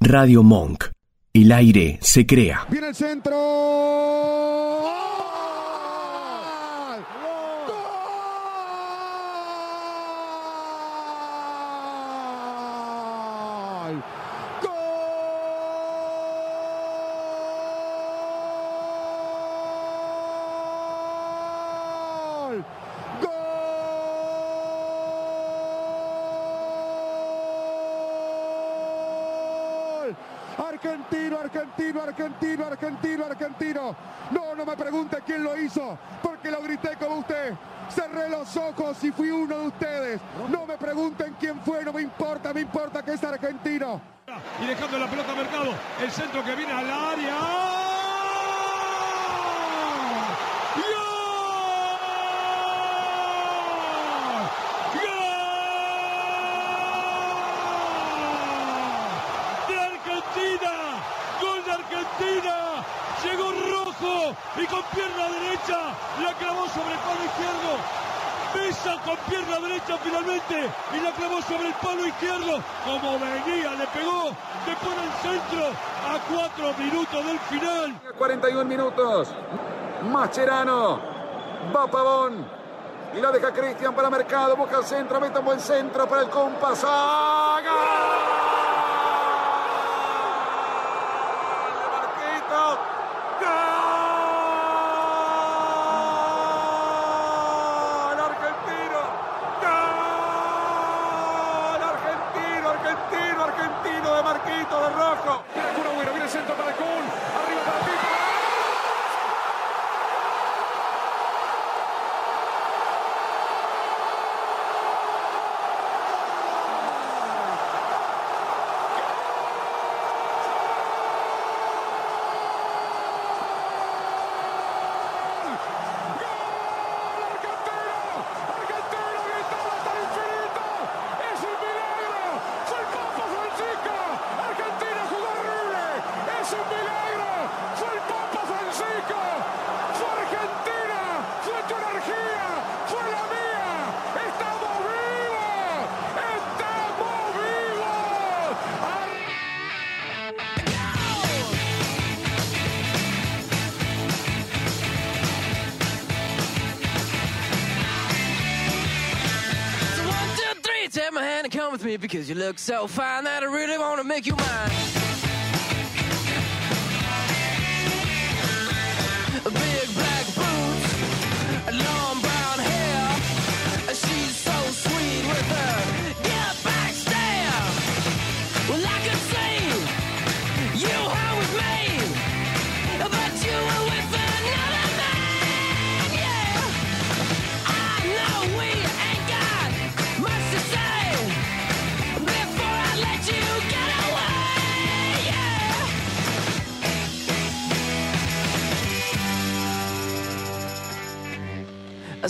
Radio Monk. El aire se crea. Viene el centro. ¡Gol! ¡Gol! ¡Gol! ¡Gol! Argentino, argentino, argentino, argentino, argentino. No, no me pregunte quién lo hizo, porque lo grité como usted. Cerré los ojos y fui uno de ustedes. No me pregunten quién fue, no me importa, me importa que es argentino. y dejando la pelota a Mercado, el centro que viene al área. ¡Gol! ¡Gol! ¡De Argentina! ¡Gol de Argentina! Llegó rojo y con pierna derecha la clavó sobre el palo izquierdo. Mesa con pierna derecha finalmente y la clavó sobre el palo izquierdo. Como venía, le pegó, le pone el centro a cuatro minutos del final. 41 minutos. Mascherano. Va Pavón. Y la deja Cristian para Mercado. Busca el centro. Mete un buen centro para el compás. ¡Ah! ¡Haga! Marquito. ¡Gol! Argentino. ¡Gol! Argentino, argentino, argentino de Marquito de Rojo. Viene el Kun Agüero, viene el centro para el Kun. Arriba para Pico. So one, two, three, take my hand and come with me because you look so fine that I really want to make you mine. Big black boots, long brown hair. She's so sweet with her get up back stare. Well, I could sing you are with me, but you were with another man, yeah. I know we ain't got much to say before I let you get away. Yeah. I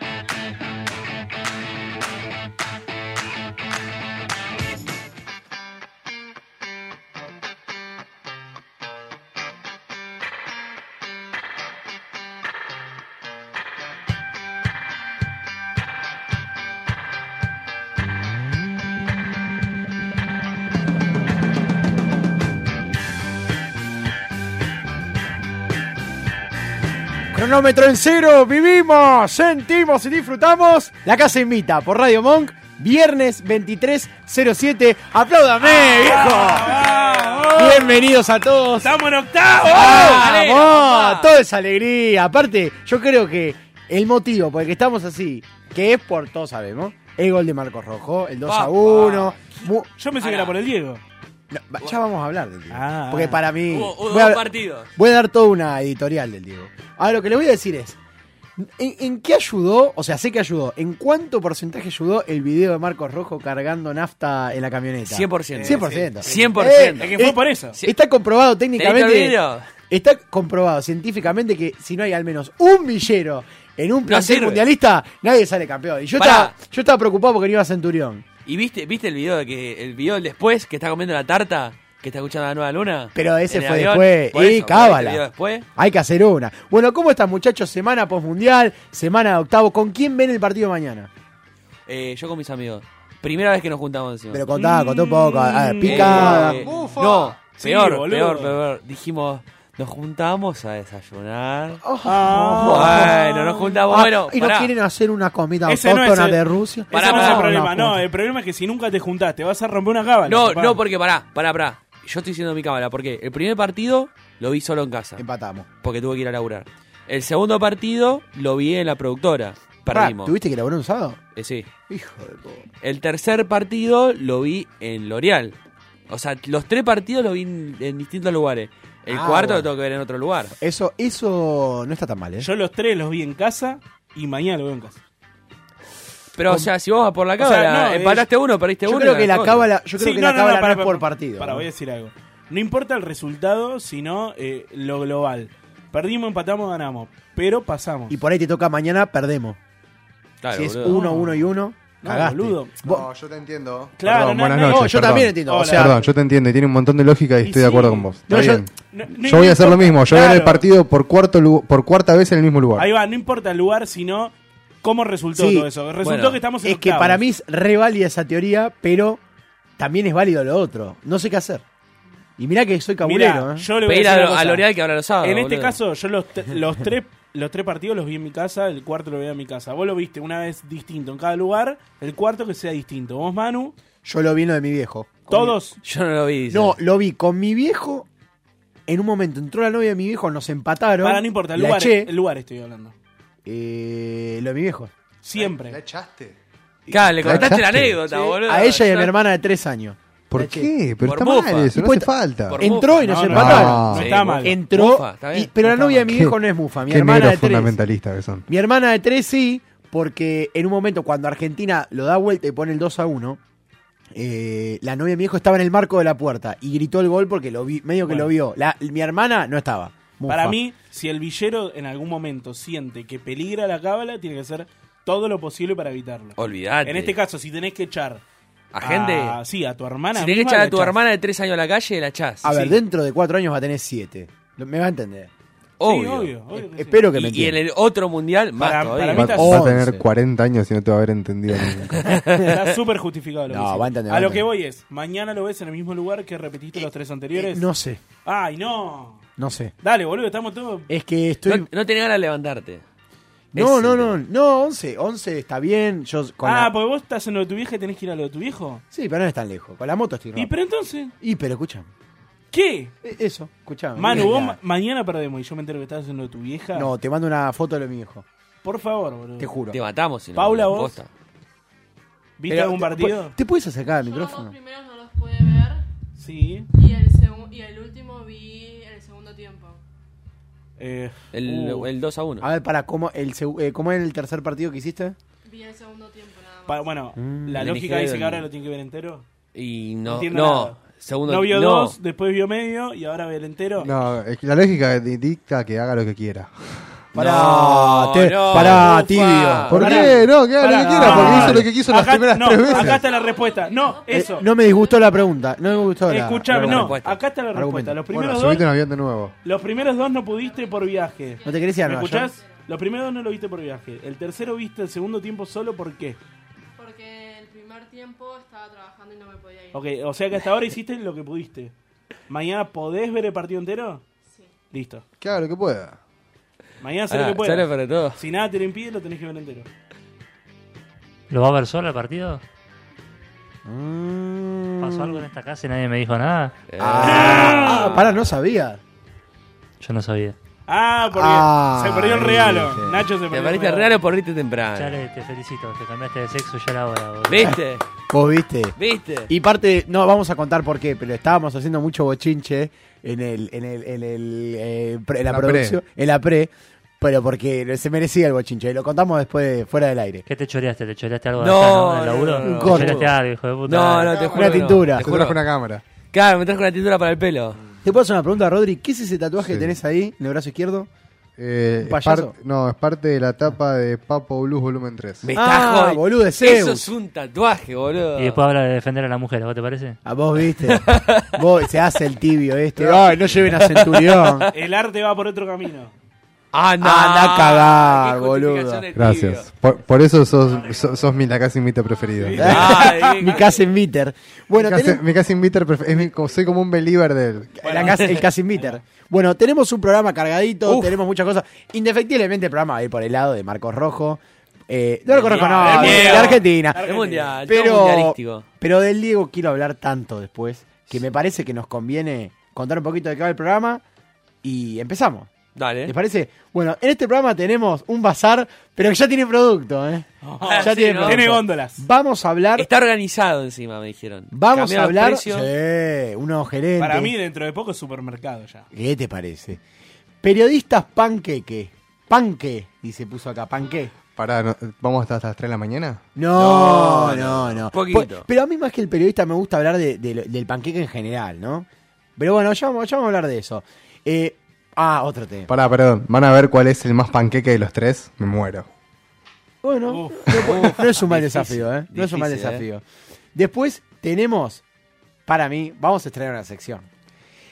Ah, Cronómetro en cero, vivimos, sentimos y disfrutamos. La casa invita por Radio Monk, viernes 23.07. ¡Apláudame, viejo! Bienvenidos a todos. ¡Estamos en octavo! ¡Vamos! Todo es alegría. Aparte, yo creo que el motivo por el que estamos así, que es por, todos sabemos, el gol de Marcos Rojo, el 2 a Papá. 1. mu- Yo pensé que era por el Diego. No, ya vamos a hablar del Diego. Ah. porque para mí. Hubo- hubo voy a- dos partidos. Voy a dar toda una editorial del Diego. Ahora, lo que le voy a decir es. ¿En, en qué ayudó? O sea, sé que ayudó. ¿En cuánto porcentaje ayudó el video de Marcos Rojo cargando nafta en la camioneta? 100%. 100%. Sí, 100%. Eh, Es que fue eh, por eso. Está comprobado ¿Teniste el técnicamente. video? Está comprobado científicamente que si no hay al menos un villero en un plantel sirve. mundialista, nadie sale campeón. Y yo Pará. estaba, yo estaba preocupado porque no iba a Centurión. ¿Y viste, viste el video de que el video del después que está comiendo la tarta? Que está escuchando la nueva luna. Pero ese En el fue avión? después. Por Y eso, ¿viste cábala. el video después? Hay que hacer una. Bueno, ¿cómo están, muchachos? Semana postmundial, semana de octavo. ¿Con quién ven el partido mañana? Eh, yo con mis amigos. Primera vez que nos juntamos encima. Pero contá, contá un poco. A ver, pica. Eh, Mufa. No, Mm. Sí, peor, boludo. peor, peor. Dijimos, nos juntamos a desayunar. Ah. Bueno, nos juntamos. Ah, bueno, y pará. no quieren hacer una comida Ese no es autóctona el- de Rusia. Ese no es el pará, problema, puta. no, el problema es que si nunca te juntaste vas a romper una cábala. No, papá. no, porque pará, pará, pará. Yo estoy diciendo mi cámara, porque el primer partido lo vi solo en casa, Empatamos. porque tuve que ir a laburar. El segundo partido lo vi en la productora, Pará, perdimos. ¿Tuviste que laburar un sábado? Eh, sí. Hijo de puta. El tercer partido lo vi en L'Oreal. O sea, los tres partidos lo vi en, en distintos lugares. El Ah, cuarto bueno. lo tengo que ver en otro lugar. Eso, eso no está tan mal, ¿eh? Yo los tres los vi en casa y mañana lo veo en casa. Pero, o sea, si vos vas por la sea, cámara, no, empataste uno, perdiste Yo uno. creo y que la ganaste otro. cábala, yo creo Sí, que no, la no, cábala no, no, para, es para, por para, partido. Para, ¿no? voy a decir algo. No importa el resultado, sino eh, lo global. Perdimos, empatamos, ganamos. Pero pasamos. Y por ahí te toca mañana, perdemos. Claro, si es boludo. uno, uno y uno, No, cagaste. boludo. Vos- No, yo te entiendo. claro, Perdón, no, buenas no, noches. no, yo perdón. también entiendo. O Hola. sea, Perdón, yo te entiendo y tiene un montón de lógica y, Y estoy sí. de acuerdo con vos. Está No, yo- bien. no- no- yo voy no a hacer lo importa. mismo. Yo voy a ver el Claro. partido por, cuarto lu- por cuarta vez en el mismo lugar. Ahí va, no importa el lugar, sino cómo resultó Sí. todo eso. Resultó Bueno, que estamos en es que octavos. para mí es re válida esa teoría, pero también es válido lo otro. No sé qué hacer. Y mirá que soy Mirá, cabulero, ¿eh? yo le voy a Pedir decir una a, a cosa. L'Oreal que habla los sábados. En este boludo. caso, yo los, te- los tres los tres partidos los vi en mi casa, el cuarto lo vi en mi casa. Vos lo viste una vez distinto en cada lugar, el cuarto que sea distinto. Vos, Manu, Yo lo vi en lo de mi viejo. todos. Yo no lo vi. dice. No, lo vi con mi viejo. En un momento entró la novia de mi viejo, nos empataron. Para, no importa, el la lugar, eché, el lugar estoy hablando. eh, lo de mi viejo. ¿La Siempre. echaste? Claro, le ¿La contaste la echaste? anécdota, boludo. a ella y a Ya- mi hermana de tres años. ¿Por la qué? Pero Por está mofa. mal eso, no Pues, hace falta. por- Entró y nos No, no, empataron. no, no Sí, está vos- mal. Entró, Mufa, está bien. y- pero la Está novia de mal. mi Qué- viejo no es mufa, mi Qué negro hermana de tres. fundamentalista que son. Mi hermana de tres sí, porque en un momento cuando Argentina lo da vuelta y pone el 2 a 1, eh, la novia de mi hijo estaba en el marco de la puerta y gritó el gol porque lo vi, medio que Bueno. lo vio. La- mi hermana no estaba. Mufa. Para mí, si el villero en algún momento siente que peligra la cábala, tiene que hacer todo lo posible para evitarlo. Olvidate. En este caso, si tenés que echar A gente. sí, a tu hermana. si tenés que misma, echar a la tu echás. hermana de tres años a la calle, la echás. A ver, sí. dentro de cuatro años va a tener siete. Lo- Me va a entender. Sí, Obvio. obvio, obvio que sí. Eh, Espero que me Y, y en entienda. el otro mundial, más Para- todavía. para mí Va, está- va a Once. tener 40 años y no te va a haber entendido nunca. Está súper justificado lo que No, hice. va a entender, A va a lo que entender. voy es, mañana lo ves en el mismo lugar que repetiste los tres anteriores. Eh, No sé, Ay, no. no sé. Dale, boludo, estamos todos. Es que estoy... No, no tenés ganas de levantarte. No, Ese no, el no, no, 11, 11 está bien. Yo con ah, la- porque vos estás en lo de tu vieja y tenés que ir a lo de tu viejo. Sí, pero no es tan lejos. Con la moto estoy Y rápido. pero entonces, Y pero escuchame. ¿qué? E, Eh, Eso, escuchame. Manu, vos Mira. ma- mañana perdemos y yo me entero que estás en lo de tu vieja. No, te mando una foto de lo de mi hijo. Por favor, boludo. Te juro. Te matamos. si no, Paula, boludo, vos. posta. ¿Viste Pero, algún ¿te- partido? pu- ¿Te puedes acercar al Yo los dos micrófono? primeros no los pude ver Sí. y el, segu- y el último vi el segundo tiempo. Eh, El, uh, el 2 a 1. A ver, para, ¿cómo, el, segu- eh, ¿cómo era el tercer partido que hiciste? Vi el segundo tiempo nada pa- más. bueno, la Mm. el lógica Nigeria dice que del- ahora lo tiene que ver entero. Y no. entiendo No. nada. Segundo no vio no. dos, después vio medio y ahora ve el entero. No, es que la lógica di- dicta que haga lo que quiera. Pará, te- no, pará, ufa. tibio. ¿Por Pará. qué? No, que haga Pará, lo que quiera, no, porque dale. hizo lo que quiso las Acá- primeras no, tres veces. Acá está la respuesta. No, Eh, eso. no me disgustó la pregunta. No me gustó la Escuchame, la- no, respuesta. acá está la respuesta. Argumento. Los Bueno, primeros, subite un dos, avión de nuevo. los primeros dos no pudiste por viaje. ¿No te querés ir a ¿Me Nueva escuchás? York? Los primeros dos no lo viste por viaje. El tercero viste el segundo tiempo solo porque. Porque el primer tiempo estaba trabajando y no me podía ir. Ok, o sea que hasta ahora hiciste lo que pudiste. ¿Mañana podés ver el partido entero? Sí. Listo. Que haga lo que pueda. Mañana haz Pará, Ah, lo que sale puedas. para todo. Si nada te lo impide, lo tenés que ver entero. ¿Lo va a ver solo el partido? Mm. ¿Pasó algo en esta casa y nadie me dijo nada? Eh. Ah, pará, no sabía. Yo no sabía. Ah, porque Ah, se perdió el sí, regalo. sí. Nacho se perdió. ¿Te el pariste real o por irte temprano? Chale, te felicito, te cambiaste de sexo ya era hora. boludo. ¿Viste? Vos viste. ¿Viste? Y parte, no, vamos a contar por qué, pero estábamos haciendo mucho bochinche en el, en el, en el, eh, pre- en la, La pre. producción, en la pre, pero porque se merecía el bochinche, y lo contamos después de- fuera del aire. ¿Qué te choreaste? ¿Te choreaste algo de No, acá, no, del no, laburo? no, no, no. ¿Te choreaste algo, hijo de puta? No, no, te juro. Una que no. tintura. Te Te juro. trajo una cámara. Claro, me trajo una tintura para el pelo. ¿Te puedo hacer una pregunta, Rodri? ¿Qué es ese tatuaje que Sí. tenés ahí en el brazo izquierdo? Eh, ¿Un es payaso? par- no, es parte de la tapa de Papo Blues Volumen 3. Me Ah, está jodiendo. boludo, es Zeus. Eso es un tatuaje, boludo. Y después habla de defender a la mujer, ¿vos te parece? A vos, viste. vos se hace el tibio este. Ay, no lleven a Centurión. regalo. El arte va por otro camino. Anda. Anda a cagar, Qué justificación boludo. del Gracias. Por, por eso sos, sos, sos mi la casi invita preferida. mi casa inviter. Bueno, mi casa, tenemos- mi casa inviter prefer- es mi- como- soy como un believer del. la casa- el casa inviter. Bueno, tenemos un programa cargadito, Uf. tenemos muchas cosas. Indefectiblemente el programa va a ir por el lado de Marcos Rojo. Eh, no lo conozco, no, Mundial. de, Mundial. de Argentina. Es mundial, todo Pero, mundialístico. pero del Diego quiero hablar tanto después que me parece que nos conviene contar un poquito de qué va el programa y empezamos. Dale. ¿Les parece? Bueno, en este programa tenemos un bazar, pero que ya tiene producto, ¿eh? Ah, ya sí, ¿no? producto. Tiene góndolas. Vamos a hablar. Está organizado encima, me dijeron. Vamos Cambiaron a los hablar. precios. Sí, unos gerentes. Para mí, dentro de poco es supermercado ya. ¿Qué te parece? Periodistas panqueque. Panque, dice puso acá, panque. Pará, no- ¿vamos hasta hasta las 3 de la mañana? No, no, no. Poquito. Po- Pero a mí más que el periodista me gusta hablar de- de lo- del panqueque en general, ¿no? Pero bueno, ya vamos, ya vamos a hablar de eso. Eh, ah, otro tema. Pará, perdón. ¿Van a ver cuál es el más panqueque de los tres? Me muero. Bueno, no, po- no es un mal Difícil, desafío, ¿eh? No es un mal difícil, ¿eh? desafío. Después tenemos, para mí, vamos a estrenar una sección.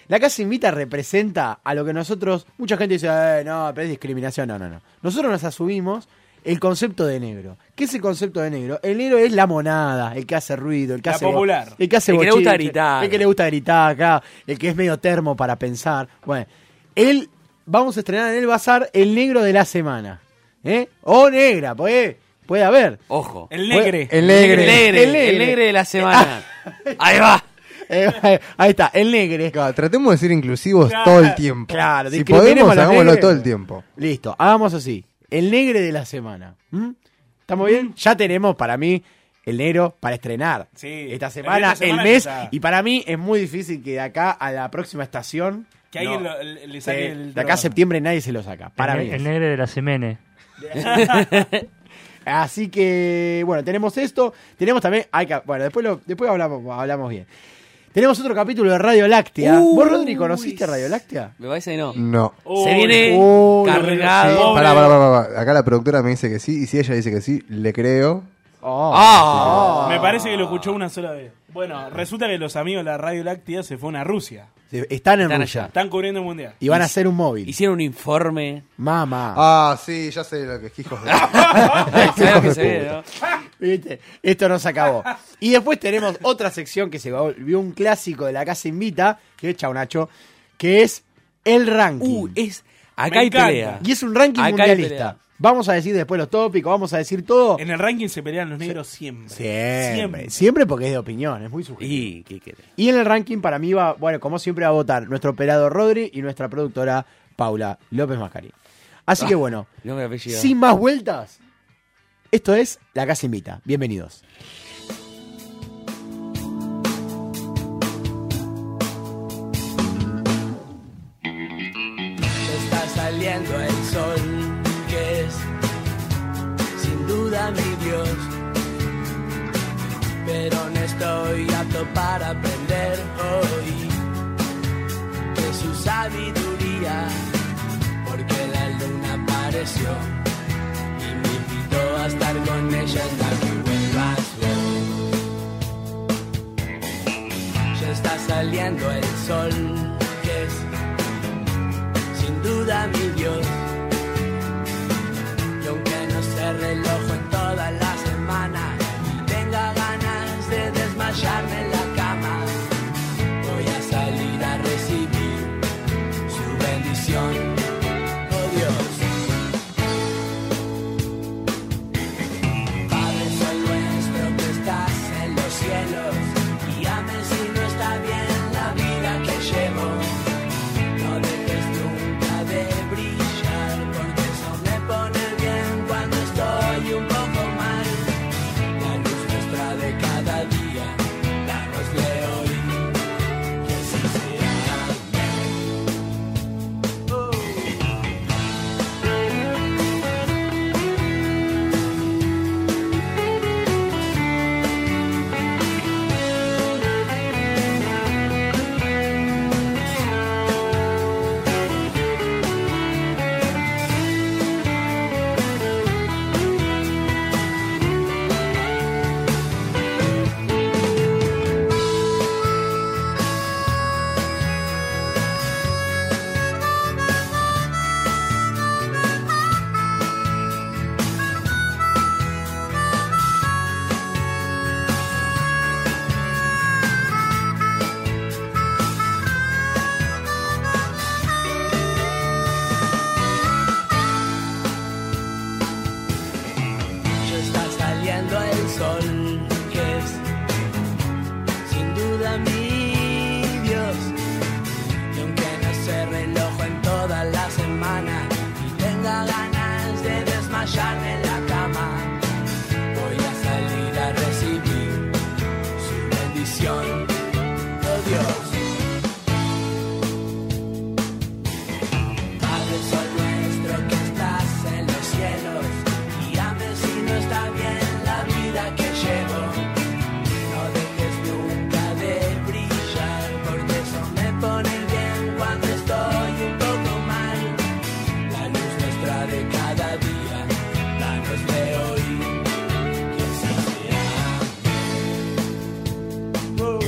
La Casa Invita representa a lo que nosotros, mucha gente dice, "Eh, no, pero es discriminación. No, no, no. Nosotros nos asumimos el concepto de negro. ¿Qué es el concepto de negro? El negro es la monada, el que hace ruido, el que La hace. popular. El que hace El que le gusta bochinche, gritar. El que le gusta gritar, claro. El que es medio termo para pensar. Bueno, él, vamos a estrenar en el bazar el negro de la semana. ¿Eh? O negra, pues puede haber. Ojo. El negre. El negre. El negre. El negre de la semana. Ahí va. Eh, Ahí está, el negre. tratemos de ser inclusivos todo el tiempo. Claro, si discriminemos podemos, a los hagámoslo negros. todo el tiempo. Listo, hagamos así. El negre de la semana. ¿Mm? ¿Estamos bien? Ya tenemos para mí el negro para estrenar. Esta semana, esta semana el mes. ya está. Y para mí es muy difícil que de acá a la próxima estación. Que alguien No. lo- le- le saque Eh, el De acá a trabajo. septiembre nadie se lo saca. Para el, mí. ne- es. el negre de la semene. Así que, bueno, tenemos esto. Tenemos también. hay que- bueno, después, lo- después hablamos, hablamos bien. Tenemos otro capítulo de Radio Láctea. Uy. ¿Vos, Rodri, conociste Radio Láctea? Me parece que no. No. Se viene Uy, Ah, cargado. Sí, pará, pará, pará, pará. Acá la productora me dice que sí. Y si ella dice que sí, le creo. Ah. Oh. Me parece que lo escuchó una sola vez. Bueno, resulta que los amigos de la Radio Láctea se fueron a Rusia. Se- Están en Están Rusia. Están cubriendo el mundial. Y van a hacer un móvil. Hicieron un informe. Mamá. Ah, sí, ya sé lo que hijos de. Claro que se ve, puta. ¿Viste? Esto no se acabó. Y después tenemos otra sección que se volvió un clásico de la casa invita, que es Chau Nacho, que es el ranking. Uh, es. Acá Me hay encanta. pelea. Y es un ranking Acá hay mundialista. pelea. Vamos a decir después los tópicos, vamos a decir todo. En el ranking se pelean los negros siempre. Siempre, siempre, Siempre. porque es de opinión, es muy subjetivo. Y, ¿qué querés? Y en el ranking para mí va, bueno, como siempre va a votar nuestro operador Rodri y nuestra productora Paula López Mascari. Así que bueno, Nombre y Ah, apellido. sin más vueltas, esto es La Casa Invita. Bienvenidos. Está saliendo el sol, que es sin duda mi Dios. Pero no estoy apto para aprender hoy de su sabiduría, porque la luna apareció y me invitó a estar con ella hasta que vuelvas vos. Ya está saliendo el sol, que es sin duda mi Dios. Y aunque no se reloj en toda la semana y tenga ganas de desmayarme en la cama, voy a salir a recibir su bendición. Oh Dios. Padre soy nuestro que estás en los cielos, guíame si no está bien la vida que llevo. No dejes nunca de brillar porque eso me pone bien cuando estoy un a mi Dios. Y aunque no se reloj en toda la semana y tenga ganas de desmayarme en la cama, voy a salir a recibir su bendición. Oh Dios. Padre Sol nuestro que estás en los cielos, guíame si no está bien la vida que llevo. No dejes nunca de brillar, porque eso me pone bien cuando estoy un poco mal. La luz nuestra de cada día, danos de hoy, que así sea. Oh.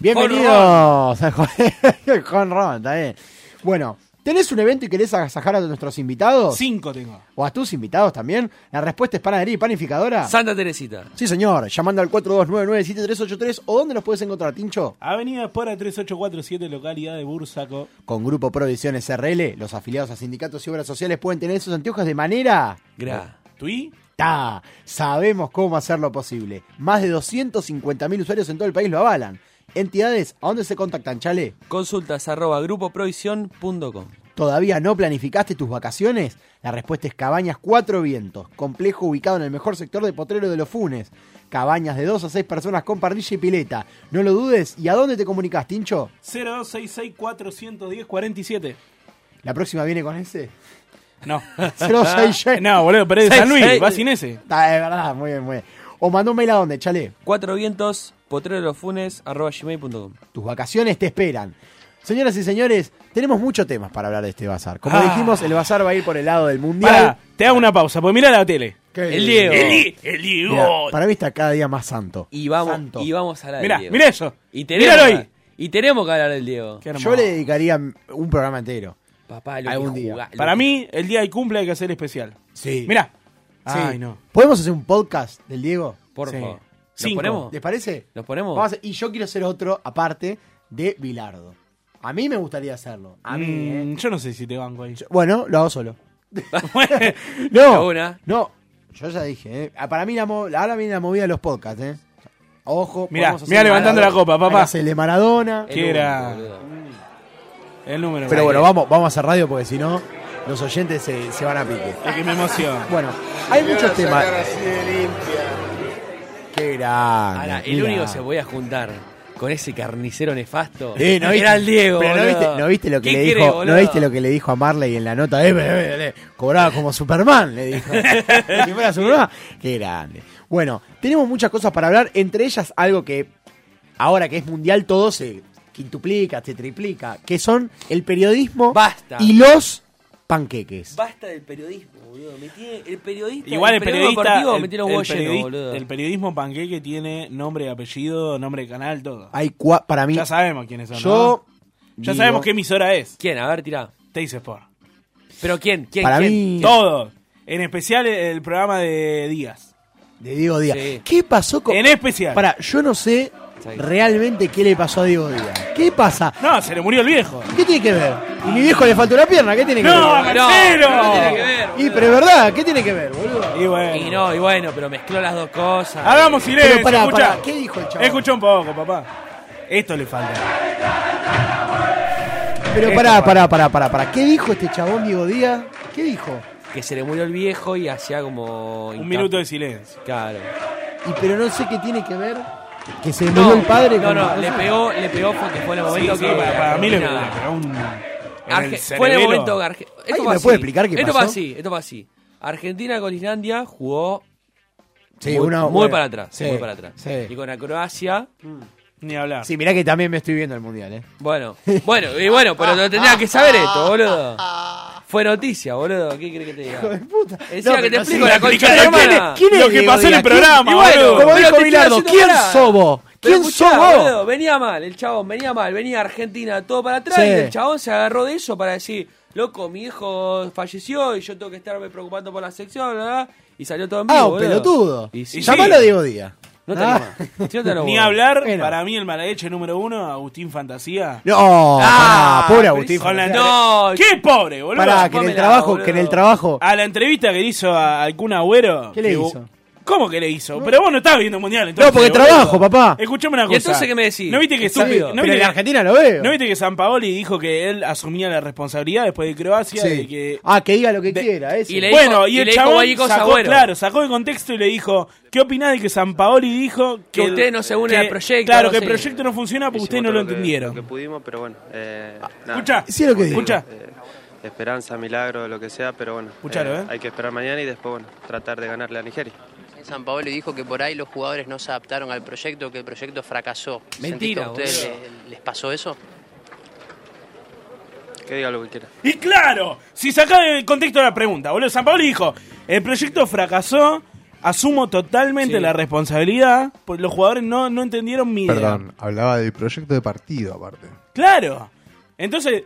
Bienvenidos a Joder, Con Ron, está bien. Bueno, ¿tenés un evento y querés agasajar a nuestros invitados? Cinco tengo. ¿O a tus invitados también? La respuesta es panadería y panificadora. Santa Teresita. Sí, señor. Llamando al 4299-7383 o dónde los puedes encontrar, Tincho. Avenida Espora 3847, localidad de Bursaco. Con Grupo Provisiones RL, los afiliados a sindicatos y obras sociales pueden tener sus anteojos de manera... Gra. ¿Tuí? Ta. Sabemos cómo hacerlo posible. Más de 250.000 usuarios en todo el país lo avalan. Entidades, ¿a dónde se contactan, Chale? Consultas arroba grupoprovision.com. ¿Todavía no planificaste tus vacaciones? La respuesta es Cabañas Cuatro Vientos, complejo ubicado en el mejor sector de Potrero de los Funes. Cabañas de 2 a 6 personas con parrilla y pileta. No lo dudes, ¿y a dónde te comunicas, Tincho? 0266 410 47. ¿La próxima viene con ese? No. 066. No, boludo, pero es de San Luis, va sin ese. Ah, es verdad, muy bien, muy bien. O mandó un mail a dónde, Chale. Cuatro vientos, potrero de los funes, arroba gmail.com. Tus vacaciones te esperan. Señoras y señores, tenemos muchos temas para hablar de este bazar. Como Ah. dijimos, el bazar va a ir por el lado del mundial. Pará, te hago una pausa, porque mirá la tele. ¿Qué? El Diego. El, Di- Mirá, el Diego. para mí está cada día más santo. Y vamos, Santo. y vamos a hablar Mirá, del Diego. mirá eso. Y tenemos, Míralo ahí. Y tenemos que hablar del Diego. Qué hermoso. Yo le dedicaría un programa entero. Papá, lo Algún que día. jugá- lo Para que- mí, el día del cumple hay que hacer especial. Sí. Mirá. Sí. Ay, no. ¿Podemos hacer un podcast del Diego? Por Sí. favor. ¿Nos Cinco. ponemos? ¿Les parece? ¿Nos ponemos? Vamos a hacer- y yo quiero hacer otro aparte de Bilardo. A mí me gustaría hacerlo. A mí, ¿eh? Mm, Yo no sé si te banco ahí. Yo- Bueno, lo hago solo. no, Una. no. Yo ya dije, ¿eh? Ah, para mí la mo- ahora viene la movida de los podcasts, ¿eh? Ojo, Mirá, podemos hacer mirá levantando Maradona. la copa, papá. Hay que hacer El de Maradona. El que era- único, boludo. El número. Pero bueno, vamos, vamos a hacer radio porque si no, los oyentes se, se van a pique. Es que me emociona. Bueno, hay muchos temas. Qué grande. Ahora, el mirá. único que se podía juntar con ese carnicero nefasto Sí, Eh, ¿no viste? era el Diego. Pero no boludo. viste, no viste lo que ¿Qué le querés, dijo, boludo? no viste lo que le dijo a Marley en la nota, eh, eh, eh, eh, cobraba como Superman, le dijo. Como si fuera Superman. Qué grande. Bueno, tenemos muchas cosas para hablar, entre ellas algo que ahora que es mundial todo se quintuplica, se triplica, que son el periodismo Basta. y los panqueques. Basta del periodismo, boludo. Me tiene- el periodista. Igual el periodista. deportivo El, me tiene los el huevos llenos, periodista- boludo. el periodismo panqueque tiene nombre, apellido, nombre de canal, todo. Hay cua- para mí Ya sabemos quiénes son. yo ¿no? Ya digo- sabemos qué emisora es. ¿Quién? A ver, tirá. Teis Sport. ¿Pero quién? ¿Quién? Para quién? mí- Todo. En especial el programa de Díaz. de Diego Díaz. Sí. ¿Qué pasó con En especial. Para, yo no sé realmente qué le pasó a Diego Díaz. ¿Qué pasa? No, se le murió el viejo. ¿Qué tiene que ver? Y mi viejo le faltó una pierna, ¿qué tiene que No, ver? No, Marcelo. no tiene que ver. Y pero es verdad, ¿qué tiene que ver, boludo? Y bueno. Y no, y bueno, pero mezcló las dos cosas. Hagamos silencio. Pero pará, escuchá. pará, ¿qué dijo el chabón? Escuchá un poco, papá. Esto le falta. Pero pará, pará, pará, pará, pará. ¿Qué dijo este chabón Diego Díaz? ¿Qué dijo? Que se le murió el viejo y hacía como. Un minuto de silencio. Claro. Y pero no sé qué tiene que ver. Que se murió el padre. No, con- no, le pegó, le pegó porque fue el momento Sí, sí, que. para, para mí le, le nada. pegó un. en Arge- el fue el cerebelo. momento que Arge- esto ¿Alguien fue me así. puede explicar qué Esto pasó? fue así, esto fue así. Argentina con Islandia jugó Sí, muy, una- muy bueno, para atrás, sí, muy para atrás. sí. Y con la Croacia, Mm. Ni hablar. Sí, mirá que también me estoy viendo el mundial, ¿eh? bueno, bueno, y bueno, pero lo tendría que saber esto, boludo. Fue noticia, boludo. ¿Qué crees que te diga? Encima No, que te pero explico sí, la concha explica- de la ¿Quién lora. es- quién es Lo que Diego pasó en el Díaz? ¿Quién- programa, y bueno, boludo. Como Pero te dijo estoy Bilardo, haciendo ¿quién pará. sos vos? Pero ¿Quién escuchá, sos vos? boludo, venía mal, el chabón, venía mal, venía Argentina, todo para atrás, Sí. y el chabón se agarró de eso para decir, loco, mi hijo falleció y yo tengo que estarme preocupando por la sección, bla, bla, bla", y salió todo en vivo, Ah, un boludo. pelotudo. Y sí, Llamalo a Diego Díaz. No te Ah. animás, si no te animás. Ni hablar, Bueno. para mí el maladeche número uno, Agustín Fantasía. No, Ah, pará, pobre pero Agustín. hijo Con la Fantasía. No, ¡Qué pobre, boludo! Pará, que en el Pómela, trabajo, boludo. Ah. que en el trabajo. A la entrevista que le hizo a al Kun Agüero. ¿Qué le que- hizo? ¿Cómo que le hizo? Pero vos no estabas viendo el mundial No, entonces. porque boludo. trabajo, papá. Escuchame una ¿Y cosa. entonces qué me decís? ¿No viste que Estúpido. estuve- Pero ¿No viste en que- Argentina lo veo. ¿No viste que San Paoli dijo que él asumía la responsabilidad después de Croacia? Sí. De que... Ah, que diga lo que quiera, ese. y le- bueno, dijo- y, y el le dijo chabón varias cosas, sacó, Agüero. claro, sacó de contexto y le dijo, ¿qué opinás de que San Paoli dijo que, Que ustedes no se unen que- al proyecto, Claro, algo que el así? proyecto no funciona porque ustedes no lo, entendieron. Ah, pudimos, pero bueno. eh, nada. Escucha, Sí, lo que digo. escucha. Eh, esperanza, milagro, lo que sea, pero bueno. Escuchalo, eh. Hay que esperar mañana y después, bueno, tratar de ganarle a Nigeria. San Paolo dijo que por ahí los jugadores no se adaptaron al proyecto, que el proyecto fracasó. ¿Sentís que Mentira, a ustedes boludo. le- les pasó eso? Que diga lo que quiera. Y claro, si sacás el contexto de la pregunta, boludo, San Paoli dijo, el proyecto fracasó, asumo totalmente Sí. la responsabilidad, porque los jugadores no, no entendieron mi idea. Perdón, hablaba del proyecto de partido aparte. Claro. Entonces,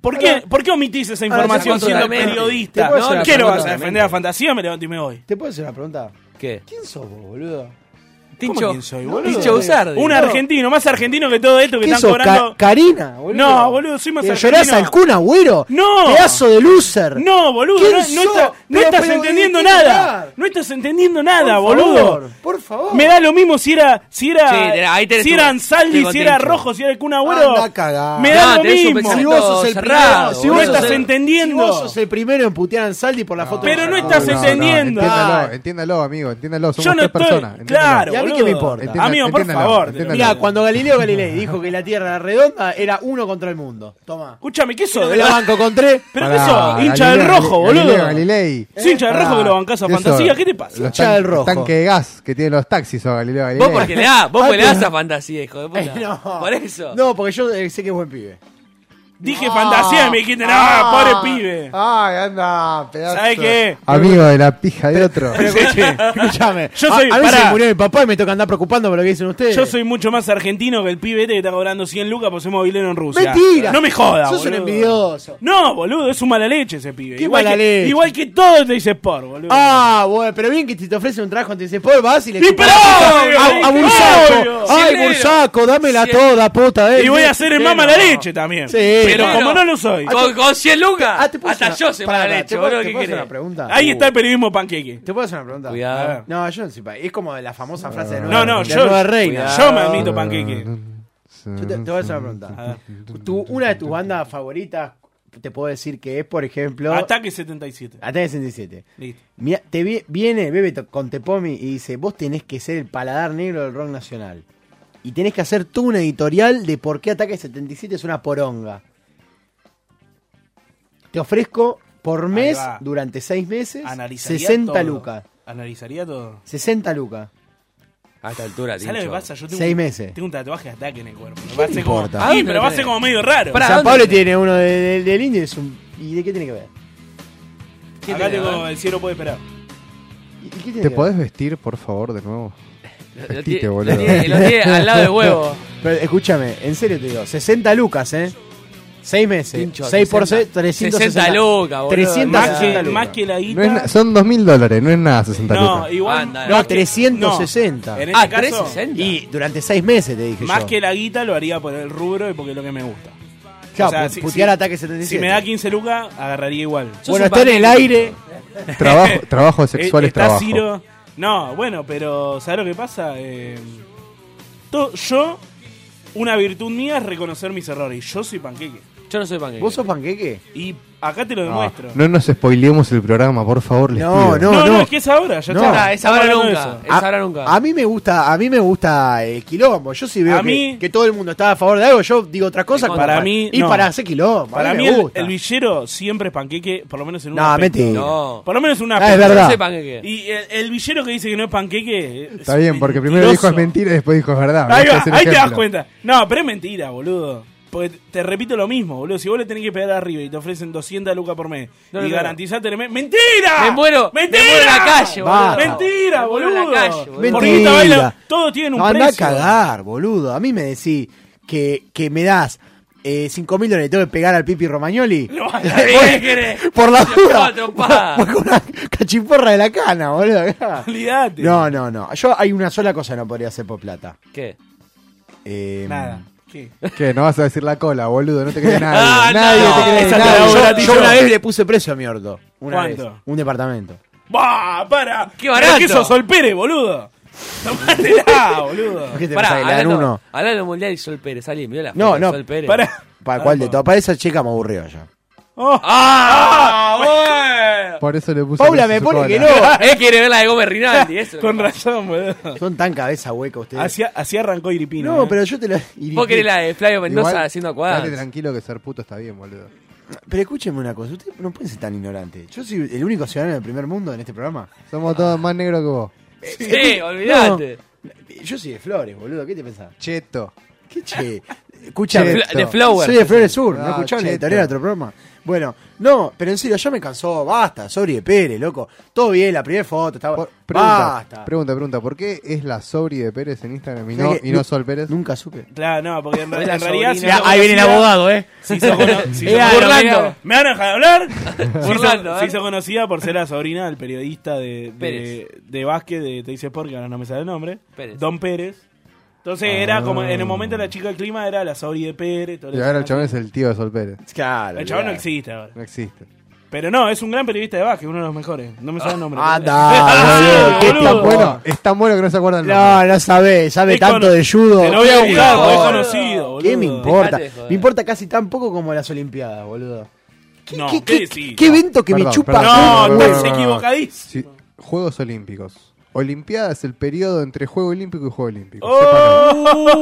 ¿por qué, ¿por qué omitís esa Ahora, información te- siendo totalmente. Te periodista? puedo hacer No, una ¿Qué lo pregunta vas a también. defender a fantasía? Me levanto y me voy. ¿Te puedo hacer una pregunta? ¿Qué? ¿Quién sos vos, boludo? ¿Cómo Tincho, quién soy, boludo? Tincho Usardi. Un argentino, más argentino que todo esto que ¿Qué están sos, cobrando. Ca- Karina, boludo? No, boludo, soy más ¿Te argentino. llorás al Kun Agüero? No. ¡Pedazo de loser! No, boludo, ¿Quién no, no sos? está- no Pero, estás pero, entendiendo ¿de qué nada. hablar? No estás entendiendo nada, Por boludo. favor, por favor. Me da lo mismo si era si era Sí, te- ahí tenés si tu- era Ansaldi, tengo si era Tincho. Rojo, si era el Kun Agüero. Anda a cagar. Me da No, lo tenés un mismo. pensamiento Si vos sos el cerrado, primero, si vos boludo. estás Sí. entendiendo. Si vos sos el primero en putear a Ansaldi por la foto. Pero de no Fernando. estás entendiendo. Ah, Entiéndalo, Ah. entiéndalo, amigo, entiéndalo. Somos Yo no tres estoy. personas. entiéndalo. claro. ¿Y a mí boludo. qué me importa? Entienda- Amigo, por entiéndalo, favor. entiéndalo. Mirá, cuando Galileo Galilei dijo que la Tierra era redonda, era uno contra el mundo. Toma. Escúchame, ¿qué sos? Me la banco con tres. ¿Pero Pará, qué sos? Hincha del Galileo, rojo, Galileo, boludo. Galilei. Sí, hincha del Pará. rojo que lo bancás a Eso, fantasía. ¿Qué te pasa? Los Hincha tan- del rojo. Tanque de gas que tienen los taxis o Galileo Galilei. Vos porque le das, vos porque le das a fantasía, hijo de Eh, puta. Por eso. No, porque yo eh, sé que es buen pibe. Dije fantasía y me dijiste, ah, pobre pibe. Ay, anda, pedazo. ¿Sabes qué? Amigo de la pija de otro. Escúchame. Yo a- soy- a, mí pará. se me murió mi papá y me toca andar preocupando por lo que dicen ustedes. Yo soy mucho más argentino que el pibe este que está cobrando 100 lucas por ser movilero en Rusia. Mentira. No me jodas, Sos un boludo. envidioso. No, boludo, es un mala leche ese pibe. ¿Qué igual mala que, leche? Igual que todo el Sport, boludo. Ah, bueno, pero bien que si te ofrece un trabajo te dice, pues vas y le Sí, chupas pero la obvio, pija a, a obvio. Bursaco. Ay, Siempre- Bursaco, dámela Siempre- toda, puta. eh. y voy a ser el sí, más no. mala leche también. Sí, pero no. como no lo soy. Con, con 100 lucas, Ah, ¿te puedo hasta hacer yo una- se pará, mala pará, leche, ¿te puedo- boludo. te ¿Qué puedo hacer querés? una pregunta? Ahí está el periodismo panqueque. Uh. ¿Te puedo hacer una pregunta? Cuidado. No, yo no soy pa- Es como la famosa frase de nueva, No, no, de yo, Nueva Reina. yo me admito panqueque. Yo te, te voy a hacer una pregunta. Tu- una de tus bandas favoritas, te puedo decir que es, por ejemplo, Ataque 77. Ataque 67. Listo. Mira, te vi- viene Bebe to- con Tepomi y dice, vos tenés que ser el paladar negro del rock nacional. Y tenés que hacer tú un editorial de por qué Ataque 77 es una poronga. Te ofrezco por mes, va. durante seis meses, Analizaría 60 todo. lucas. Analizaría todo. 60 lucas. A esta altura, ¿Sabes lo que Tincho. pasa? Yo tengo, Seis un- meses. tengo un tatuaje de ataque en el cuerpo. Me va a ser como, Ah, importa? Sí, ¿A dónde pero lo va a tenés? ser como medio raro. Pará, San ¿dónde Pablo tenés? tiene uno de- de- del indio y es un... ¿Y de qué tiene que ver? ¿Qué Acá tenés, tengo eh? el cielo puede esperar. ¿Y- y qué tiene ¿Te que podés vestir, por favor, de nuevo? Lo- Lo Vestite, tiene- lo boludo. tiene lo tiene al lado del huevo. ver? Pero, escúchame, en serio te digo, 60 lucas, ¿eh? Seis meses. Tincho, 6 por 6, 60. 360. 60 lucas, boludo. 360 Más que, lucas. más que la guita. No es na- son 2.000 dólares, no es nada 60 No, lucas. igual. Anda, No, más que- 360. no, en este Ah, caso, 360. Y durante seis meses te dije Más yo. que la guita lo haría por el rubro y porque es lo que me gusta. Claro, o sea, pu- si- putear si- ataque 77. Si me da 15 lucas, agarraría igual. bueno, está en el aire. Trabajo, trabajo sexual Eh, es está trabajo. Ciro- No, bueno, pero ¿sabes lo que pasa? Eh, to- yo, una virtud mía es reconocer mis errores. Yo soy panqueque. Yo no soy panqueque. ¿Vos sos panqueque? Ah. Y acá te lo demuestro. No nos spoileemos el programa, por favor, les No, pido. no, no. es que es ahora, ya está. Ah, es ahora Estamos nunca, hablando de es eso. ahora nunca. A mí me gusta, a mí me gusta el quilombo. Yo sí veo A que, mí- que todo el mundo está a favor de algo, yo digo otra cosa. Para mí, y no. para hacer Oh, quilombo. Para a mí, mí, me el, gusta. el villero siempre es panqueque, por lo menos en un No, aspecto. mentira. No. Por lo menos en una Ah, es verdad. Ese panqueque. Y el, el villero que dice que no es panqueque. es Está bien, porque primero dijo mentiroso. es mentira y después dijo es verdad. Ahí, Este va, es el ahí te das ejemplo. cuenta. No, pero es mentira, boludo. Porque te- te repito lo mismo, boludo. Si vos le tenés que pegar arriba y te ofrecen 200 lucas por mes No y le creo. garantizás tres meses- ¡Mentira! Me muero- me ¡Mentira! muero en la calle, boludo. Basta. ¡Mentira, Me muero en la boludo! calle, boludo. Porque Mentira. esta vaina- todo tiene un No, precio. anda a cagar, boludo. A mí me decís que, que me das eh, 5 mil dólares y tengo que pegar al Pipi Romagnoli. No, Voy- por la duda. No, trompada. voy con una cachiporra de la cana, boludo. acá. Olvidate. No, no, no. Yo hay una sola cosa que no podría hacer por plata. ¿Qué? Eh, Nada. ¿Qué? ¿Qué? No vas a decir la cola, boludo. No te cree nadie. Ah, nadie no. te cree Esa te nadie. la hago Yo- gratis Yo yo. una vez le puse precio a mi orto. Una ¿Cuánto? vez. Un departamento. ¡Bah! ¡Para! ¡Qué barato! ¿Qué sos, Sol Pérez, boludo? ¡Tomátela, boludo! ¿Qué te Pará, pensás que le dan hablando, uno? hablando del mundial y Sol Pérez, alguien miró la No, foto de no, Sol Pérez. ¡Para! ¿Para cuál de todas? Para esa chica me aburrió ya. Oh. ¡Ah! bueno. Por eso le puse precio Paula a me su pone cola. que no. Él quiere ver la de Gómez Rinaldi, eso. Con razón, boludo. Son tan cabeza hueca ustedes. Así, así arrancó Iripino. no, ¿eh? pero yo te la. Vos querés la de Flavio Mendoza Igual, haciendo Dale cuadros. tranquilo que ser puto está bien, boludo. Pero escúcheme una cosa, usted no puede ser tan ignorante. Yo soy el único ciudadano del primer mundo en este programa. Somos todos más negros que vos. Sí, olvidate. Yo soy de Flores, boludo, ¿qué te pensás? Cheto. ¿Qué che? Escúchame. De Fl- de Flower. Soy de Flores Sur, no Ah, escucharon el cheto. editorial de otro programa. Bueno, no, pero en serio, ya me cansó, basta, sorry de Pérez, loco. Todo bien, la primera foto, estaba. Por- pregunta, basta. pregunta, pregunta. ¿Por qué es la Sobri de Pérez en Instagram y O sea no, que y no nu- Sol Pérez? Nunca supe. Claro, no, porque en, Es la en realidad. sobrina. sos Ahí conocida- ¿eh? Si sos, cono- si sos Era Burlando. Burlando. ¿Me van a dejar hablar? Si Burlando, sos, a si ver. sos conocida por ser la sobrina del periodista de, de, eh. Pérez. de Vázquez de Te dice Sport, que ahora no me sale el nombre. Pérez. Don Pérez. Entonces Ah. era como. En el momento la chica del clima era la sobrina de Pérez. todo Y eso. ahora el chabón es el tío de Sol Pérez. Claro. El chabón no claro. existe ahora. No existe. Pero no, es un gran periodista de Vázquez, uno de los mejores. No me sale el nombre. Ah, Anda, boludo, qué Es tan Ah, boludo. bueno, es tan bueno que no se acuerda el nombre. No, no sabe, sabe Es tanto cono- de judo. Te lo voy a ¿Qué buscar, me porque es importa? conocido, boludo. ¿Qué me importa? Dejate de joder. Me importa casi tan poco como las Olimpiadas, boludo. ¿Qué, No, qué- ¿qué qué- decís? qué evento que me Perdón, chupa? pues, perdón, No, perdón, estás perdón, perdón. equivocadísimo. Sí, Juegos Olímpicos. Olimpiada es el periodo entre Juego Olímpico y Juego Olímpico. Mirá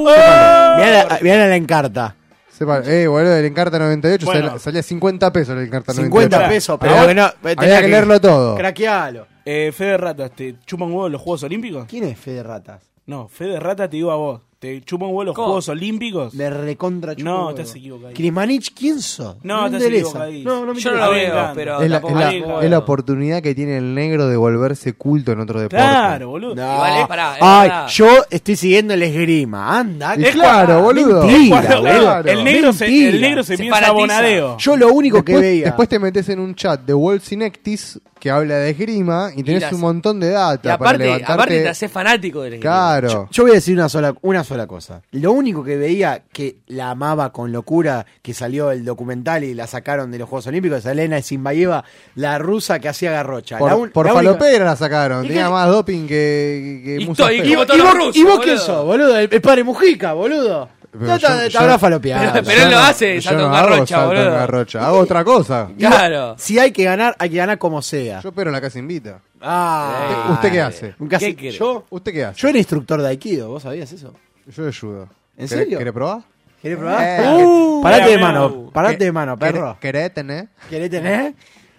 la, ah, mirá la encarta. Sepa- sepa- eh, boludo, el Encarta 98 Bueno. sal- salía 50 pesos el Encarta 98. 50 pesos, pero Había- que no- pero tenía Ah, había que que- leerlo todo. Craquealo. Eh, Fede Rata, ¿te chupan huevo los Juegos Olímpicos? ¿Quién es Fede Ratas? No, Fede Rata te digo a vos. ¿Te chupan huevo los ¿Cómo? Juegos Olímpicos? Me recontra chupa No, un huevo. estás equivocadísimo. Crismanich, ¿quién sos? No, me estás interesa. equivocadísimo. No, no me Yo interesa. no lo A mí me veo, encanta. pero Es la, es tampoco la- me digo, es la acuerdo. oportunidad que tiene el negro de volverse culto en otro deporte. Claro, boludo. No. Igual es pará, es Ay, verdad. yo estoy siguiendo el esgrima. Anda, Y que- claro, boludo. Mentira, Cuando- boludo. el, negro se, el Mentira. negro se, Se piensa fanatiza. abonadeo. Yo lo único después, que veía. después te metes en un chat de World Synectis que habla de esgrima y tenés las- un montón de Y data para aparte, levantarte. aparte te haces fanático del equipo. Claro. Yo voy a decir una sola, una sola cosa. Lo único que veía que la amaba con locura, que salió el documental y la sacaron de los Juegos Olímpicos, es Elena Zimbayeva, la rusa que hacía garrocha. Por, La un- por la única- falopera la sacaron. ¿Y Tenía qué- más doping que, que, que Y Musa to- y Feo. que- ¿Y, vos- Todos y los vos, rusos, y vos quién boludo. sos, boludo? El, el padre Mujica, boludo. Pero No, yo- te, te yo- habrá falopeado. Pero- pero él lo hace, yo salto en no hago garrocha, salto en boludo. garrocha, hago otra cosa. Claro. Si hay que ganar, hay que ganar como sea. Yo pero la casa invita. ah, ¿Usted qué hace? nunca ¿Qué sé- querés? yo, ¿Usted qué hace? yo era instructor de Aikido, ¿vos sabías eso? Yo ayudo. ¿En ¿Querés- serio? ¿Querés probar? ¿Querés Eh, probar? Uh, parate de mira, mano, mira. parate ¿Qué- de mano, querés- perro. ¿Querés tener? ¿Querés tener?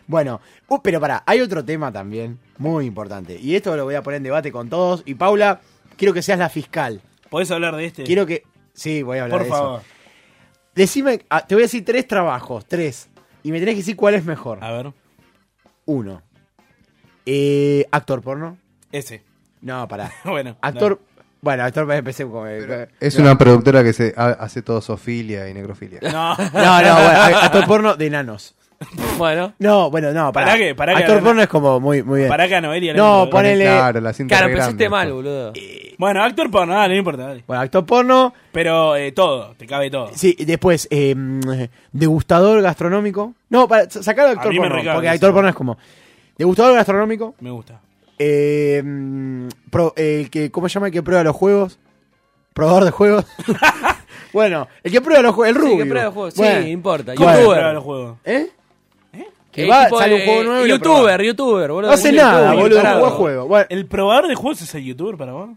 Bueno, uh, pero pará, hay otro tema también muy importante. Y esto lo voy a poner en debate con todos. Y Paula, quiero que seas la fiscal. ¿Podés hablar de este? Quiero que. Sí, voy a hablar Por de favor. eso. Decime, ah, te voy a decir tres trabajos, tres. Y me tenés que decir cuál es mejor. A ver. Uno. Eh, actor porno. Ese. No, pará. Bueno. Actor. Bueno, actor, empecé con. Es una productora que se ha- hace todo zoofilia y necrofilia. No. No, no, bueno, a- actor porno de enanos. Bueno. No, bueno, no, pará. Pará que- pará que- actor porno es como muy, muy bien. Para acá, Noelia. No, le- pone- ponele- Claro, la cinta Claro, re grande, empezaste mal, después. boludo. Bueno, actor porno, dale, no importa, dale. Bueno, actor porno. Pero eh, todo, te cabe todo. Sí, después, eh, mm, degustador gastronómico. No, para, sa- sacar al A actor mí me porno, recabe porque eso. actor porno es como. Degustador gastronómico, Me gusta. eh, mm, pro- el que, ¿cómo se llama el que prueba los juegos? Probador de juegos. Bueno, el que prueba los juegos, el Sí, el rubio. que prueba los juegos, sí, importa, ¿Cómo youtuber. es? Prueba los juegos. ¿Eh? Que El va, tipo sale de- un juego nuevo y lo Youtuber, probás. youtuber, boludo. No hace un nada, youtuber, boludo, tarado. juega juego. Bueno, ¿El probador de juegos es el youtuber para vos?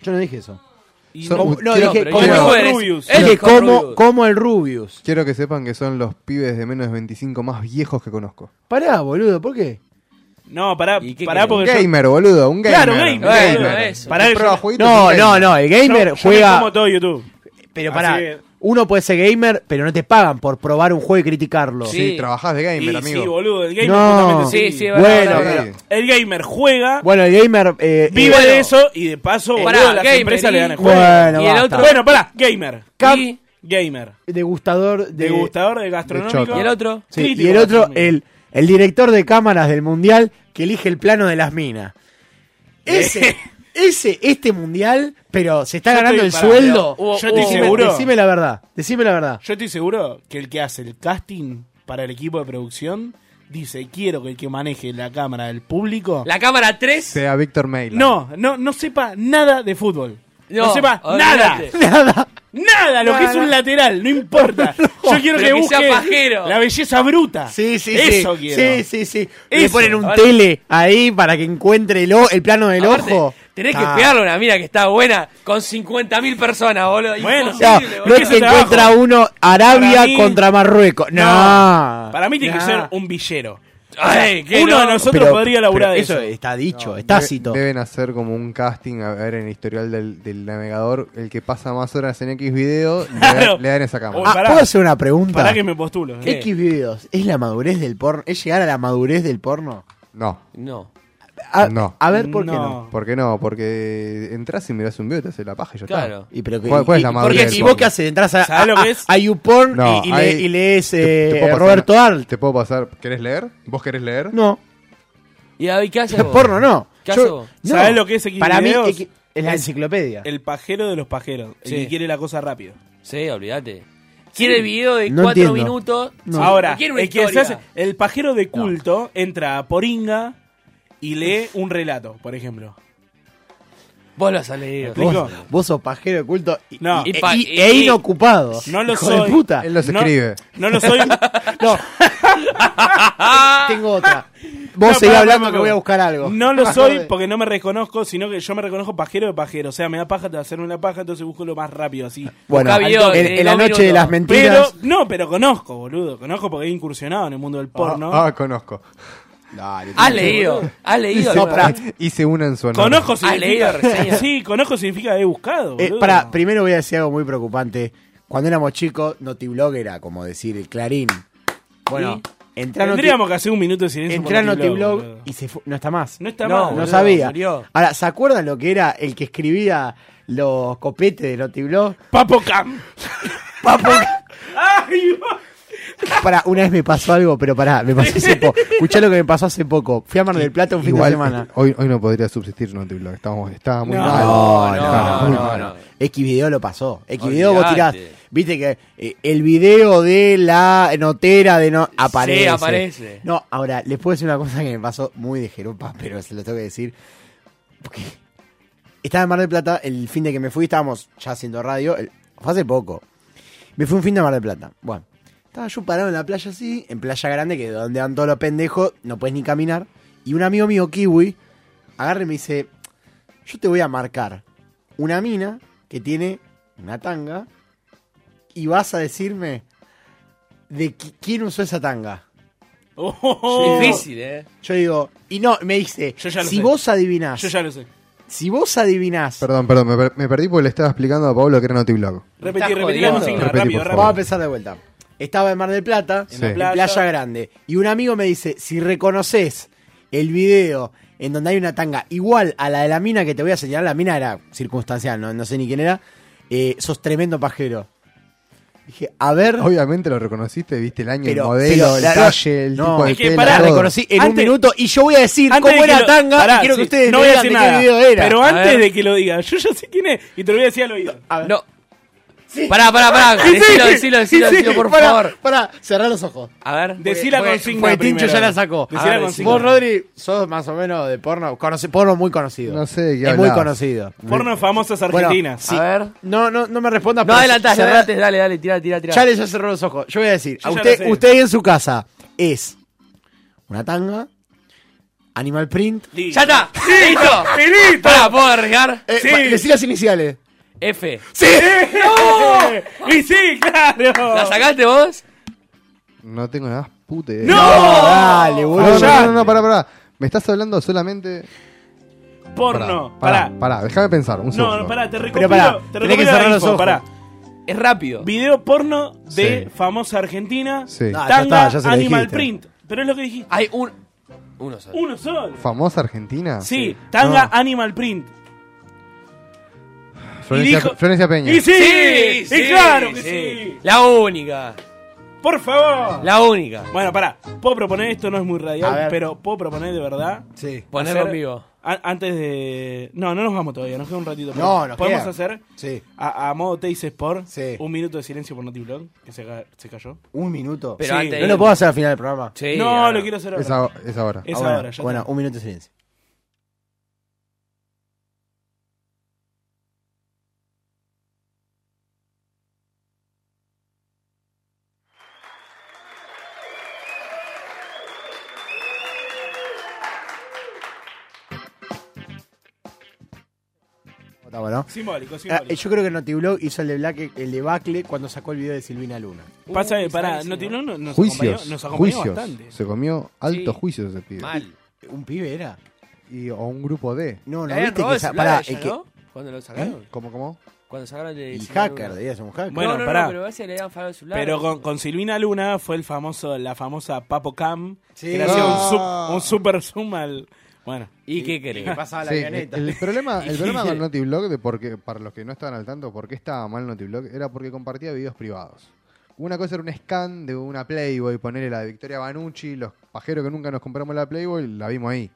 Yo no dije eso. uh, Y Son- no, no, no, dije pero como- el youtuber es- Rubius. él Dije es como- Rubius. como el Rubius. Quiero que sepan que son los pibes de menos de 25 más viejos que conozco. Pará, boludo, ¿por qué? No, pará, querés? pará porque yo- gamer, boludo, un gamer. Claro, gamer, gamer. boludo, eso. Pará, Que yo- prueba jueguitos y No, gamer. no, no, el gamer Yo- yo me juega. como todo YouTube. Pero Así pará, que- uno puede ser gamer, pero no te pagan por probar un juego y criticarlo. Sí, trabajás de Y Sí, boludo, el gamer No. justamente Sí, sí, es verdad, Bueno, verdad, pero- el gamer juega, Bueno, el gamer. eh, vive eh, de eso y de paso, Eh, boludo, pará, las gamer, empresas y- le dan el juego. Bueno, Y el basta. otro- Bueno, pará, gamer. Cam- Y- gamer. Degustador de. Degustador de de gastronómico. choclo. Sí, Crítico y el otro, gastronómico. el, el director de cámaras del mundial que elige el plano de las minas. Eh. Ese, ese, este mundial, pero se está Yo ganando estoy- el pará, sueldo. pero hubo- Yo estoy decime, seguro. decime la verdad, decime la verdad. Yo estoy seguro que el que hace el casting para el equipo de producción dice, quiero que el que maneje la cámara del público... La cámara 3. Sea Víctor Mail. No, no, no sepa nada de fútbol. No, No, sepa olvídate. nada. Nada. Nada, lo que es Nada. un lateral, no importa. Yo quiero Pero que, que sea busque pajero. la belleza bruta. Sí, sí, Eso sí. Sí, quiero. sí, sí. Le Eso. ponen un Ahora- tele ahí para que encuentre el, o- el plano del Aparte, ojo. Tenés que Ah. pegarle una mira que está buena con 50.000 personas, boludo. No, Bueno, Imposible, no boludo. es que encuentra uno Arabia Para mí- contra Marruecos. No. Para mí tiene que No. ser un villero. Ay, O sea, qué uno de no. nosotros Pero- podría laburar pero de eso eso. está dicho, No, está debe- citado. Deben hacer como un casting, a ver en el historial del, del navegador, el que pasa más horas en X video, le da- Claro. le, dan esa Ah, cámara. Uy, pará. ¿Puedo hacer una pregunta? Pará que me postulo. ¿Qué X videos? ¿Es la madurez del porno? ¿Es llegar a la madurez del porno? No, No. A, no. a ver por qué No. no. ¿Por qué no? Porque entras y mirás un video y te haces la paja y ya Claro. está. Y pero que- ¿Cuál, cuál es y- la y- madurez Porque del si porno? vos que haces, entras a, ¿Sabés lo a- que es? a YouPorn No, y, y ahí- le- y lees Te- te eh, puedo pasar- Roberto Arlt. Te puedo pasar. ¿Querés leer? ¿Vos querés leer? No, ¿Y ahí qué haces vos? porno no. ¿Qué Yo- haces vos? no. ¿Sabés lo que es X Para mí videos? X- es la enciclopedia. El pajero de los pajeros. Sí. El que quiere la cosa rápido. Sí, olvídate. Quiere el video de No 4 entiendo. minutos. No. Ahora, quiere una el, que se historia. hace- el pajero de culto entra a Poringa y lee un relato, por ejemplo. Vos lo has leído. ¿Me explico? Vos, vos sos pajero de culto y, No. y- Y pa- y- y- e inocupado. No lo Hijo soy. de puta. Eh, Él los No. Eh, escribe. No lo soy. No. Tengo otra. Vos No, seguís pará, hablando pará, que pará. voy a buscar algo. No lo soy porque no me reconozco, sino que yo me reconozco pajero de pajero. O sea, me da paja de hacerme una paja, entonces busco lo más rápido así. Bueno, Busca video en, de en la dos noche de minutos. las Pero, mentiras. no, pero conozco, boludo. Conozco porque he incursionado en el mundo del porno. Ah, ah, conozco. Has leído. Has leído. No, alguna pará, vez? Hice una en su honor. Conozco ¿Has leído significa. reseñas? Sí, conozco significa he buscado. Eh, boludo. pará, primero voy a decir algo muy preocupante. Cuando éramos chicos, Notiblog era como decir el clarín. Bueno, entrá a Noti- Tendríamos que hacer un minuto de silencio. entrá a por Notiblog boludo. y se fu- no está más. No está No, mal. No boludo, sabía. murió. Ahora, ¿se acuerdan lo que era el que escribía los copetes de Notiblog? Papo Cam. Papo, Ay, va. pará, una vez me pasó algo, pero pará, me pasó hace poco. Escuchá lo que me pasó hace poco. Fui a Mar del Plata un fin Igual, de semana. Hoy, hoy no podría subsistir Notiblog. Estábamos, estaba muy No, mal. no, Estaba no, muy no, mal. no. Xvideo lo pasó. Xvideo vos tirás. Olvidate. Viste que eh, el video de la notera de no aparece. Sí, aparece. No, ahora, les puedo decir una cosa que me pasó muy de jeropa, pero se lo tengo que decir. Porque estaba en Mar del Plata, el fin de que me fui, estábamos ya haciendo radio, el- fue hace poco. Me fui un fin de Mar del Plata. Bueno, estaba yo parado en la playa así, en Playa Grande, que es donde van todos los pendejos, no puedes ni caminar. Y un amigo mío, Kiwi, agarra y me dice, yo te voy a marcar una mina que tiene una tanga y vas a decirme de qui- quién usó esa tanga. Oh. Difícil, eh. Yo digo, y no, me dice, Yo ya lo si sé. vos adivinás, Yo ya lo sé. si vos adivinás, Perdón, perdón, me, per- me perdí porque le estaba explicando a Pablo que era Notiblog. Repetí, repetí la jodiendo. consigna. Repetí, por vamos Rápido, a rápido. favor. empezar de vuelta. Estaba en Mar del Plata, Sí. en la playa. Grande, y un amigo me dice, si reconoces el video en donde hay una tanga igual a la de la mina que te voy a señalar, la mina era circunstancial, no, no sé ni quién era, eh, sos tremendo pajero. Dije, a ver... Obviamente lo reconociste, viste el año, Pero- el modelo, pero el la- talle, el no, Ah, tipo de es que tela, pará, todo. reconocí en un Antes- minuto y yo voy a decir Antes de cómo que era lo- Tanga Pará, y quiero sí, que ustedes no no voy a vean de decir qué nada, video era. Pero A antes ver. de que lo diga, yo ya sé quién es y te lo voy a decir al oído. A ver. No. Pará, pará, pará. Y sí, Decilo, y decilo, sí, decilo, y sí. decilo, por Pará, favor. Pará, cerrá los ojos. A ver. Decí Porque- la porque- consigna Porque Tincho ya la sacó. Decí la consigna. Vos, Rodri, sos más o menos de porno. conoce- porno muy conocido. No sé de qué Es muy hablás. conocido. Porno famosas Bueno, argentinas. sí. No, no, no me respondas. No pero adelantás, cerrá- adelantás, dale, dale, tira, tira, tira. Chale ya cerró los ojos. Yo voy a decir, Yo a ya usted, lo sé. usted en su casa es una tanga, animal print. ¡Ya está! ¡Listo! ¡Listo! Pará, ¿puedo arriesgar? Eh, pa- Decí las iniciales. F. ¡Sí! ¡No! ¡Y sí, claro! ¿La sacaste vos? No tengo nada más puta idea. ¡No! Ah, Dale, No, boludo. no, no, Ya. no, no, pará, pará. Me estás hablando solamente. Porno. Pará, Pará. pará, déjame pensar. Un No, segundo. no, pará, te Pero recopilo. pará, tenés te que recopilo la cerrar los info, ojos. Pará. Es rápido. Video porno de famosa argentina. Sí. Ah, ya Tanga, está, ya se lo Animal dijiste. Print. Pero es lo que dijiste. Hay un. Uno solo. Uno solo. ¿Famosa Argentina? Sí, tanga No, Animal Print. Florencia, dijo- Florencia Peña. Y sí, y sí, claro que sí. sí. La única. Por favor. La única. Bueno, pará. Puedo proponer esto, no es muy A radial, ver. pero puedo proponer de verdad. Sí. Ponerlo en hacer- vivo. a- antes de. No, no nos vamos todavía, nos queda un ratito. No, nos Podemos queda. hacer Sí. a, a modo Tays Sport Sí. un minuto de silencio por Notiblog, que se, ca- se cayó. Un minuto. Pero Sí. antes. No lo puedo hacer al final del programa. Sí, no, ahora. lo quiero hacer ahora. Es, ahora- es ahora. Es Ah, bueno, ahora, ya bueno, está. un minuto de silencio. Está bueno. Simbólico, Ah, simbólico. yo creo que Notiblog hizo el de Black, el de Bacle cuando sacó el video de Silvina Luna. Pasa que, Uh, pará, está Notiblog no- nos Juicios. acompañó, nos acompañó Juicios. bastante. Se comió altos Sí. juicios ese pibe. Mal. ¿Un pibe era? Y, o un grupo de. No, no, Eran viste que robados sa- celulares pará, ya, el que- ¿Eh? ¿no? ¿Cuándo lo sacaron? ¿Cómo, cómo? Cuando sacaron el. Y celular hacker, uno. debía ser un hacker. Bueno, no, no, pará. no, pero a ver si le dan faro al celular. Pero con, con Silvina Luna fue el famoso, la famosa Papo Cam. Sí. Ah. Que le hacía un, No. sup- un super zoom al. Bueno. ¿Y qué querés? pasaba Sí, el, el problema, el problema con NotiBlog, de por qué- para los que no estaban al tanto, por qué estaba mal NotiBlog, era porque compartía videos privados. Una cosa era un scan de una Playboy, ponerle la de Victoria Banucci, los pajeros que nunca nos compramos la Playboy, la vimos ahí.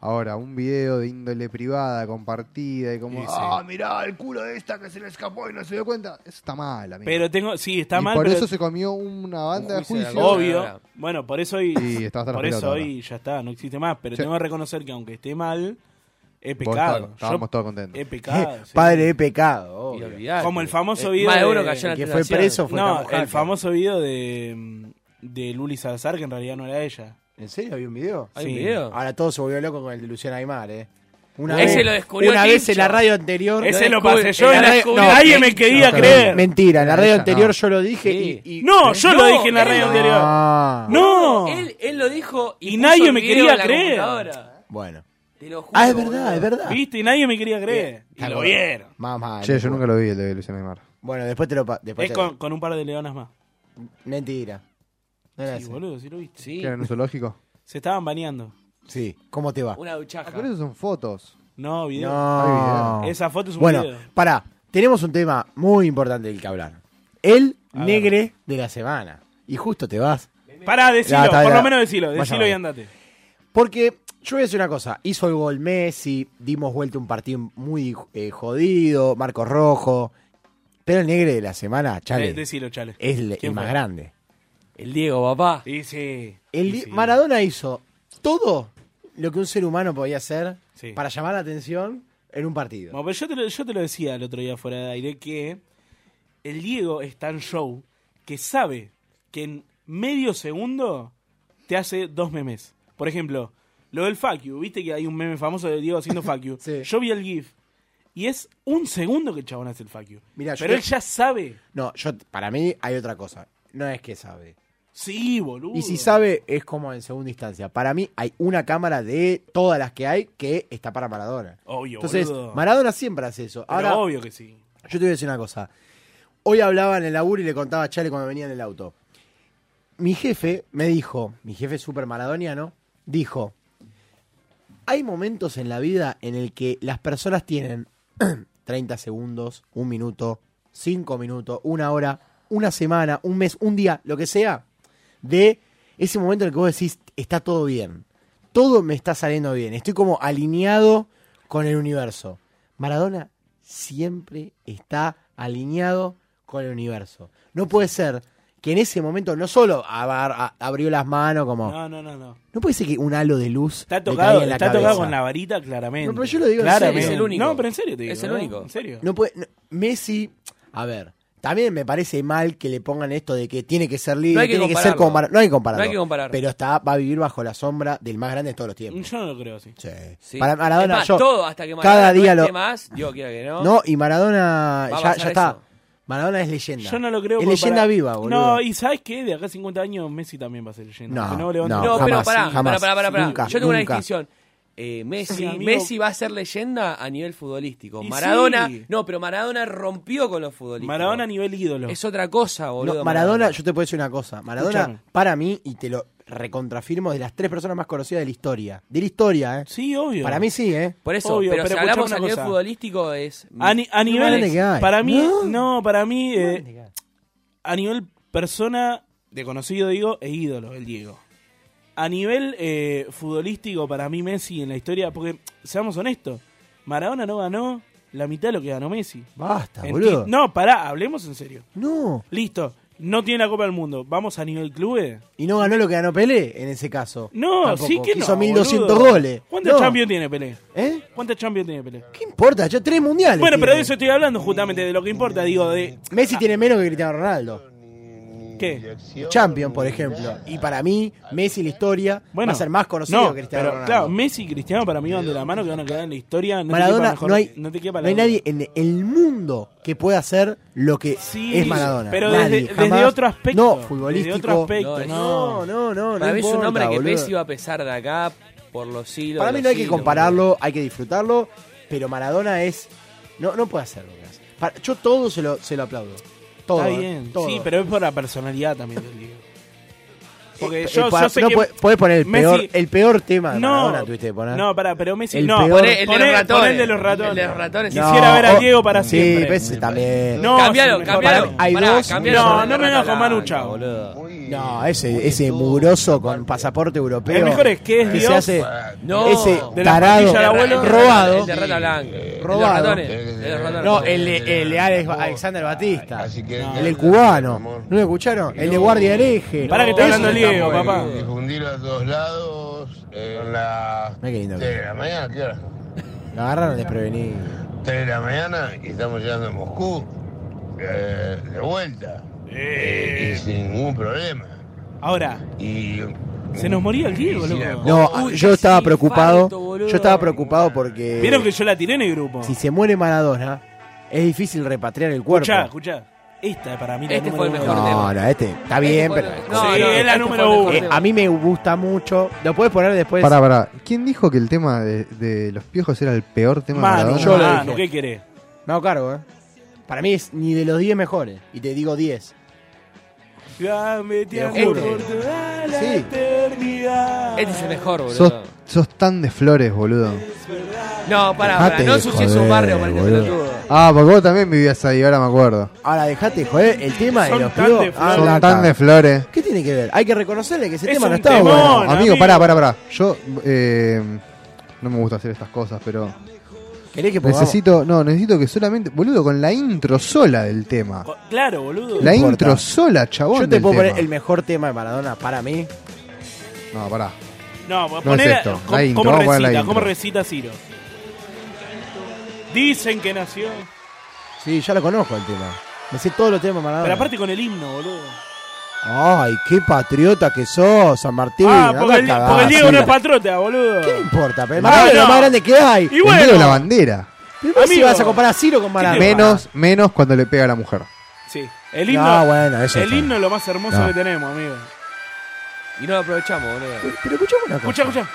Ahora, un video de índole privada, compartida, y como, Y sí. ah, mirá, el culo de esta que se le escapó y no se dio cuenta. Eso está mal, amigo. Pero tengo. Sí, está Y mal. por pero- eso se comió una banda de juicio de juicio. Obvio. Bueno, por eso hoy. Y está hasta las por eso pelotas, hoy ya está, no existe más. Pero Sí. tengo que reconocer que aunque esté mal, he Vos pecado. estabas- Yo Estábamos todos contentos. he pecado. sí. Padre de pecado. obvio. Y olvidate. Como el famoso Eh, video Más de de- uno cayó en la Oh. que fue tentación. preso. fue No, Camo el Hacker. famoso video de. De Luli Salazar, que en realidad no era ella. ¿En serio había un video? ¿Hay Sí. un video? Ahora todo se volvió loco con el de Luciana Aymar, ¿eh? Una Ese vez, lo descubrió una vez Tincho. en la radio anterior. Ese lo descubrí- pasé yo la en la descubrí- no, Nadie me quería no, creer. Mentira, en la radio Ella, anterior no. yo lo dije Sí. y. y- No, yo lo No, dije en la él radio lo- anterior. Ah. No. Él, él lo dijo y, Y puso nadie el me video quería en la creer. computadora. Bueno. Te lo juro, Ah, es verdad, boludo. es verdad. ¿Viste? Y nadie me quería creer. Y lo vieron. Mamá. Che, yo nunca lo vi, el de Luciana Aymar. Bueno, después te lo. pa- Después Es te- con, con un par de leonas más. Mentira. No era Sí, ese. boludo, sí lo viste. Sí, ¿Que era en un zoológico? Se estaban baneando. Sí. ¿Cómo te va? una duchaja. Ah, Pero eso son fotos. No, video. No. Esa foto es un Bueno, video. pará. Tenemos un tema muy importante del que hablar. El negre de la semana. Y justo te vas. Pará, decilo, Ya, está, por ya. lo menos decilo, Vaya, decilo y vaya. andate. Porque yo voy a decir una cosa, hizo el gol Messi, dimos vuelta un partido muy eh, jodido, Marcos Rojo, pero el negre de la semana, Chale, Eh, decilo, chale. es el, ¿Quién el más fue? grande. El Diego, papá. Y sí. El y di- sí. Eh, Maradona hizo todo lo que un ser humano podía hacer Sí. para llamar la atención en un partido. Bueno, pero yo te, lo, yo te lo decía el otro día fuera de aire que el Diego es tan show que sabe que en medio segundo te hace dos memes. Por ejemplo, lo del fuck you. Viste que hay un meme famoso de Diego haciendo fuck you. Sí. Yo vi el GIF y es un segundo que el chabón hace el fuck you. Mirá, yo pero te- él ya sabe. No, yo para mí hay otra cosa, no es que sabe. Sí, boludo. Y si sabe es como en segunda instancia. Para mí hay una cámara de todas las que hay que está para Maradona. Obvio, Entonces, boludo. Maradona siempre hace eso. Pero Ahora, obvio que sí. Yo te voy a decir una cosa. Hoy hablaba en el laburo y le contaba a Chale cuando venía en el auto. Mi jefe me dijo, mi jefe super maradoniano, dijo, hay momentos en la vida en el que las personas tienen 30 segundos, un minuto, cinco minutos, una hora, una semana, un mes, un día, lo que sea, de ese momento en el que vos decís, está todo bien, todo me está saliendo bien, estoy como alineado con el universo. Maradona siempre está alineado con el universo. No puede ser que en ese momento no solo abar- a- abrió las manos como... No. No, no, no, no. puede ser que un halo de luz Está le tocado, caiga en la está cabeza. tocado con la varita, claramente. No, pero yo lo digo en Claramente. serio. Es el único. No, pero en serio te digo. Es el ¿eh? único. En serio. No puede- no- Messi, a ver, también me parece mal que le pongan esto de que tiene que ser líder, No hay que tiene que ser compararlo. comparado. No hay que compararlo. No hay que compararlo. Pero está, va a vivir bajo la sombra del más grande de todos los tiempos. Yo no lo creo así. Sí. Sí. Para Maradona, Es más, yo todo hasta que Maradona cada no día esté lo más, Dios quiera que no. No, y Maradona Va a ya, pasar ya está. eso. Maradona es leyenda. Yo no lo creo. Es porque leyenda para- viva, boludo. No, y ¿sabes qué? De acá a 50 años Messi también va a ser leyenda. No, Que no, levanta- No, pero jamás, pará, jamás, pará, pará, pará. nunca, Yo tengo una nunca. distinción. Eh, Messi, Es mi amigo. Messi va a ser leyenda a nivel futbolístico. Y Maradona, sí. no, pero Maradona rompió con los futbolistas. Maradona a nivel ídolo. Es otra cosa, boludo. No, Maradona, yo te puedo decir una cosa. Maradona, Escuchame. para mí, y te lo recontrafirmo, es de las tres personas más conocidas de la historia. De la historia, ¿eh? Sí, obvio. Para mí sí, ¿eh? Por eso, Obvio, pero, pero si hablamos a escuchame una nivel cosa. futbolístico es... A, ni- a Qué nivel. grande que hay. para mí, No. no, para mí. eh, a nivel persona, de conocido digo, e ídolo, el Diego. A nivel eh, futbolístico, para mí Messi en la historia, porque seamos honestos, Maradona no ganó la mitad de lo que ganó Messi. Basta, Enti- boludo. No, pará, hablemos en serio. No. Listo, no tiene la Copa del Mundo. Vamos a nivel clubes. Y no ganó lo que ganó Pelé en ese caso. No, Tampoco. sí que no. Hizo 1200 boludo. goles. ¿Cuántos No. champions tiene Pelé? ¿Eh? ¿Cuántos champions tiene Pelé? ¿Qué importa? Ya tres mundiales. Bueno, pero tiene. de eso estoy hablando justamente, de lo que importa, digo, de... Messi tiene menos que Cristiano Ronaldo. ¿Qué? Champion, por ejemplo. Y para mí, Messi en la historia Bueno, va a ser más conocido no, que Cristiano pero, Ronaldo. Claro, Messi y Cristiano para mí van de la mano que van a quedar en la historia. No te quepa Maradona, la mejor- no hay, no te quepa la no hay duda. nadie en el mundo que pueda hacer lo que Sí, es Maradona. Pero Nadie, desde, jamás. desde otro aspecto. No, futbolístico. Desde otro aspecto, no. no, no. Para mí es un importa, hombre que boludo. Messi va a pesar de acá por los siglos. Para mí de los no hay que siglos, compararlo, hay que disfrutarlo, pero Maradona es... No, no puede hacerlo. yo todo se lo, se lo aplaudo. Todo, Está eh, bien. todo. Sí, pero es por la personalidad también del Diego. Porque Eh, yo, pa- yo sé no que puede- podés poner el Messi- peor, el peor tema de No, Maradona, tuviste que poner. No, pará, pero Messi El no. peor- Poné, El de los poné- poné ratones. el de los ratones. El de los ratones. Quisiera ver a o- Diego para sí, siempre. pero ese también. No, Cambialo, sí, mejor. cambialo. Para mí hay Pará, dos- cambialo No, sobre no me la enojo, blanca, Manu, chao. boludo. No, ese, ese mugroso con pasaporte europeo. El mejor es que es Dios. se hace No, ese de la tarado pandilla del abuelo. robado. El de Rata Blanca. El de los Robado. ratones, el de los ratones. No, el, de- el de Alex- Alexander Batista. el del cubano. ¿No lo escucharon? El de Guardia Hereje. Pará que está hablando el Diego, papá. Difundir a todos lados. Eh, a las Mirá qué lindo que 3 de la mañana, ¿qué hora? Lo agarraron desprevenido. 3 de la mañana y estamos llegando a Moscú. eh, de vuelta. Eh, y sin ningún problema. Ahora. Y. Se nos moría el Diego, loco. No, Uy, yo estaba casi preocupado. infarto, boludo. Yo estaba preocupado porque. Vieron que yo la tiré en el grupo. Si se muere Maradona, es difícil repatriar el cuerpo. Escuchá, escuchá. Esta para mí la Este número fue el uno. mejor No, no, este está bien, pero. Sí, es la número uno. Eh, a mí me gusta mucho. Lo puedes poner después. Pará, pará. ¿Quién dijo que el tema de, de los piojos era el peor tema de Manu, Maradona? yo lo Manu, dije. ¿qué querés? Me hago cargo, ¿eh? Para mí es ni de los 10 mejores. Y te digo 10. Ya me te lo juro. Eh, por toda la eternidad. Este es el mejor, boludo. Sos, sos tan de flores, boludo. No, pará, pará. Dejate No de ensucies un joder, barrio para este boludo. pelotudo. Ah, porque vos también vivías ahí, ahora me acuerdo. Ahora dejate, joder, el tema Son de los tan pibos- de flores. Ah, Son la- tan de flores. Ah, ¿Qué tiene que ver? Hay que reconocerle que ese Es tema no un está temón, bueno. amigo, amigo. pará, pará, pará. Yo eh, no me gusta hacer estas cosas, pero ¿Querés que pongamos? necesito, no, necesito que solamente, boludo, con la intro sola del tema. Claro, boludo. La importa? intro sola, chabón. Yo te del puedo tema. poner el mejor tema de Maradona para mí. No, pará. No, No poner es esto, la ¿cómo, intro, cómo vamos a poner la recita, intro. cómo recita Ciro. Dicen que nació. Sí, ya lo conozco el tema. Me sé todos los temas de Maradona. Pero aparte con el himno, boludo. Ay, qué patriota que sos, San Martín. ah, Andá porque el, a cagar, porque el Diego no es sí. patrota, boludo. ¿Qué No importa, pero Maradona es lo más grande que hay. Y bueno. la bandera. Primero si Amigo. vas a comparar a Ciro con Maradona. Menos, menos cuando le pega a la mujer. Sí. El himno, No, bueno, eso el está. himno es lo más hermoso No. que tenemos, amigo. Y no lo aprovechamos, boludo. Pero escuchame una cosa. Escucha, escucha.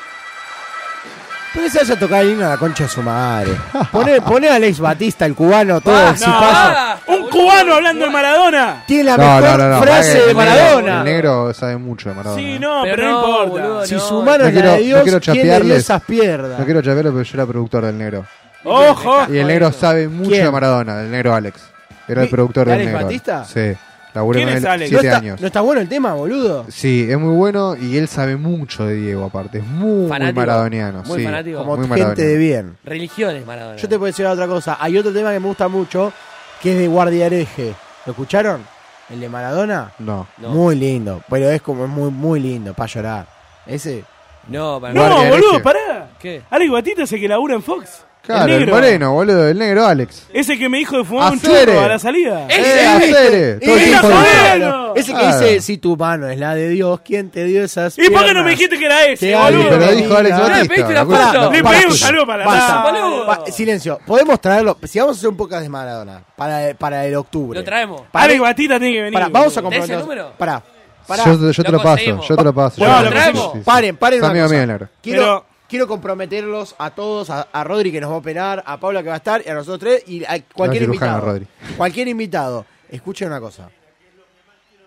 ¿Por qué se vaya a tocar el himno a la concha de su madre? Poné, poné a Alex Batista, el cubano, todo Ah, si no, pasa. ah, un cubano hablando de Maradona. Tiene la No, mejor no, no, no, frase pará que de el negro- Maradona. El negro sabe mucho de Maradona. Sí, ¿eh? no, pero, no, importa. si su mano No es quiero- la de no Dios, quiero ¿quién de Dios chapearles. esas pierda? No quiero chapearlo, pero yo era productor del negro. Ojo. Y el negro sabe mucho ¿Quién? de Maradona, el negro Alex. Era el ¿Y- productor del Alex negro. Batista? Sí. Laburé ¿Quién con es él Alex? siete ¿No, está, años. no está bueno el tema, boludo? Sí, es muy bueno y él sabe mucho de Diego, aparte. Es muy, muy Fanático. maradoniano. Muy sí. fanático. Como muy gente maradoniano. de bien. Religiones, Maradona. Yo te puedo decir otra cosa. Hay otro tema que me gusta mucho, que es de Guardia Hereje. ¿Lo escucharon? ¿El de Maradona? No. No. Muy lindo. Pero es como es muy, muy lindo para llorar. Ese. No, para No, Guardia boludo, Regia. pará. Alex Batista es el que labura en Fox. Claro, el, negro. moreno, boludo, el negro Alex. Ese que me dijo de fumar un Acere. churro a la salida. Ese, Eh, acere. Todo el tiempo "Ah". dice, Claro. Ese que Claro. dice, si tu mano es la de Dios, ¿quién te dio esas ¿Y por qué no piernas? me dijiste que era ese, Que boludo? alguien Pero te dijo Alex diga. Batista, Le pediste la boludo. foto. Basta, Le basta. pedí un saludo para la Basta. nada, boludo. Pa- Silencio, podemos traerlo. Si vamos a hacer un podcast de Maradona para, para el octubre. Lo traemos. Para- Alex Batista tiene que venir. Pará, vamos a ¿De comprometer. ese número? Pará. pará. Yo, yo te lo paso, yo te lo paso. yo Bueno, te lo paso. lo traemos. Sí, sí. Paren, paren Es una amigo cosa. mío, el negro. Quiero, quiero comprometerlos a todos, a, a Rodri que nos va a operar, a Paula que va a estar, y a nosotros tres, y a cualquier No es cirujano, invitado. Rodri. Cualquier invitado. Escuchen una cosa.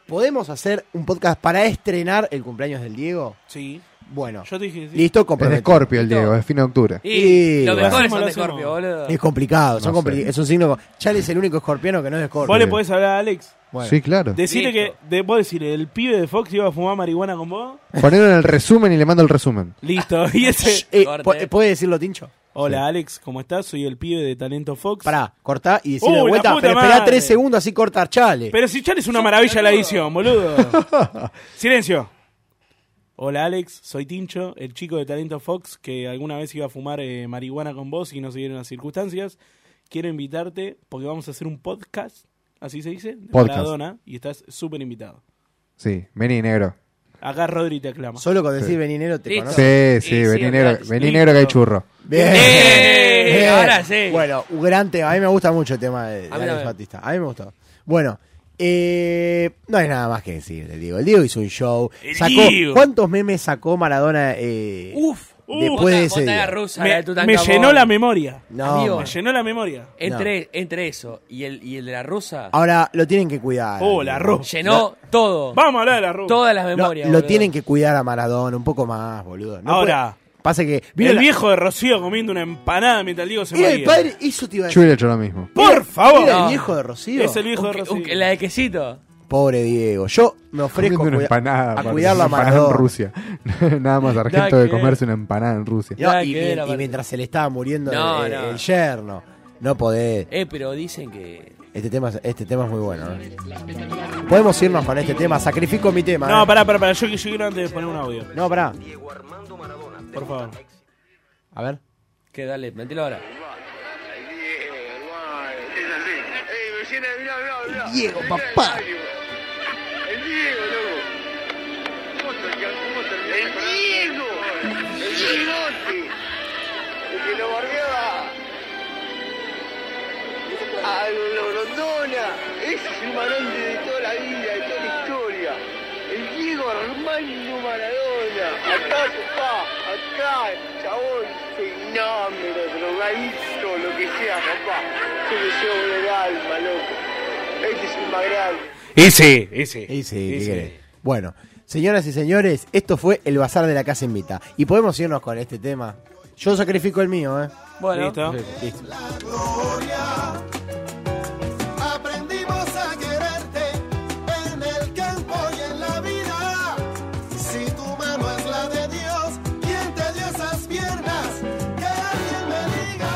¿Podemos hacer un podcast para estrenar el cumpleaños del Diego? Sí. Bueno. Yo te dije sí. Listo, Es de comprometido. Scorpio el Diego, es fin de octubre. Y los bueno. mejores son de Scorpio, boludo. Es complicado, son No compli- sé. es un signo. co- Charlie es el único escorpiano que no es de Scorpio. Vos le podés hablar a Alex. Bueno. Sí, claro. Decirle que, de, vos decirle, el pibe de Fox iba a fumar marihuana con vos. Ponerlo en el resumen y le mando el resumen. Listo. Y ese. Eh, po- eh, ¿Puede decirlo, Tincho? Hola, Alex, ¿cómo estás? Soy el pibe de Talento Fox. Pará, cortá y decirlo de Uy, la vuelta, puta pero esperá madre. tres segundos así cortar, Charlie. Pero si Charlie es una maravilla la edición, boludo. Silencio. Hola Alex, soy Tincho, el chico de Talento Fox que alguna vez iba a fumar eh, marihuana con vos y no se dieron las circunstancias. Quiero invitarte porque vamos a hacer un podcast, así se dice, de Podcast. Maradona, y estás súper invitado. Sí, vení negro. Acá Rodri te aclama. Solo con decir veninero te Listo. Sí, sí, vení negro, vení negro que hay churro. Bien. ¡Eh! Bien. Ahora sí. Bueno, un gran tema. A mí me gusta mucho el tema de, de A mí Alex también. Batista. A mí me gustó. Bueno, eh, no hay nada más que decir del Diego. El Diego hizo un show. El Sacó, Diego. ¿Cuántos memes sacó Maradona? eh, Uf, Después de ese día. rusa, Uh, Me- la de me Tutankamón. llenó la memoria. No, Amigo, me llenó la memoria. Entre, entre eso y el, y el de la rusa. Ahora lo tienen que cuidar. Oh, al la Diego. rusa. Llenó todo. Vamos a hablar de la rusa. Todas las Lo- memorias. lo boludo. tienen que cuidar a Maradona un poco más, boludo. No Ahora. puede- pasa que. el la- viejo de Rocío comiendo una empanada mientras el Diego se Era moría. el padre, eso te iba Yo a decir. hubiera hecho lo mismo. Por favor. Era el viejo de Rocío. Es el viejo de Rocío. La de quesito. Pobre Diego. Yo me ofrezco Comiendo una a cuida- empanada, a aparte, cuidarlo a una empanada en Maradona. Rusia. Nada más Nada argento que de ver. comerse una empanada en Rusia. No, Nada y, que mien- ver, y aparte. mientras se le estaba muriendo No, el, no. el yerno. No podés. Eh, pero dicen que. Este tema, es- este tema es muy bueno. ¿no? Podemos irnos con este tema. Sacrifico mi tema. No, ¿eh? pará, pará, pará. Yo, yo quiero antes de poner un audio. No, pará. Por favor. A ver. Que dale, metelo ahora. Diego, papá. El Diego, El Diego. El El que lo bardeaba. A lo Rondona. Ese es el marón de toda la vida, de toda la historia. El Diego Armando Maradona. Acá, papá. Acá, chabón. Fenómeno, drogadicto, lo que sea, papá. Yo lo llevo en el alma, loco. Este es el más grande. Ese, ese. Ese, ¿qué querés? Bueno, señoras y señores, esto fue el bazar de la casa invita. Y podemos irnos con este tema. Yo sacrifico el mío, ¿eh? Bueno. Listo. Listo. Aprendimos a quererte en el campo y en la vida. Si tu mano es la de Dios, ¿quién te dio esas piernas? Que alguien me diga.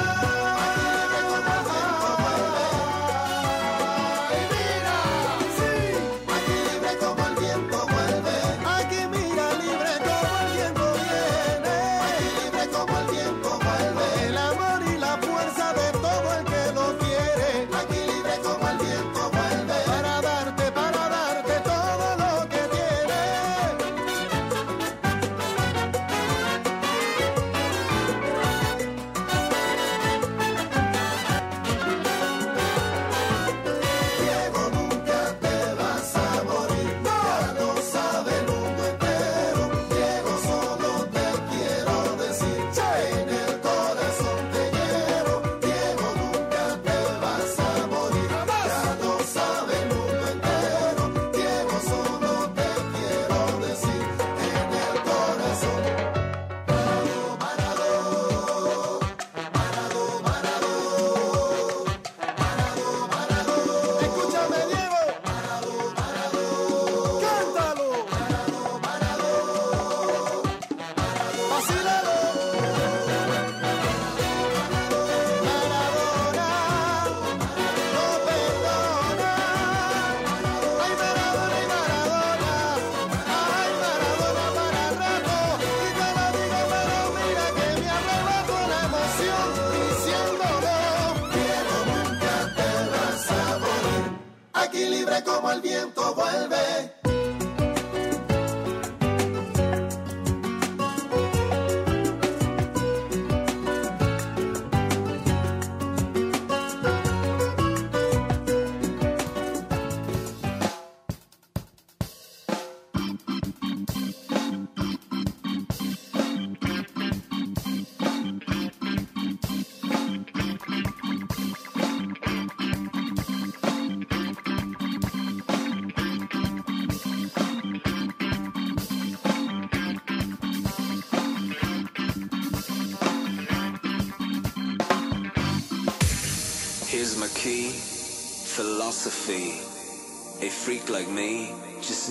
Ay, mira, sí, aquí libre como el viento vuelve. Aquí mira, libre como el viento viene. Aquí libre como el viento vuelve. El amor y la fuerza de todo el que lo y libre como el viento vuelve. Here's my key, philosophy. A freak like me just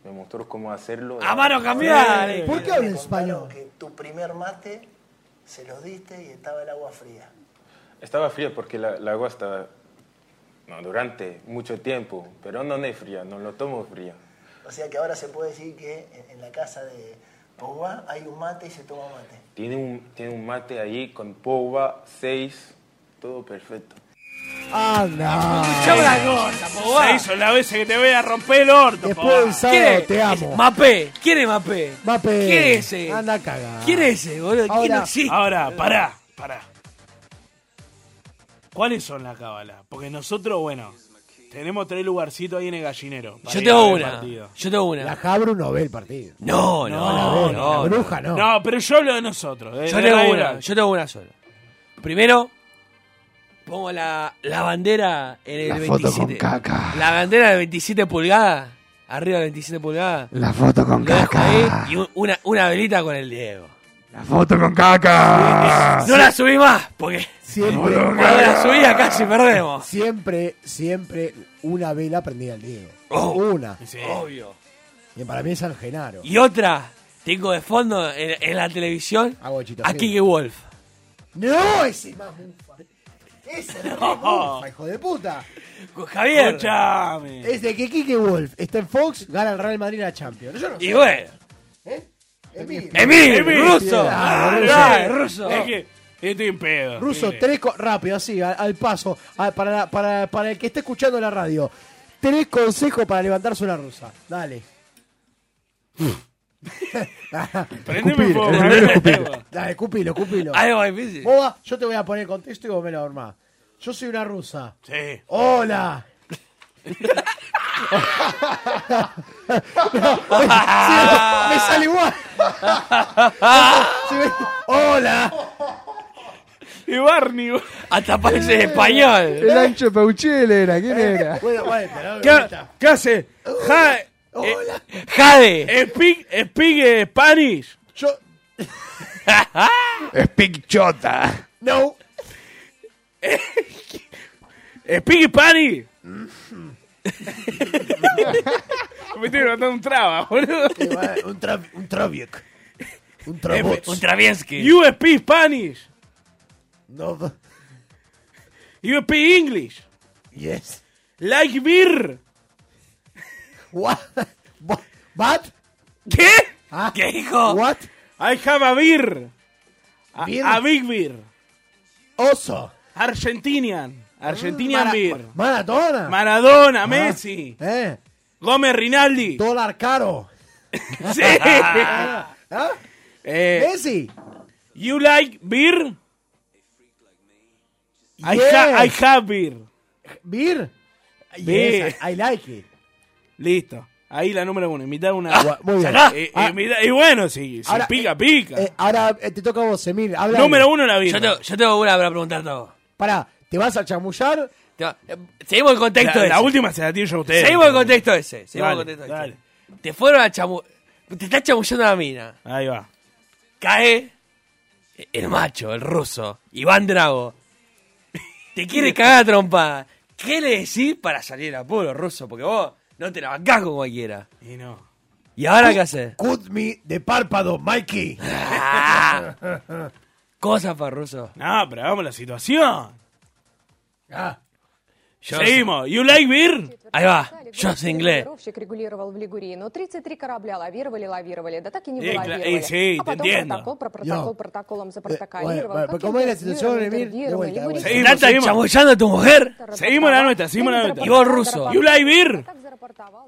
me mostró cómo hacerlo. A mano cambiada. eh. ¿Por qué habla en español? que tu primer mate se los diste y estaba el agua fría. Estaba fría porque la, la agua estaba no, durante mucho tiempo, pero no es fría, no lo tomo fría. O sea que ahora se puede decir que en, en la casa de Pogba hay un mate y se toma mate. Tiene un, tiene un mate ahí con pova, 6, todo perfecto. Ah. ¡Anda! Escuchame una cosa, Pogba. Se hizo la vez que te voy a romper el orto, Después del sábado te amo. Mapé, ¿quién es Mapé? Mbappé. ¿Quién es ese? Anda a cagar. ¿Quién es ese, boludo? ¿Quién Ahora- existe? Ahora, pará, pará. ¿Cuáles son las cábalas? Porque nosotros, bueno, tenemos tres lugarcitos ahí en el gallinero. para Yo ir tengo a ver una, el partido. yo tengo una. La Jabru no ve el partido. No, no, la no, ve, no, La bruja no. No, pero yo hablo de nosotros. ¿eh? de- Yo de tengo Radio una, Land. yo tengo una sola. Primero, pongo la, la bandera en el La 27. foto con La bandera de 27 pulgadas, arriba de 27 pulgadas. La foto con caca. Y un- una, una velita con el Diego. La foto con caca. No la subí más, porque Siempre. cuando la subí a casi perdemos. Siempre, siempre una vela prendida al Diego. Oh. una. Obvio. Y para mí es San Genaro. Y otra, tengo de fondo en, en la televisión a Gil. Kike Wolf. ¡No! Ese es más mufa. Ese es el más mufa, hijo de puta. Javier. Escuchame. Es de que Kike Wolf está en Fox, gana el Real Madrid la Champions. Yo no Y sé. ¿Eh? bueno. Emil. Emil, Emil. ruso. Ah, Ah, ruso. dale, ruso. Es que estoy en pedo. Ruso, Dile. tres co- rápido, así, al, al paso. Ah, para, la- para, para el que esté escuchando la radio. Tres consejos para levantarse una rusa. Dale. Prendeme Escupilo, fuego. escupilo, prendeme escupilo. fuego. Dale, escupilo, escupilo. Algo difícil. Boba, yo te voy a poner en contexto y vos me lo armás. Yo soy una rusa. Sí. ¡Hola! No, me, Ah. sí, me sale igual. Sí, me- ¡Hola! Y Barney. Hasta parece español. El ancho Pauchel era, ¿quién Eh, era? Bueno, bueno, pero ¿Qué, qué hace? Ja- eh, Jade. Speak, speak eh, Spanish. Yo. speak Chota. No. speak Spanish. Me estoy levantando un traba, boludo. un, tra un traviek. Un trabots. un Traviesky. You speak Spanish. No. You speak English. Yes. Like beer. What? What? Ah. ¿Qué? ¿Qué dijo? What? I have a beer. A, Beer? a big beer. Oso. Ah, Argentinian. Argentinian Mara- beer. Maradona. Maradona, Ah, Messi. ¿Eh? Gómez Rinaldi. Dólar caro. Sí. ¿Ah? Eh, Messi. you like beer? I, Yes. ha- I have beer. Beer. Beer. Yes, I like it. Listo. Ahí la número uno. Imitar una. Gua- muy bien. Sacá. Eh, Ah. imita- y bueno, si, si Ahora, pica, pica. Eh, ahora eh, te toca a vos, Emil. Habla. número uno la Yo birra. tengo, yo tengo una para preguntarte a vos. Pará, ¿te vas a chamullar? Te va- eh, Seguimos el contexto La, ese. la última se la tiro yo a ustedes. Seguimos el contexto ese. Seguimos el Dale, contexto ese. Te fueron a chamu... Te está chamullando la mina. Ahí va. Cae el macho, el ruso, Iván Drago. Te quiere cagar a trompa. ¿Qué le decís para salir a puro ruso? Porque vos no te la bancás con cualquiera. Y no. ¿Y ahora qué haces? Cut me de párpado, Mikey. Cosas para ruso. Ah. No, pero hagamos la situación. Ah, Yo Seguimos. You like beer? Ahí va. Yo sé inglés. Веровщик регулировал в Лигурии, но 33 корабля лавировали, лавировали, да так и не Eh, cla- вылавировали. eh, sí, а te потом entiendo. протокол про протокол протоколом запротоколировал. bueno, Как ¿cómo es la интервьюеры situación, Эмиль? интервьюеры, De vuelta, de лигурийцы. Seguimos, Trata de seguimos. chamullando a tu mujer. Seguimos la nuestra, seguimos la nuestra. Y vos ruso. You like beer?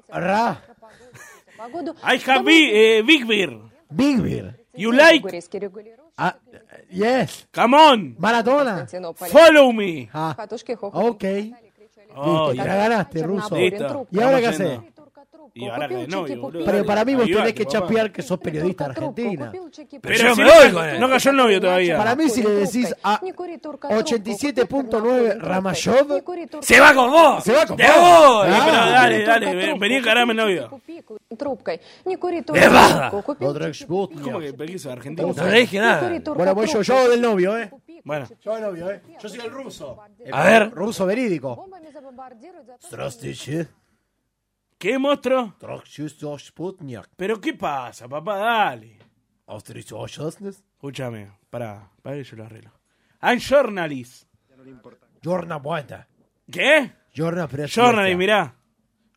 ra. Погоду. I have be- eh, big beer. Big Beer. You like? Лигурийский регулировщик Ah, yes. Come on. Maradona. Константинополя. Follow me. Ah, Катушки хохотали. ok. Listo, Oh, ya ya. ganaste, ruso. Listo. ¿Y ahora qué Estamos haces? yendo. Y ahora que de novio, boludo. Pero para mí vos Ahí va, tenés que papá. chapear que sos periodista argentina. Pero Yo si me no, voy ca- con él. no cayó el novio todavía. Para mí si le decís a Не кури турка трубку, 87.9 Ramayov, Se va con vos. Se va con Te vos. voy. Ah. Pero dale, Turca dale, ven- трубку, vení a encararme el novio. купи ку- трубкой. Не кури турка Bebada. трубку, купи ¿Cómo que pedís argentino? Ah. No le dije nada. Bueno, voy yo, yo del novio, ¿eh? Bueno, Yo del novio, ¿eh? Yo soy el ruso. A ver. Ruso verídico. бомбами забомбардируют за то, что ¿qué monstruo? Sputnik. ¿Pero qué pasa, papá? Dale. Escúchame, pará, pará que yo lo arreglo. I'm journalist. Jorna muerta. ¿Qué? Jorna Jornalí, mirá.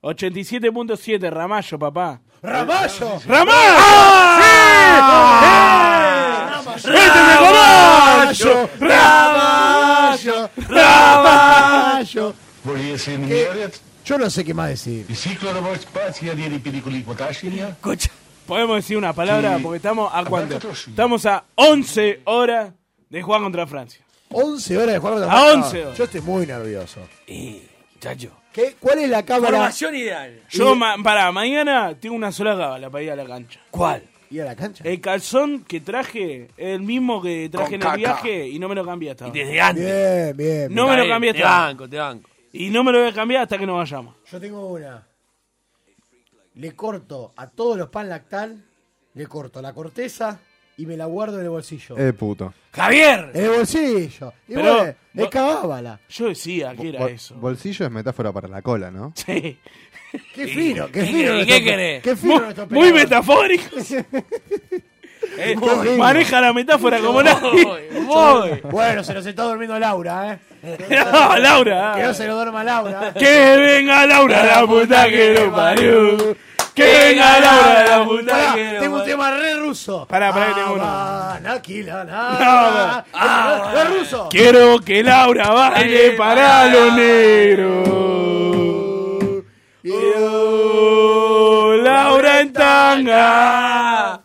87.7, Ramallo, papá. ¡Ramallo! ¡Ah! Ah. ¡Ramallo! ¡Sí! ¡Eh! ¡Ramallo! ¡Ramallo! ¡Ramallo! Que- Yo no sé qué más decir. Escucha, podemos decir una palabra Sí. porque estamos a cuánto? Abrazo, Estamos a 11 horas de jugar contra Francia. 11 horas de jugar con la A Boca. 11 horas. Yo estoy muy nervioso. Y, chacho. ¿Qué? ¿Cuál es la cámara? ideal. Yo, ma- pará, mañana tengo una sola cábala para ir a la cancha. ¿Cuál? ¿Ir a la cancha? El calzón que traje es el mismo que traje Con en caca. el viaje y no me lo cambié hasta ahora. desde antes. Bien, bien. No me lo cambié Te hasta ahora. banco, te banco. Y no me lo voy a cambiar hasta que nos vayamos. Yo tengo una. Le corto a todos los pan lactal, le corto la corteza y me la guardo en el bolsillo. Eh, puto. ¡Javier! En el bolsillo. Y Pero- bueno, es cabábala. Yo decía que era Bol- eso. Bolsillo es metáfora para la cola, ¿no? Sí. Qué fino, qué ¿Y fino. qué- y nuestro- qué querés? Qué fino Muy- nuestro muy operador. metafórico. Eh, Voy. maneja la metáfora como nadie. Voy. Bueno, se nos está durmiendo Laura, ¿eh? No, Laura. ah. Que no se lo duerma Laura. Que venga Laura, la puta que lo parió. Que venga Laura, la puta Pará, que lo Tengo un parió. tema re ruso. Ah, Ah, Pará, pará, que tengo uno. Nakila, No, nada. Re ruso. Ah, Quiero que Laura baile para lo negro. Oh, Laura en tanga.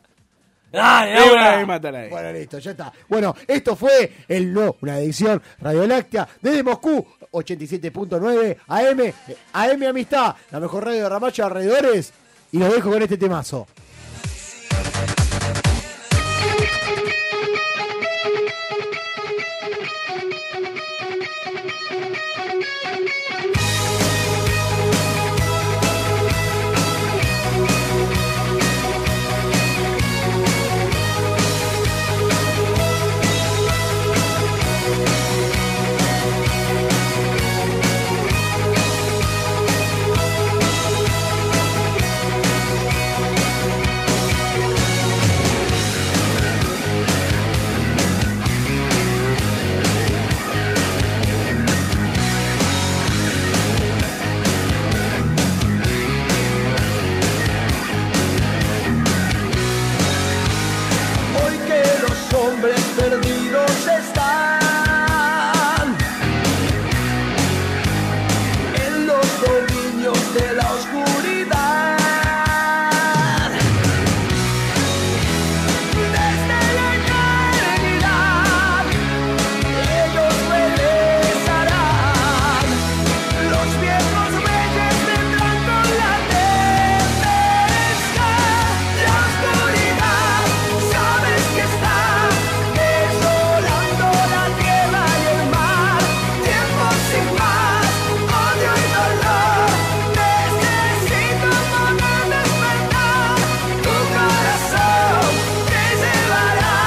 Dale, Laura. Bueno, listo, ya está. Bueno, esto fue el No, una edición Radioláctea desde Moscú, 87.9 AM, eh, AM Amistad, la mejor radio de Ramacho de alrededores. Y los dejo con este temazo. Hoy que los hombres perdidos están en los dominios de la oscuridad. Desde la eternidad ellos regresarán. Los viejos reyes vendrán con la tempestad. La oscuridad, sabes que está desolando la tierra y el mar. Tiempo sin paz, odio y dolor. Necesito poder despertar. Tu corazón te llevará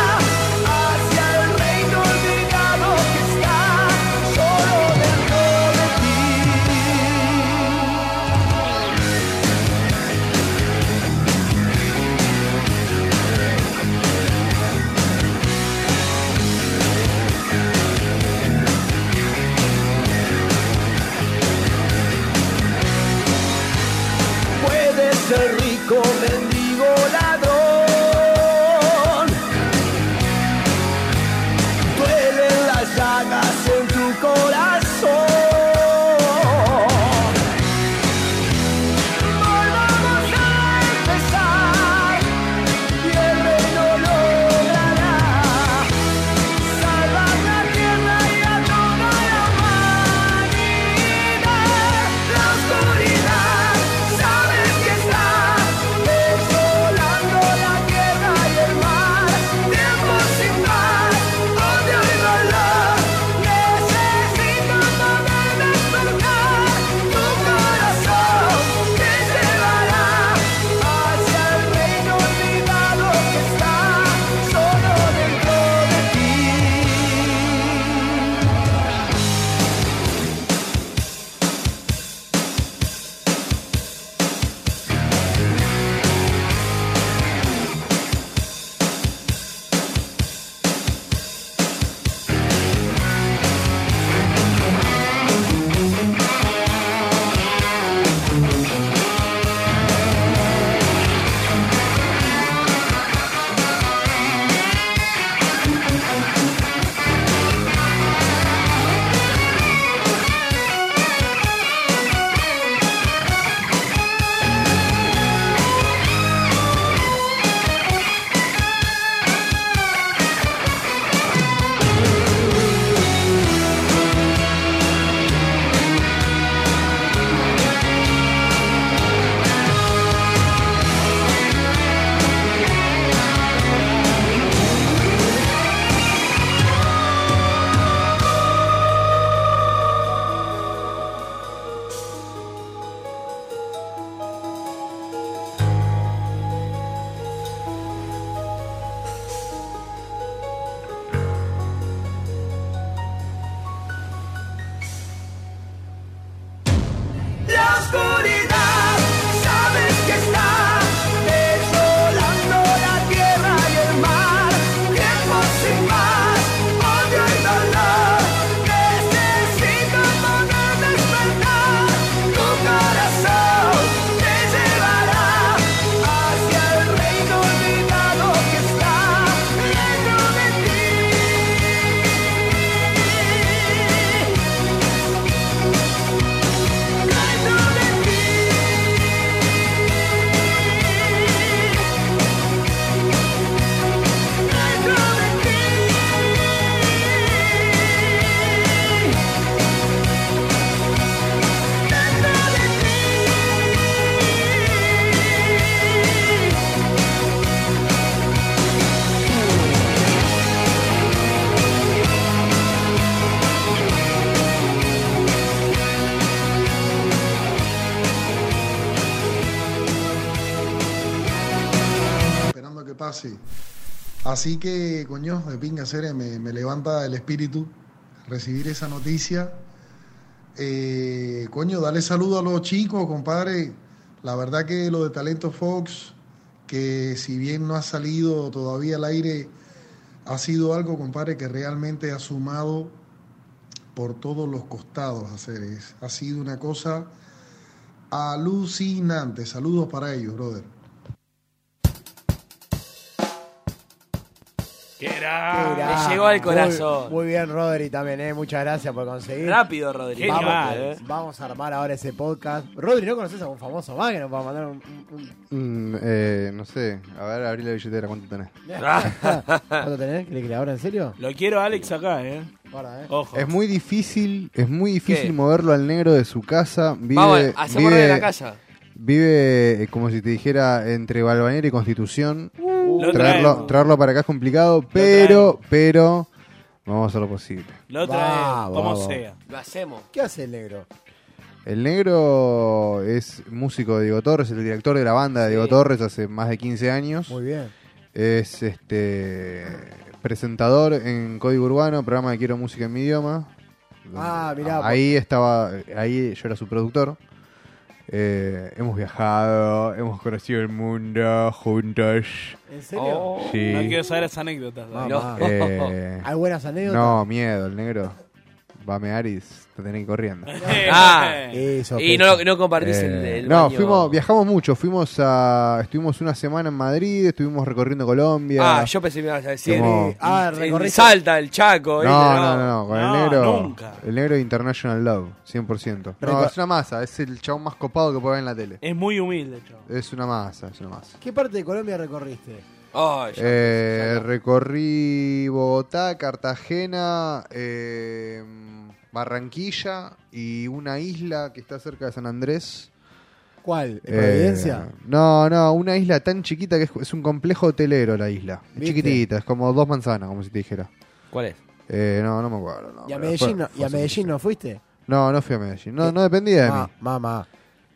hacia el reino olvidado que está solo dentro de ti. Puedes ser rico, mendigo, ladrón. Duelen las llagas en tu corazón. Volvamos a empezar y el reino logrará salvar la tierra y a toda la humanidad. La oscuridad sabes que está desolada así. Así que, coño, de pinga serie, me, me levanta el espíritu recibir esa noticia. Eh, coño, dale saludo a los chicos, compadre. La verdad que lo de Talento Fox, que si bien no ha salido todavía al aire, ha sido algo, compadre, que realmente ha sumado por todos los costados hacer es. Ha sido una cosa alucinante. Saludos para ellos, brother. Mirá, Le llegó al muy- corazón. Muy, bien, Rodri, también, ¿eh? Muchas gracias por conseguir. Rápido, Rodri. Vamos, Genial, que- ¿eh? vamos a armar ahora ese podcast. Rodri, ¿no conoces a un famoso más que nos va a mandar un. un- Mm, eh, no sé, a ver, abrí la billetera, ¿cuánto tenés? un- ¿Cuánto tenés? ¿Querés que le abra en serio? Lo quiero a Alex acá, eh. Ojo. Es muy difícil, es muy difícil ¿Qué? moverlo al negro de su casa. Vive, Vamos, hacemos vive- de la casa. Vive eh, como si te dijera entre Balvanera y Constitución. traerlo, Lo traemos. traerlo para acá es complicado, pero, pero vamos a hacer lo posible. Lo traemos, como Ah, vamos. sea. Lo hacemos. ¿Qué hace el negro? El negro es músico de Diego Torres, el director de la banda de Diego Torres hace más de 15 años. Muy bien. Es este presentador en Código Urbano, programa de Quiero Música en mi idioma. Ah, mirá. Ahí estaba, ahí yo era su productor. Eh, hemos viajado, hemos conocido el mundo juntos. ¿En serio? Oh, Sí. No quiero saber esas anécdotas. Mamá. Eh, ¿Hay buenas anécdotas? No, miedo, el negro. Va a mear y s- te tenés que ir corriendo. Eh, Ah. Eso, y no, lo- no compartís el, Eh, el no, baño. fuimos, viajamos mucho. Fuimos a, estuvimos una semana en Madrid, estuvimos recorriendo Colombia. Ah, yo pensé que me ibas a decir. Como- Ah, Ah, recorriste- Salta, el Chaco. No, ¿viste? no, no, no, con No, el negro. nunca. El negro International Love, 100%. No, Recor- es una masa, es el chabón más copado que puede ver en la tele. Es muy humilde, chavo. Es una masa, es una masa. ¿Qué parte de Colombia recorriste? Eh, recorrí Bogotá, Cartagena, eh, Barranquilla y una isla que está cerca de San Andrés. ¿Cuál? ¿De Eh, Providencia? no, no, una isla tan chiquita que es, es un complejo hotelero la isla. Es ¿Viste? chiquitita, es como dos manzanas, como si te dijera. ¿Cuál es? Eh, no, no me acuerdo. no, ¿Y a pero Medellín, fue- no, ¿y a Medellín no fuiste? No, no fui a Medellín. No, no dependía de Eh, Ma- mí. Mamá.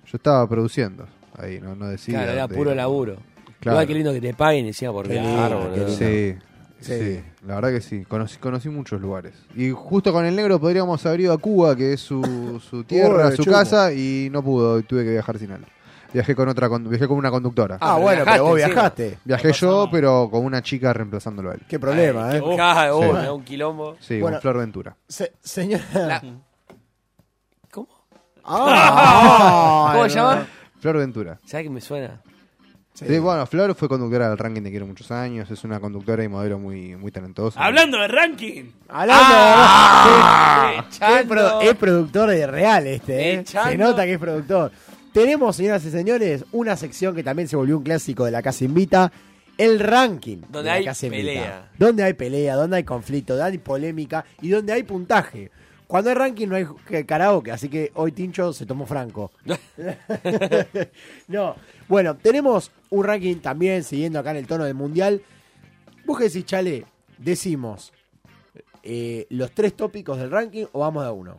Yo estaba produciendo ahí, no, no decía. claro, era dónde puro iba. laburo. Claro. Igual que lindo que te paguen encima por Qué viajar, lindo, boludo. Sí, sí, la verdad que sí. Conocí, conocí muchos lugares. Y justo con el negro podríamos haber ido a Cuba, que es su, su tierra, Uy, su chumo. casa, y no pudo, y tuve que viajar sin él. Viajé con otra, condu- viajé con una conductora. Ah, bueno, pero vos viajaste. Viajé yo, pero con una chica reemplazándolo a él. Qué problema, ¿eh? Ah, Sí. oh, me da un quilombo. Sí, Bueno. con Flor Ventura. Se- señora. ¿Cómo? Ah. ¿Cómo se llama? Flor Ventura. ¿Sabes que me suena? Sí, bueno, Flor fue conductora del ranking de Quiero Muchos Años, es una conductora y modelo muy, muy talentosa. Hablando de ranking. Hablando Ah, de- es, pro- es productor de real este, ¿eh? Echando. Se nota que es productor. Tenemos, señoras y señores, una sección que también se volvió un clásico de la Casa Invita. El ranking. de Donde la hay Casa Invita. pelea. Donde hay pelea, donde hay conflicto, donde hay polémica y donde hay puntaje. Cuando hay ranking no hay que- karaoke, así que hoy Tincho se tomó franco. no, bueno, tenemos un ranking también siguiendo acá en el tono del mundial. Vos qué decís, Chale, decimos eh, los tres tópicos del ranking o vamos de a uno.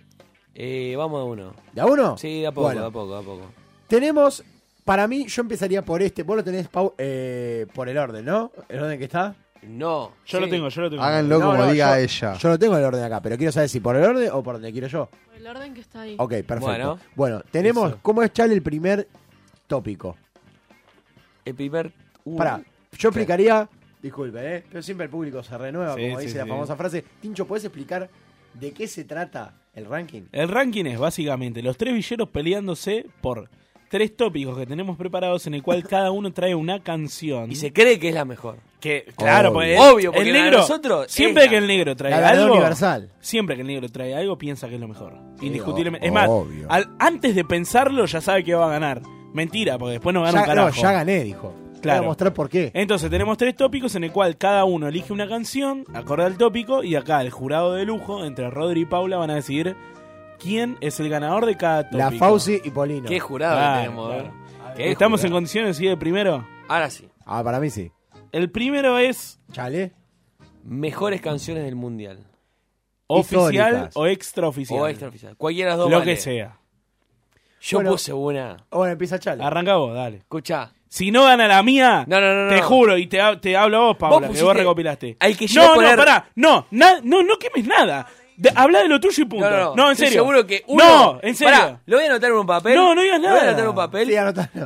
Eh, vamos a uno. ¿De a uno? Sí, de a poco, Bueno. de a poco, de a poco. Tenemos, para mí, yo empezaría por este. Vos lo tenés Pau, eh, por el orden, ¿no? ¿El orden que está? No. Yo lo sí. tengo, yo lo tengo. Háganlo como diga yo- ella. Yo no tengo el orden acá, pero quiero saber si por el orden o por donde quiero yo. El orden que está ahí. Ok, perfecto. Bueno, Bueno. tenemos, ¿cómo es Chale el primer tópico? El primer. uh, Pará, yo explicaría, disculpe, ¿eh? pero siempre el público se renueva, Sí, como sí, dice la sí. famosa frase. Tincho, ¿puedes explicar de qué se trata el ranking? El ranking es básicamente los tres villeros peleándose por tres tópicos que tenemos preparados en el cual cada uno trae una canción. Y se cree que es la mejor. Que, claro, porque Obvio, porque el la de negro, nosotros es siempre la- que el negro trae La verdad algo, universal. siempre que el negro trae algo piensa que es lo mejor. Sí, Indiscutiblemente. o- Es más, obvio. al- antes de pensarlo ya sabe que va a ganar. Mentira, porque después no gana un Ya, no, carajo. ya gané, dijo. Claro. Claro. Voy a mostrar por qué. Entonces tenemos tres tópicos en el cual cada uno elige una canción, acorde al tópico, y acá el jurado de lujo, entre Rodri y Paula, van a decidir quién es el ganador de cada tópico. La Fauci y Polino. Qué jurado Claro, tenemos, claro. eh. Qué ¿Estamos en jurado. condiciones de ir el primero? Ahora sí. Ah, para mí sí. El primero es Chale. Mejores canciones del mundial. oficial Históricas. o extraoficial. O extraoficial. Cualquiera de las dos. Lo vale. que sea. Yo Bueno. puse una. Ahora empieza Chale. Arranca vos, dale. Escucha. Si no gana la mía, te juro, y te, ha- te hablo a vos, Paula, que pusiste vos recopilaste. al que llegó a no, no, poner- pará, no, na- no, no quemes nada. De- habla de lo tuyo y punto. No, en estoy serio. Seguro que uno- no, en serio. Pará, lo voy a anotar en un papel. No, no digas Lo voy nada. a anotar en un papel. Lo voy a anotar en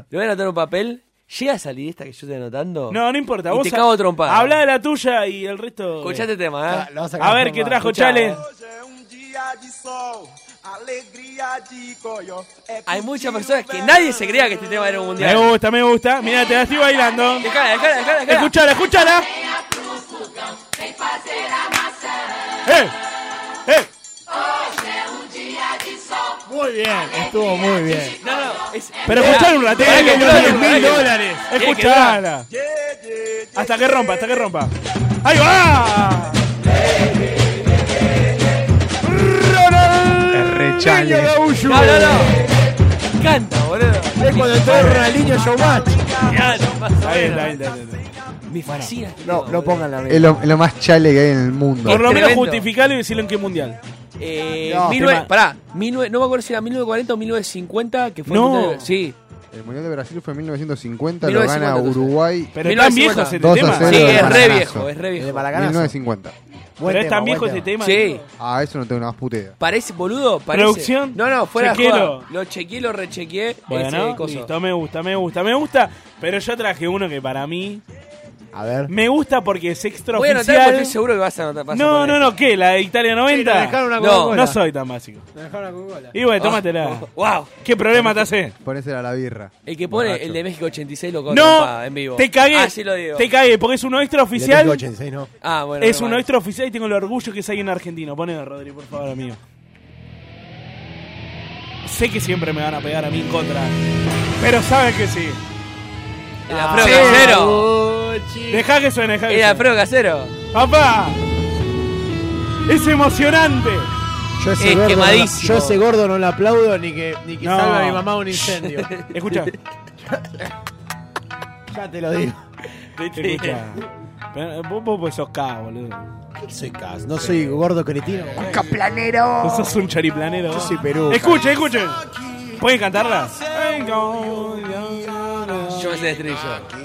un papel. Llega a salir esta que yo estoy anotando. No, no importa. Y vos te cago ha- trompada. Habla de la tuya y el resto. Escuchate el tema, ¿eh? a ver qué trajo Chale. Hay muchas personas que nadie se creía que este tema era un Me mundial. gusta, me gusta. Mirá, te la estoy bailando. Dejala, dejala, dejala, dejala. Escuchala, escuchala. ¡Eh! ¡Eh! Muy bien, estuvo muy bien. No, no, es- Pero Mirá, escuchar un ratito. pará que dura, pará mil que- dólares. Tiene que Escuchala. Hasta que rompa, hasta que rompa. ¡Ahí va! Rechale. Gaúcho. No, no, no. Canta, boludo. Es cuando entró Ronaldinho Showmatch. Ahí está, ahí está. Me fascina. este No, no pongan la Es lo, es lo más chale que hay en el mundo. Por lo menos tremendo. justificalo y decirlo en qué mundial. Eh, No, 19 tema. pará, 19 no me acuerdo si era 1940 o 1950, que fue el No. mundial de- sí. El Mundial de Brasil fue en 1950, lo 1950, gana Uruguay. Eh, Pero es tan 1950. viejo ese 2 a este tema. 0 Sí, de es re Maracanazo. viejo, es re viejo. De Maracanazo. 1950. Buen Pero es tema, tan viejo buen este ese tema. tema. Sí. Ah, eso no tengo nada más puta idea. Parece boludo, parece. Producción, No, no, fuera de chequero. joda. Lo chequeé, lo rechequeé. Bueno, ese coso. listo, me gusta, me gusta, me gusta. Pero yo traje uno que para mí. A ver. Me gusta porque es Voy a anotar porque extraoficial. estoy seguro que este. vas a anotar. vas a No, poner. no, no, ¿qué? ¿La de Italia 90? Sí, nos dejaron una no, Coca-Cola. no soy tan básico. Y bueno, tómatela. Ah, oh, wow. ¿Qué problema te hace? Ponésela a la birra. El que pone el de México 86 lo No, contó en vivo. te cagué. Así lo digo. Te cagué porque es uno extra oficial. México 86 no. Ah, bueno, es no uno vale. extra oficial y tengo el orgullo que es alguien argentino. Ponelo, Rodri, por favor, amigo. Sé que siempre me van a pegar a mí en contra. Pero saben que sí. Ah, La pro casero. Dejá que suene, dejá que Y la suene. pro casero. ¡Papá! Es emocionante. Yo ese, Es gordo, no, la- quemadísimo. yo ese gordo no le aplaudo ni que, ni que No. salve a mi mamá de un incendio. Escucha. ya te lo digo. Escucha. Pero, eh, Vos, vos, vos sos K, boludo. ¿Qué soy K? No soy gordo cretino. Caplanero. Vos sos un chariplanero. Yo soy Perú. Escuchen, escuchen. ¿Pueden cantarla? Yo me sé el estribillo.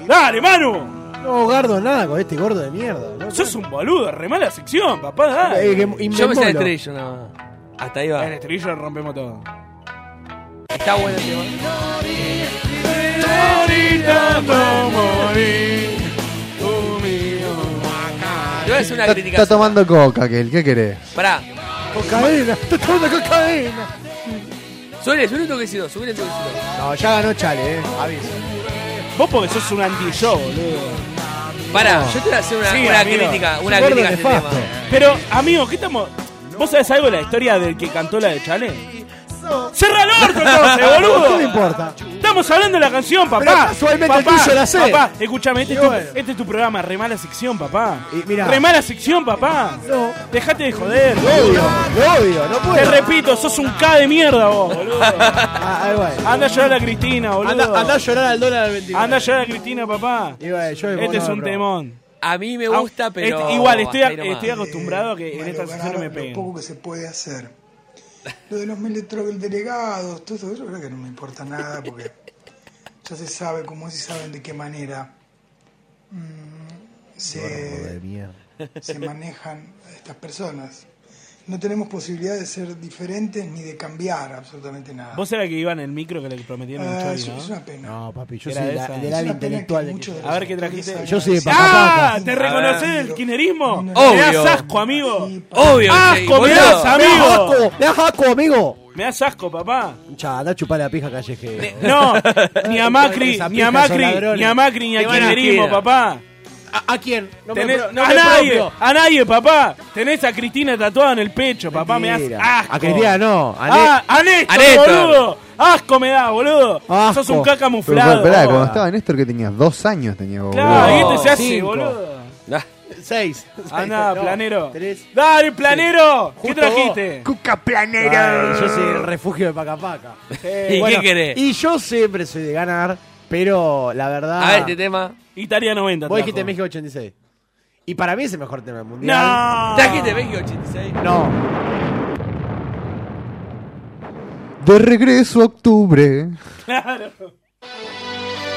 ¡Dale, Manu! No, gordo, nada con este gordo de mierda. ¿no? Sos un boludo, re mala sección, papá, dale. Eh, que- y me Yo me sé el molo. estribillo, no. Hasta ahí va. El estribillo rompemos todo. Está bueno el tema. Te voy a hacer una Está, crítica. está tomando coca, aquel. ¿Qué querés? Pará. Cocaína, está tomando cocaína. Suele, suele un toquecito, suele un toquecito. No, ya ganó Chale, eh. Aviso. Vos porque sos un anti-yo, boludo. Pará, yo te voy a hacer una, Sí, una amigo. crítica, una Gordo crítica a este nefasto. tema. Pero, amigo, ¿qué estamos...? ¿Vos sabés algo de la historia del que cantó la de Chale? ¡Cerra el orto entonces, ¿Qué me boludo! importa? Estamos hablando de la canción, papá. Pero casualmente el papá, tuyo la sé. Papá, escúchame, este, Y es tu- bueno. este es tu programa, re mala sección, papá. mirá. Re mala sección, papá. No. Dejate de joder. Odio, odio, no puedo. Te repito, sos un K de mierda vos, boludo. Ah, ahí va. Anda a llorar a Cristina, boludo. Anda, anda a llorar al dólar al 21. Anda a llorar a Cristina, papá. Y bueno, yo le Este pongo es no, un bro. temón. A mí me gusta, Ah, pero. este- igual, estoy, hasta ahí nomás. estoy acostumbrado a que en estas sesiones me Lo peguen. poco que se puede hacer. Lo de los delegados, todo eso, yo creo que no me importa nada porque ya se sabe cómo es y saben de qué manera mm, Gordo se, de mierda. se manejan estas personas. No tenemos posibilidad de ser diferentes ni de cambiar absolutamente nada. Vos era que iba en el micro que le prometieron Ah, un es- Chavi, ¿no? es una pena. No, papi, yo Era soy de la- esa. del Es ala una intelectual. de que- A ver qué trajiste. Yo soy de ¡Ah! papá. ¿Te reconoces el kirchnerismo? Obvio. Me das asco, amigo. Obvio, sí, ¡Asco, me boludo. das, amigo! asco! ¡Me das asco, amigo! Me das asco, papá. Ya, anda a chupar la pija callejera. No, ni a Macri, Esas ni a pijas son Macri, ladrones. ni a Macri, ni a Te van a kirchnerismo, tirar. papá. ¿A, a quién? No me Tenés- pro- no a me nadie, propio. a nadie, papá. Tenés a Cristina tatuada en el pecho, papá. Me Mentira. das asco. A Cristina no, a Ne- Ah, a Néstor, a Néstor. boludo. Asco me da, boludo. Asco. Sos un caca Pero, camuflado. pará, boludo. cuando estaba Néstor, que tenías dos años, tenía boludo. Claro, y este se hace, Cinco. boludo. Seis. Andá, No, planero. tres. Dale, planero. ¿Qué Justo trajiste? vos. Cuca planero. Ay, yo soy el refugio de Pacapaca. ¿Y qué querés? Y yo siempre soy de ganar, pero la verdad. A ver, Ah. este tema. Italia 90. Vos trajo. dijiste México 86. Y para mí es el mejor tema del mundial. ¡No! ¿Trajiste México 86? No. De regreso a octubre. Claro.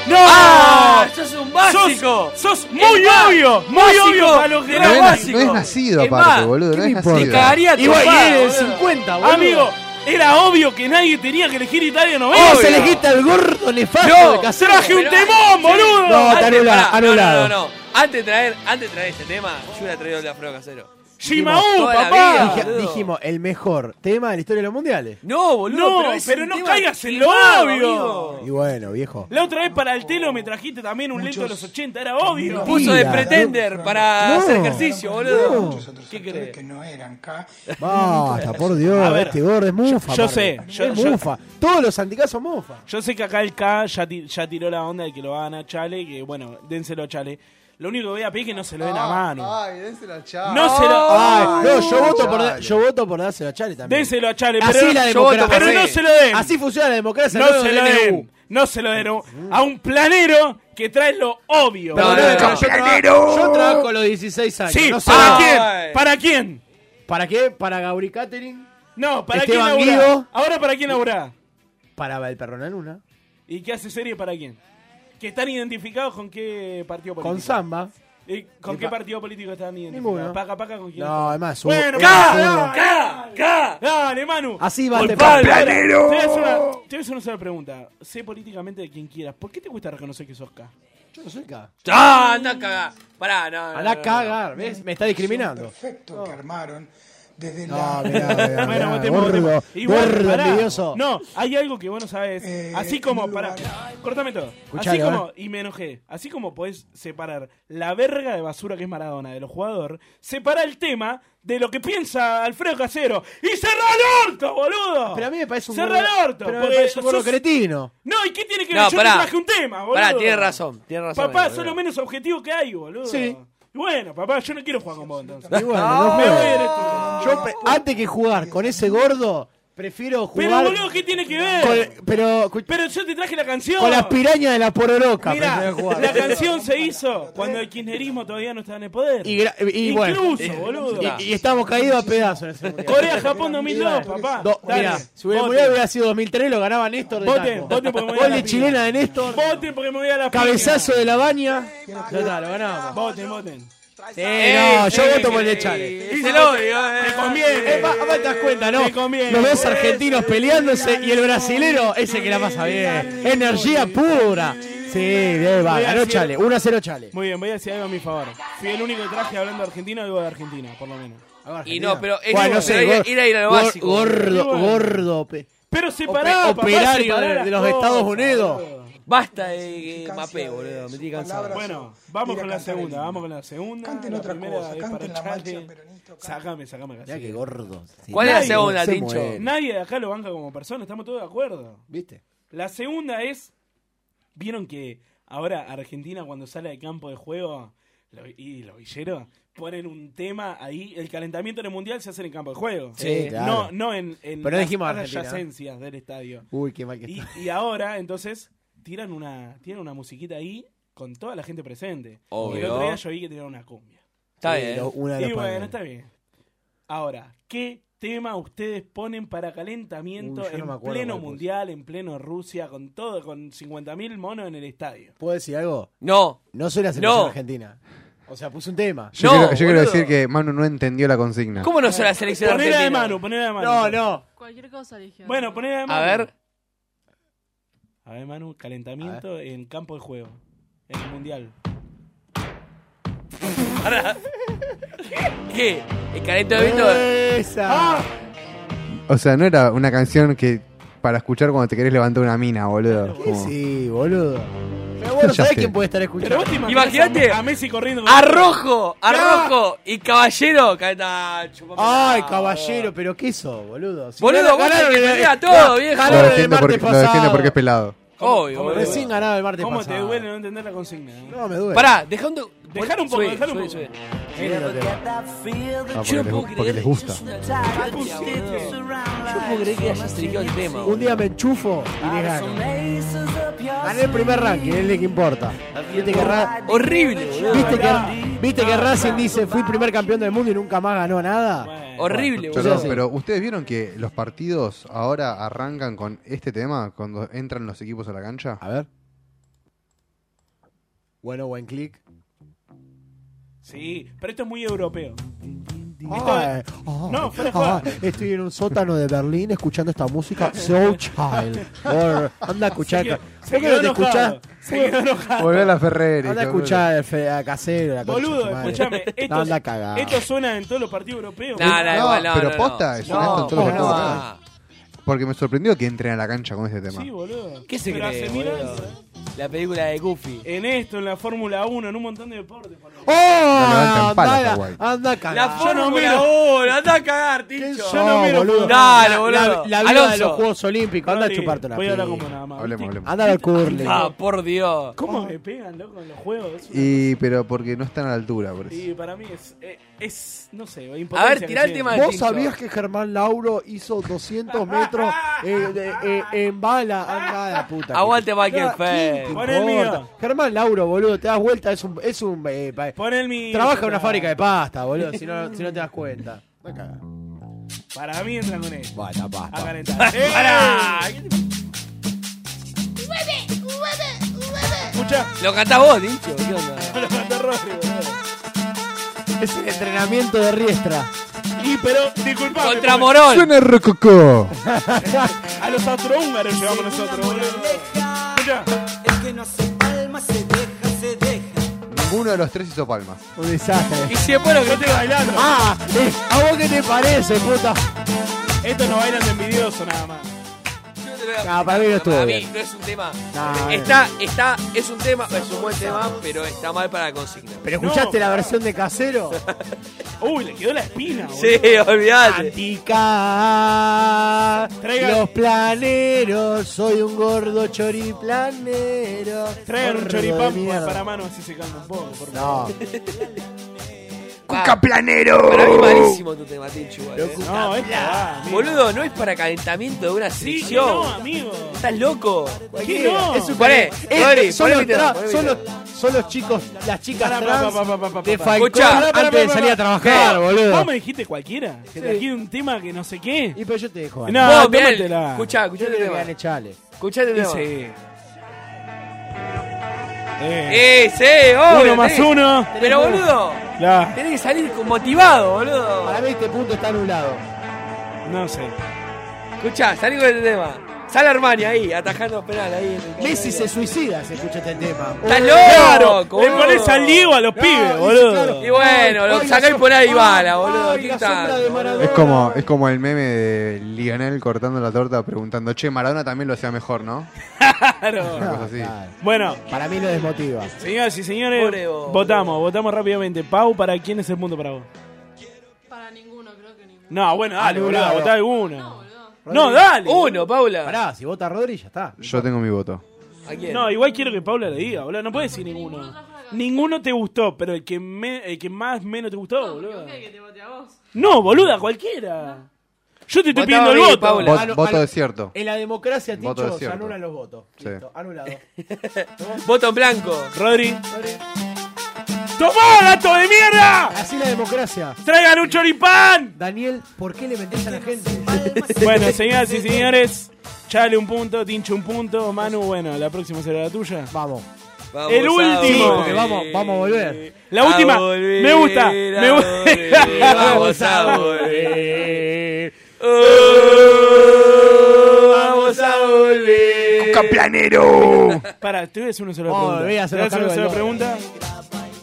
¡No! ¡Ah! ¡Sos un básico! sos muy obvio, muy obvio para los que No, eran es, básicos. no es nacido Es aparte, más, boludo. No es nacido. Te cagaría Y bueno, trompada, y él es boludo. 50, boludo. Amigo, era obvio que nadie tenía que elegir Italia 90. Vos elegiste al gordo nefasto de ¡No! Casero. ¡Traje un temón, boludo! No, está Antes, anulado, pará, no, anulado. No, no, no. Antes de traer, antes de traer este tema, yo hubiera traído el de Afro Casero. Toda la vida, Dije- boludo. dijimos, el mejor tema de la historia de los mundiales. No, boludo, No, pero, es pero un no tema caigas en lo filmado, obvio. amigo. Y bueno, viejo. La otra vez para el telo me trajiste también un lento de los 80, era obvio. Puso de pretender para No. hacer ejercicio, boludo. ¿Qué querés? que no eran acá. Basta, por Dios, A ver, este gordo es mufa. yo aparte. sé, yo- es yo- mufa. Todos los anticas son mufa. Yo sé que acá el K ya, ti- ya tiró la onda de que lo van a Chale, que bueno, dénselo a Chale. Lo único que voy a pedir es que no se lo den a mano. Ay, dénsela al chat. No se lo- Ay, no, yo Ay, voto, por, da- Chale. yo voto por dárselo a Chale también. Dénselo a Chale, Así pero, Ah, la yo voto democracia. pero no se lo den. Así funciona la democracia. no luego se del lo DNU. den. No se lo den a un planero que trae lo obvio. Perdóname, pero yo, trabajo, yo trabajo con los 16 años. Sí, no sé. ¿para quién? ¿Para quién? ¿Para qué? ¿Para Gabri Catering? No, ¿para Esteban quién laburá? Guido. Ahora, ¿para quién laburá? Para el perro en la luna. ¿Y qué hace serie para quién? ¿Que están identificados con qué partido político? Con Samba. ¿Y ¿Con Ni qué pa- partido político están identificados? Ninguno. ¿Paca, paca con quién? No, además. hubo- Bueno, hubo- ¡Ca! hubo- ¡Ca! ¡Ca! Dale, Manu. Así va este Golpalo. planero. Te voy a hacer una- te voy a hacer una sola pregunta. Sé políticamente de quien quieras. ¿Por qué te cuesta reconocer que sos K? Yo no soy K. Ah, anda a cagar. Pará, no. no, Andá no, a cagar, ¿ves? Me está discriminando. Perfecto Oh. que armaron desde No, la. mirá, mirá, Bueno, mirá, votemos, gordo, votemos. Igual, gordo, pará. envidioso. Eh, No, hay algo que vos no sabés. así como, no pará, cortame todo. así Escuchalo, como, y me enojé. Así como podés separar la verga de basura que es Maradona de los jugadores, separa el tema de lo que piensa Alfredo Casero. ¡Y cerrá el orto, boludo! Pero a mí me parece un Cerrá gordo- el orto, pero me porque parece un gordo sos- cretino. No, ¿y qué tiene que ver? No, Yo pará. te traje un tema, boludo. Pará, tienes razón, tienes razón. Papá, amigo, boludo. son los menos objetivos que hay, boludo. Sí. Y Bueno, papá, yo no quiero jugar con vos entonces. Y bueno, No, los me veo. voy del estudio. Yo pre- antes que jugar con ese gordo, prefiero Pero, jugar boludo, ¿qué tiene que ver? con, pero, escuch- Pero yo te traje la canción. con las pirañas de la pororoca. Mirá, prefiero jugar. la canción se hizo cuando el kirchnerismo todavía no estaba en el poder. Y gra- y bueno. Incluso, Eh, boludo. Y, y estamos caídos a pedazos en ese mundial. Corea-Japón 2002, papá. Do- Dale. mirá, si hubiera Voten. mundial hubiera sido 2003, lo ganaba Néstor de Voten, taco. voten porque me voy a Gol la de piña. chilena de Néstor, Voten porque me voy a la piña. cabezazo de la baña. Ya está, lo ganamos. Voten, voten. Sí, no, yo voto por el de Chale. Es el odio, eh. Te conviene. Eh, va- va, te das cuenta, ¿no? Te conviene. Los dos argentinos peleándose y el brasilero ese que la pasa bien. Energía pura. Sí, bien, va. Voy a Ganó decir- Chale. 1 a 0 Chale. Muy bien, voy a decir algo a mi favor. Fui el único que traje hablando argentino algo de Argentina, por lo menos. Y no, pero es Bueno, no eh, sé, era, gor- era ir a lo gor- básico. Gordo, Y bueno. gordo. pe- Pero separá, Ope- papá, operario separá de- las de los cosas, Estados Unidos. boludo. Basta de eh, mapé, boludo. Me tiene cansado. Bueno, vamos Ir a con la cantar segunda, el- vamos con la segunda. Canten la otra primera cosa, es canten para la marcha Charlie. Sacame, sacame acá. Mirá qué gordo. Sí, ¿Cuál es la nadie segunda, se Tincho? muere. Nadie de acá lo banca como persona, estamos todos de acuerdo. ¿Viste? La segunda es. ¿Vieron que ahora Argentina cuando sale del campo de juego lo- y los villeros ponen un tema ahí? El calentamiento en el mundial se hace en el campo de juego. Sí, Eh, claro. No, no en, en Pero no las dijimos áreas Argentina. adyacencias del estadio. Uy, qué mal que Y, está. y ahora, entonces, tiran una, tiran una musiquita ahí con toda la gente presente. Obvio. Y el otro día yo vi que tiraron una cumbia. Está Y bien. lo- una de Y las bueno, palabras. está bien. Ahora, ¿qué tema ustedes ponen para calentamiento Uy, yo no en me acuerdo pleno cuál puse. mundial, en pleno Rusia, con todo, con 50.000 monos en el estadio? ¿Puedo decir algo? No. No soy la selección No. argentina. O sea, puse un tema. Yo, No, quiero, yo quiero boludo. decir que Manu no entendió la consigna. ¿Cómo no soy la selección Ponela argentina? de mano, ponela de mano. No, no. Cualquier cosa eligió. Bueno, ponela de mano. A ver. A ver, Manu, calentamiento en campo de juego. En el mundial. ¿Qué? ¿El calentamiento? Ah, Esa. Ah, O sea, no era una canción que para escuchar cuando te querés levantar una mina, boludo. ¿Qué Como- Sí, boludo. Pero bueno, Oh. Ya ¿sabés sé. quién puede estar Pero escuchando? vos te Imagínate. imaginás a a Messi corriendo. con- Arrojo, arrojo y caballero. Calenta- chupame la- Ay, caballero, pero ¿qué eso, boludo? Si Boludo, vos tenés que el- perder a la- todo, viejo. Lo Ganaron el defiende, martes porque, lo pasado. defiende porque es pelado. Ah, Obvio, ¿Cómo boludo. te Recién ganaba el martes ¿Cómo pasado. te duele no entender la consigna? eh? No, me duele. Pará, dejá un... do- Dejar un poco, Sube, dejar un sube, poco. sube. Ah, porque, les, porque les gusta. Yo puedo creer que hayas triqueado el tema. Un día me enchufo y le gano. Gané el primer ranking, es lo que importa. Viste que, Ra- Horrible, boludo. viste que- viste que Racing dice, fui primer campeón del mundo y nunca más ganó nada. Bueno. Horrible, Perdón, boludo. pero ustedes vieron que los partidos ahora arrancan con este tema cuando entran los equipos a la cancha. A ver. Bueno, buen click. Sí, pero esto es muy europeo. Ay, Esto- no, fuera de ah, joda. Eh, estoy en un sótano de Berlín escuchando esta música Soul Child. Or, anda a escuchar. Se quedó- ¿Por se qué quedó no te enojado, escuchás? se quedó enojado. Volvé a la Ferreri. Anda a boludo. escuchar el fe, a casero. La concha de Boludo, tu madre. escúchame. Esto, anda a cagar. esto suena en todos los partidos europeos. No, no, igual no, pero no, posta, no. es No, honesto en todos los no. juegos. Porque me sorprendió que entren a la cancha con este tema. Sí, boludo. ¿Qué se Pero cree, hace mil boludo? años, eh. La película de Goofy. En esto, en la Fórmula 1, en un montón de deportes. boludo. ¡Oh! levantan palas, Anda, Hawái. a- anda a cagar. La Fórmula 1, anda a cagar, Tincho. Yo no, miro Oh, boludo. Dale, La- boludo. La, la vida de los Juegos Olímpicos. Anda a chuparte una voy a hablar pija. como nada más. Hablemos, hablemos. Anda al curling. Ah, por Dios. ¿Cómo me pegan, loco, en los juegos? Es una- Y, pero porque no están a la Ah, altura, por eso. Y para mí es, eh, es no sé, impotencia. A ver, tirá el que tema tiene. ¿Vos sabías que Germán Lauro hizo 200 metros eh, de- eh, en bala? Anda la puta. que- Aguante, Michael Ah, ¿quién te Phelps. Pon el importa? mío. Germán Lauro, boludo, te das vuelta, es un... Es un eh, pa- Trabaja en una fábrica de pasta, boludo, si no, si no te das cuenta. Para mí entran con él. Vaya, pasta. A calentar. ¡Eh! Pará. Escuchá. Lo cantás vos, Tincho. ¿Qué onda? Lo mató Rodri, boludo. Es el entrenamiento de riestra. Y pero, disculpame. Contra porque Morón. Suena rococó. A los astrohúngaros llevamos nosotros, boludo. Escuchá. El que no hace palma se deja, se deja. Ninguno de los tres hizo palmas. Un desastre. Y si después lo que Yo te bailando. Ah, eh, ¿a vos qué te parece, puta? Estos no bailan de envidioso nada más. Ah, para mí no estuvo Para mí bien. no es un tema. No, Está, está, es un tema, es un buen tema, pero está mal para la consigna. ¿Pero escuchaste la versión de Casero? Uy, le quedó la espina, boludo. Sí, olvidate. Antica, Traigan- los planeros, soy un gordo choriplanero. Traigan un Gordo choripán de mierda. pues, para mano así se calma un poco, por No. favor. Ah, ¡Cuca planero! Para mí malísimo tu tema, Tincho. igual, eh. No, esto va, amigo. Boludo, no es para calentamiento de una Sí, que sección. no, amigo. ¿Estás loco? ¿Qué no? Es un- Poné, es- Rodri, son, poné los mi tema, tra- poné mi son tema. los- son los chicos, las chicas Pará, trans pará, pará, pará, pará, de pará. Falcón Escuchá, antes pará, de pará, salir a pará. trabajar, boludo. ¿Vos me dijiste cualquiera? Que te Sí. aquí un tema que no sé qué. Y pero yo te dejo. No, Vos, mirá, tómatela. escuchá, Yo escuchá quiero el que tema. gane Chale. Escuchá el tema. Ese. Eh. Eh, sí, obvio, Uno más tenés- uno. Pero boludo, La- tenés que salir con- motivado, Para boludo. mí este punto está anulado. No sé. Escuchá, salí con el tema. Sale Armani ahí, atajando penal ahí. en el- Messi se suicida si escucha este tema. ¡Estás loco! Le boludo! pones al Diego a los dice, pibes, boludo. claro. Ah, Y bueno, lo Ay, la sacá y som- poná y ay, bala, boludo. ay, ¿Qué la tal? sombra de Maradona. Es como, es como el meme de Lionel cortando la torta preguntando, che, Maradona también lo hacía mejor, ¿no? Una cosa Claro. así. Ah, Claro. Bueno, Para mí lo desmotiva. señoras y señores, Pobre vos, votamos, votamos rápidamente. Pau, ¿para quién es el punto para vos? Para ninguno, creo que ninguno. No, bueno, dale, Anulado. boludo, votá alguno. boludo. No, dale. Uno, Paula. Pará, si vota Rodri ya está. Yo tengo mi voto. ¿A quién? No, igual quiero que Paula le diga, boludo. No puede decir ninguno. Ninguno te gustó, pero el que, me- el que más menos te gustó, No, me boludo. equivoqué, que te voté a vos. No, boluda, cualquiera. Yo te estoy Votá pidiendo el bien, voto. Paula. Vot- Anu- voto anu- desierto. En la democracia, Voto Ticho, se desierto. anulan los votos. Sí. Listo, anulado. Voto en blanco. Rodri. ¡Tomá, gato de mierda! Así la democracia. ¡Traigan un choripán! Daniel, ¿por qué le mentís a la gente? Bueno, señoras y señores, Chale un punto, Tincho un punto, Manu, bueno, la próxima será la tuya. Vamos. Vamos El a último. volver. Porque vamos, vamos a volver. La última, A volver, me gusta, a me volver, gusta. Vamos a volver. Uh, vamos a volver. ¡Caplanero! Para, te voy a hacer una sola Oh, pregunta. voy a hacer Te los una sola cargos pregunta.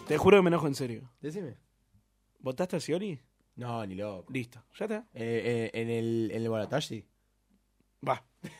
Te juro que me enojo en serio. Decime. ¿Votaste a Scioli? No, ni loco. Listo, ya está. Eh, eh, en el, en el balotaje, sí. Va.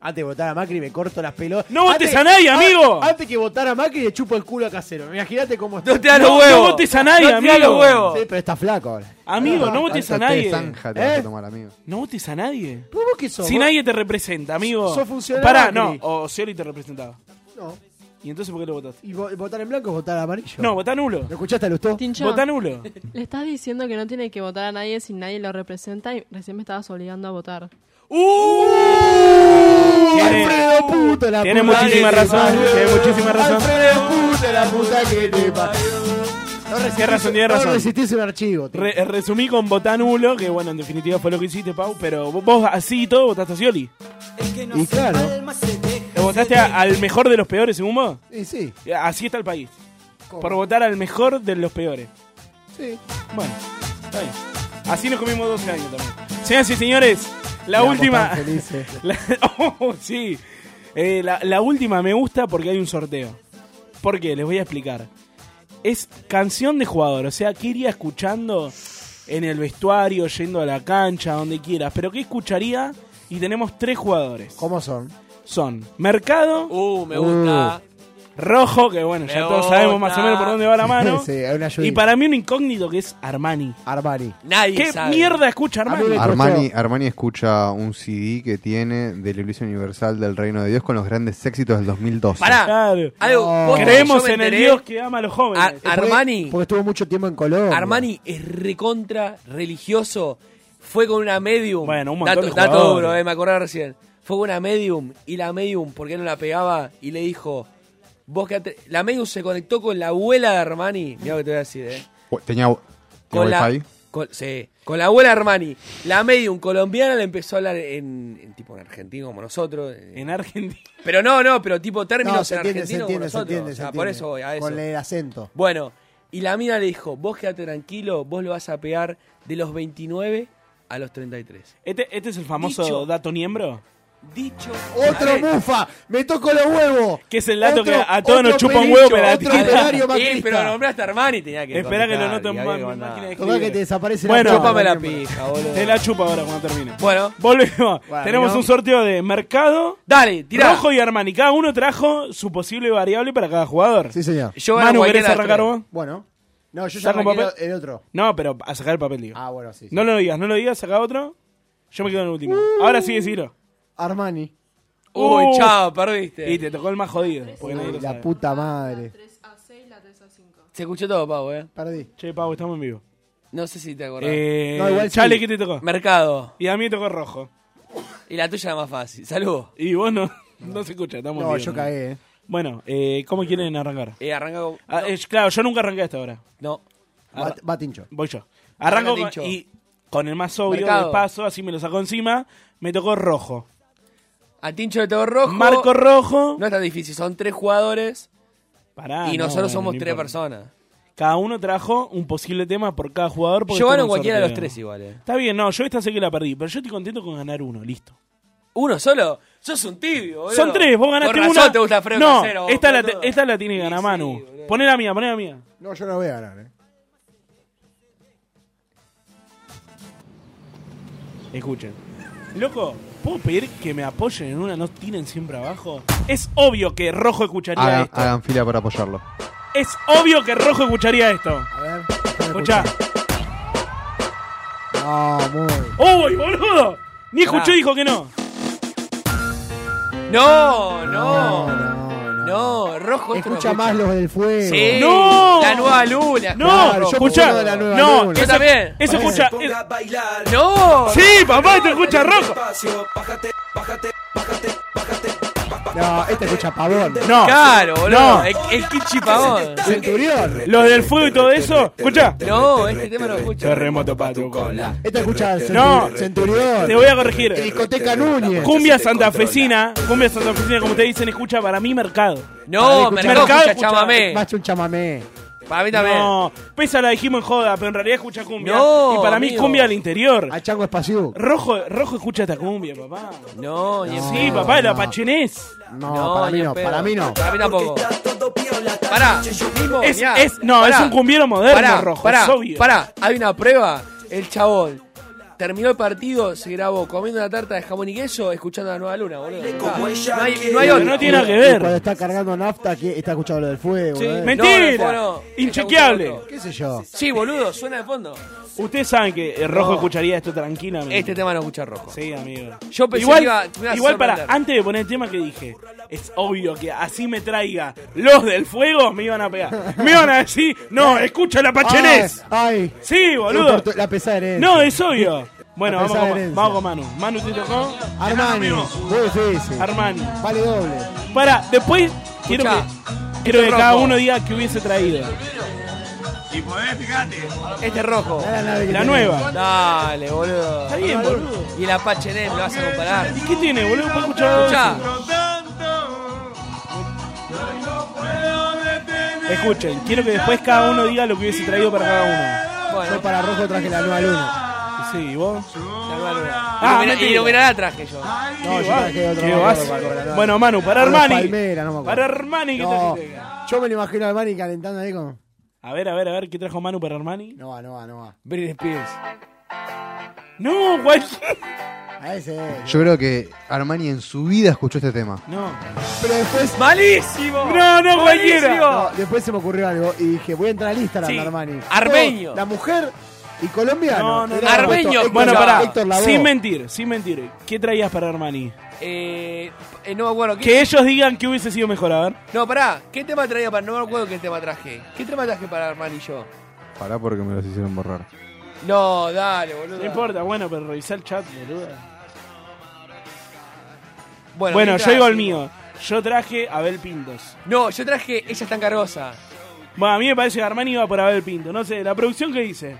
Antes de votar a Macri me corto las pelotas. ¡No votes Antes- Ah, a nadie, amigo! Antes que votar a Macri le chupo el culo a Casero. Imaginate cómo está. No te da los No, huevos. no votes a nadie, No te da los amigo. huevos. Sí, pero está flaco ahora. Ah, Amigo, no votes a Tanta té nadie. zanja te vas ¿Eh? a tomar, amigo. No votes a nadie. ¿Vos qué sos? Si Vos- nadie te representa, amigo. Sos funcionario. Pará, no, o Scioli te representaba. No. ¿Y entonces por qué lo votaste? Y vo- votar en blanco es votar amarillo. No, votá nulo. ¿Lo escuchaste a Lustó? Tincho, Votá nulo. le estás diciendo que no tiene que votar a nadie si nadie lo representa y recién me estabas obligando a votar. ¡Uh! Tiene- Alfredo puto la tiene puta muchísima que te razón, parió. tiene muchísima razón. Alfredo puto la puta que te parió. No resistís- Tiene razón, tiene razón. No resistís un archivo. tío. Re- resumí con votá nulo, que bueno, en definitiva fue lo que hiciste, Pau, pero vos- vos así y todo votaste a Scioli. y claro. Lo ¿Votaste a- al mejor de los peores en Humba? Sí, sí. Así está el país. ¿Cómo? Por votar al mejor de los peores. Sí. Bueno, está bien. Así nos comimos 12 años también. Señoras y señores, la última. La, Oh, sí. Eh, la, la última me gusta porque hay un sorteo. ¿Por qué? Les voy a explicar. Es canción de jugador, o sea, que iría escuchando en el vestuario, yendo a la cancha, donde quieras. Pero ¿qué escucharía? Y tenemos tres jugadores. ¿Cómo son? Son Mercado. Uh, me gusta. Rojo, que bueno, ya Me todos sabemos más o menos por dónde va la mano. Sí, hay una ayudita. y para mí un incógnito que es Armani. Armani. Nadie ¿Qué sabe. mierda escucha Armani? Armani, Armani escucha un CD que tiene de la Iglesia Universal del Reino de Dios con los grandes éxitos del 2012. Pará. Claro. Algo, posta que yo Creemos me en el enteré, Dios que ama a los jóvenes. A- Armani. Porque estuvo mucho tiempo en Colombia. Armani es recontra religioso. Fue con una medium. Bueno, un montón de dato jugadores. duro, eh, me acordé recién. Fue con una medium y la medium, porque no la pegaba? Y le dijo, vos quedate- La medium se conectó con la abuela de Armani. Mira lo que te voy a decir, eh. Tenía, tenía Con la, wifi. con- sí, con la abuela de Armani. La medium colombiana le empezó a hablar en, en tipo en argentino como nosotros. eh. En argentino. Pero no, no, pero tipo términos No, se en entiende, se argentino como entiende, se nosotros. entiende. O se sea, por entiende. eso voy a eso. Con el acento. Bueno, y la mina le dijo, vos quédate tranquilo, vos lo vas a pegar de los 29 a los 33. Este, este es el famoso Dicho. dato niembro. Dicho. Otro mufa, me toco los huevos. Que es el dato Otro- que a todos nos otro chupa un pericho, huevo, pero la otro tira. operario Sí, pero nombraste a Armani, tenía que Esperá que lo contestar, noto en y ma- había mi mandar. máquina de Total que escribir. te desaparece la Bueno, chapa, Chúpame la miembro. pija, boludo. Te la chupa ahora cuando termine. Bueno. Volvemos. Bueno. Tenemos un sorteo de Mercado. Dale, tirá. Rojo y Armani. Cada uno trajo su posible variable para cada jugador. Sí, señor. Yo gano Manu, cualquiera ¿querés de las arrancar tres. vos? Bueno. No, yo ya ¿Saco arranqué papel? el otro. No, pero a sacar el papel, digo. Ah, bueno, sí. sí. No lo digas, no lo digas, saca otro. Yo me quedo en el último. Ahora sí, decilo. Armani. Uy, Uh. chao, perdiste. Y te tocó el más jodido. porque nadie lo la sabe. puta madre. Se escuchó todo, Pau, eh. Perdí. Che, Pau, estamos en vivo. No sé si te acordás. Eh, No, igual sí. Chale, ¿qué te tocó? Mercado. Y a mí me tocó rojo. Y la tuya era más fácil. Saludos. Y vos no, no se escucha, estamos No, en vivo, yo cagué, eh. Bueno, eh, ¿cómo quieren arrancar? Eh, arranca con... Ah, eh, claro, yo nunca arranqué a esta hora. No. Va, va Tincho. Voy yo. Arranca, Arranco con, Tincho. y con el más obvio Mercado. de paso, así me lo sacó encima. Me tocó rojo. A Tincho le tocó rojo. Marco Rojo. No es tan difícil, son tres jugadores Pará, y no, nosotros bueno, somos no tres importa. personas. Cada uno trajo un posible tema por cada jugador. porque Yo esto gano era un cualquiera de los sorteo. tres igual, eh. Está bien, no, yo esta sé que la perdí, pero yo estoy contento con ganar uno, listo. ¿Uno solo? Sos un tibio, boludo. Son tres, vos ganaste Con razón una. te gusta Fredo no, Casero, vos, esta, la te- boludo. esta la tiene que ganar Manu. poné la mía, poné la mía. No, yo no voy a ganar, eh. Escuchen. Loco, ¿puedo pedir que me apoyen en una? ¿No tiren siempre abajo? Es obvio que Rojo escucharía Hagan, esto. hagan fila para apoyarlo. Es obvio que Rojo escucharía esto. A ver. Escuchá. No, muy. ¡Uy, boludo! Ni Pará. escuchó y dijo que no. No, no. No, rojo esto Escucha no más los del fuego. Sí. ¡No! La nueva luna. No, Claro, yo escuchá. puse la nueva no, luna. eso, Yo también. eso escucha. eh. No. Sí, papá, esto escucha Rojo. No, este escucha pavón. No. Claro, boludo. No. Es, es Kichi Pavón. Centurión. Los del fuego y todo eso. Escucha. No, este tema no lo escucho. Terremoto para tu cola. Este escucha No. Centurión. Centurión. Te voy a corregir. Discoteca Núñez. Cumbia santafesina, cumbia santafesina, como te dicen, escucha para mí mercado. No, Para mí, Mercado escucha escucha- chamamé. Más que un chamamé. Para mí también. No, Pesa la dijimos en joda, pero en realidad escucha cumbia. No, y para mí amigo. cumbia al interior. A Chango Espaciú. Rojo, rojo escucha esta cumbia, papá. No, ni en Sí, pedo. papá, el no. apachenés. No, No, para ni mí en no. pedo. Para mí no. Para mí tampoco. Pará. Mismo, Es, mirá. es- no, Pará. es un cumbiero moderno, Pará, rojo, pará, es obvio. pará. hay una prueba. El chabón terminó el partido, se grabó comiendo una tarta de jamón y queso, escuchando la nueva luna, boludo. No hay, no hay Pero otra. no tiene nada que Y ver. Cuando está cargando nafta, que está escuchando lo del fuego. eh. Mentira. No, no, no. Inchequeable. ¿Qué sé yo? Sí, boludo, suena de fondo. Ustedes saben que el Eh, rojo No. escucharía esto tranquilamente. Este tema no escucha rojo. Sí, amigo. Yo pensé igual, que iba- me iba a igual para, sorprender. antes de poner el tema que dije, es obvio que así me traiga los del fuego, me iban a pegar. Me iban a decir, no, escucha la Pachenés. Ah, Ay. ay. Sí, boludo. Importó- La pesada herencia. No, es obvio. Bueno, La vamos con, Ma- herencia. vamos con Manu. Manu te tocó. Armani. Muy difícil. Armani. Vale doble. Para, después quiero Escuchá, Este que, quiero que rojo. cada uno diga que hubiese traído. Este es rojo. La nueva. Dale, boludo. Está bien, boludo. Y el Apache Nen, me vas a comparar. ¿Y qué tiene, boludo? ¿Puedo escuchar? Escuchá. Escuchen, quiero que después cada uno diga lo que hubiese traído para cada uno. Yo para rojo traje la nueva luna. Sí, ¿y vos? Ah, y lo mirará traje yo. No, yo traje otro. ¿Qué no me vas? acuerdo cuál era, no. Bueno, Manu, para O los Armani. Palmera, no me acuerdo. Para Armani, ¿qué No, trajiste? Yo me lo imagino a Armani calentando ahí como. A ver, a ver, a ver, ¿qué trajo Manu para Armani? No va, no va, no va. Britney Spears. No, guay. A ese. Yo creo que Armani en su vida escuchó este tema. No. Pero después. ¡Malísimo! No, no, cualquiera. No, después se me ocurrió algo y dije, voy a entrar al Instagram Sí, de Armani. armeño. La mujer y colombiano. No, no, no. Era puesto Héctor- Bueno, pará. Héctor Lavoe. Sin mentir, sin mentir. ¿Qué traías para Armani? Eh, eh, no me acuerdo. ¿qué- Que ellos digan que hubiese sido mejor, a ver. No, pará. ¿Qué tema traía para.? No me acuerdo qué tema traje. ¿Qué tema traje para Armani y yo? Pará porque me los hicieron borrar. No, dale, boludo. No importa, bueno, pero revisá el chat, boludo. Bueno, Bueno, ¿qué yo digo el traje? mío. Yo traje Abel Pintos. No, yo traje Ella es tan cargosa. Bueno, a mí me parece que Armani iba por Abel Pinto. No sé, ¿la producción qué dice?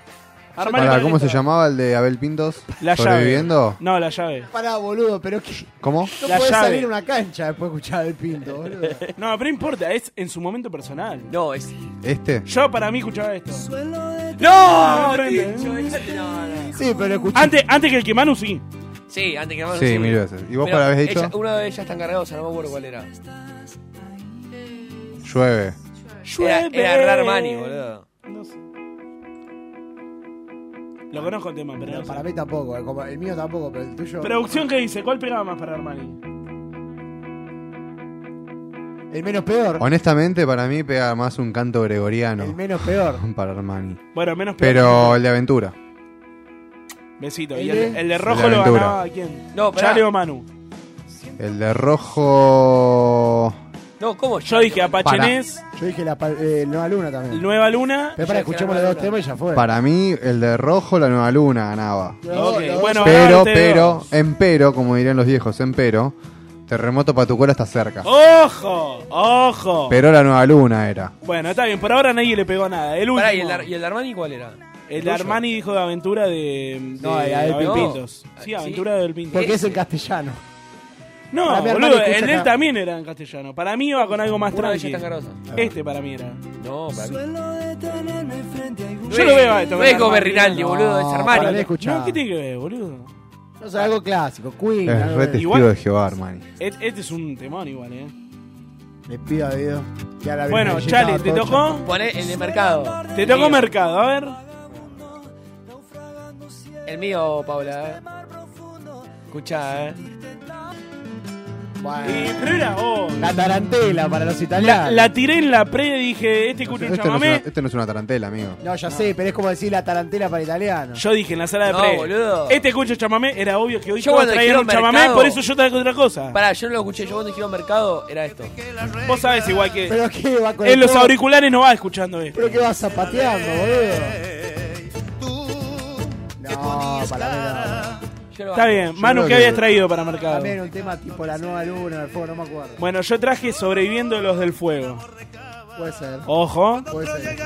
Armani Pará, para ¿Cómo se llamaba el de Abel Pintos? La llave. ¿Sobreviviendo? No, la llave. Pará, boludo, pero que. ¿Cómo? No La podés llave. salir a una cancha después de escuchar el pinto, boludo. No, pero no importa, es en su momento personal. No, es. ¿Este? Yo para mí escuchaba esto. ¡No! De frente, Tincho, este no, no. Sí, pero escuché. Antes, antes que el que Manu sí. Sí, antes que más. Sí, mil veces. ¿Y vos cuál habés dicho? Ella, una de ellas tan cargosa, no me acuerdo cuál era. Llueve. Era, era Llueve. re Armani, boludo. No sé. Lo conozco el tema, pero no No, sé. para mí tampoco, eh, como el mío tampoco, pero el tuyo. Producción que dice, ¿cuál pegaba más para Armani? El menos peor. Honestamente, para mí pega más un canto gregoriano. El menos peor. Para Armani. Bueno, menos peor. Pero el de aventura. Besito. El y el, de- el de El de rojo lo Aventura. ganaba quién? No, pará. Chale o Manu. El de rojo. No, ¿cómo? Yo dije Apachenés, Yo dije la pa- eh, Nueva Luna también. Nueva Luna. Pero para, escuchemos los dos temas y ya fue. Para mí, el de rojo, la nueva luna ganaba. Ok, Bueno, pero, ahora te pero, digo. empero, como dirían los viejos, empero, terremoto para tu cola está cerca. Oh. ¡Ojo! ¡Ojo! Pero la nueva luna era. Bueno, está bien, por ahora nadie le pegó nada. El último. Pará, ¿y el, de- y el de Armani cuál era? El de Armani dijo de aventura de. de No, era del Abel Pinto. Pintos. Ah, Sí, aventura del Pintos. Porque es en castellano. No, Para mí Armani boludo, escucha el de él acá. también era en castellano. Para mí iba con algo más Una tranqui. belleza carosa. Este para mí era. No, para mí. Yo lo veo a esto. No es como Armani. Berrinaldi, boludo, es Armani. para mí escuchá. No, ¿qué tiene que ver, boludo? No sé, algo clásico, Queen. Es algo re de- testigo Igual- de Jehová, Armani. Et- Este es un temón igual, eh. Le pido a Dios. que a la Bueno, Virgencita Chale, ¿te Atocha. tocó? Poné el de mercado. Te tocó Mío. mercado, a ver. El mío, Paula. Escuchá, eh. Y, Bueno, pero era vos. la tarantela para los italianos. La, la tiré en la pre y dije, este escucha un Este no, es una, chamamé. este no es una tarantela, amigo. No, ya sé, pero es como decir la tarantela para italianos. Yo dije en la sala de No, pre. boludo. Este escucha chamamé, era obvio que hoy Yo todos cuando traían dijeron un chamamé, mercado- por eso yo traigo otra cosa. Pará, yo no lo escuché. Yo cuando dijeron mercado era esto. Vos sabés igual que Pero qué va con en el los todo? auriculares no va escuchando esto. Pero qué vas zapateando, boludo. No, para mí Yo lo Está banco. bien, Manu, creo ¿qué que- habías traído para no. mercado? También un tema tipo la nueva luna, el fuego, no me acuerdo. Bueno, yo traje Sobreviviendo los del Fuego. Puede ser. Oh. Ojo. Puede ser.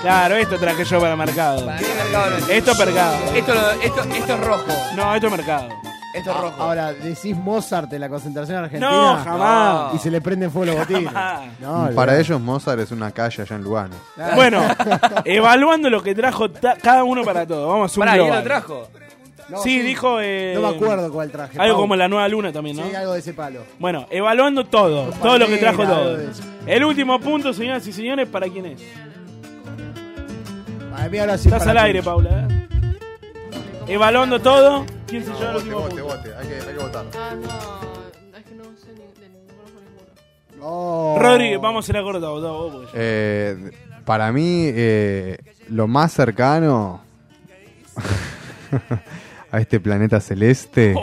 Claro, esto traje yo para mercado. Para mí mercado no es. Esto es mercado. Esto, lo- esto, esto es rojo. No, esto es mercado. Esto es rojo. Ahora, decís Mozart en la concentración argentina. No, jamás. Y se le prenden fuego los botines. Jamás. No, Para olvidate. ellos, Mozart es una calle allá en Lugano. Bueno, evaluando lo que trajo ta- cada uno para todo. Vamos a hacer un Pará, ¿quién global. lo trajo? No, Sí, dijo. eh, No me acuerdo cuál traje. Algo Pau. como la nueva luna también, ¿no? Sí, algo de ese palo. Bueno, evaluando todo, Compañera, todo lo que trajo algo todo. de eso. El último punto, señoras y señores, ¿para quién es? Para mí ahora sí Estás para al ti. aire, Paula. ¿eh? Evaluando todo, ¿quién se lleva el último vote, punto? vote, hay que, votar. Ah, no, es que no sé ni de ninguno por ninguno. No. Rodri, vamos a la corta, votá vos, porque yo- Eh, para mí, eh, lo más cercano a este planeta celeste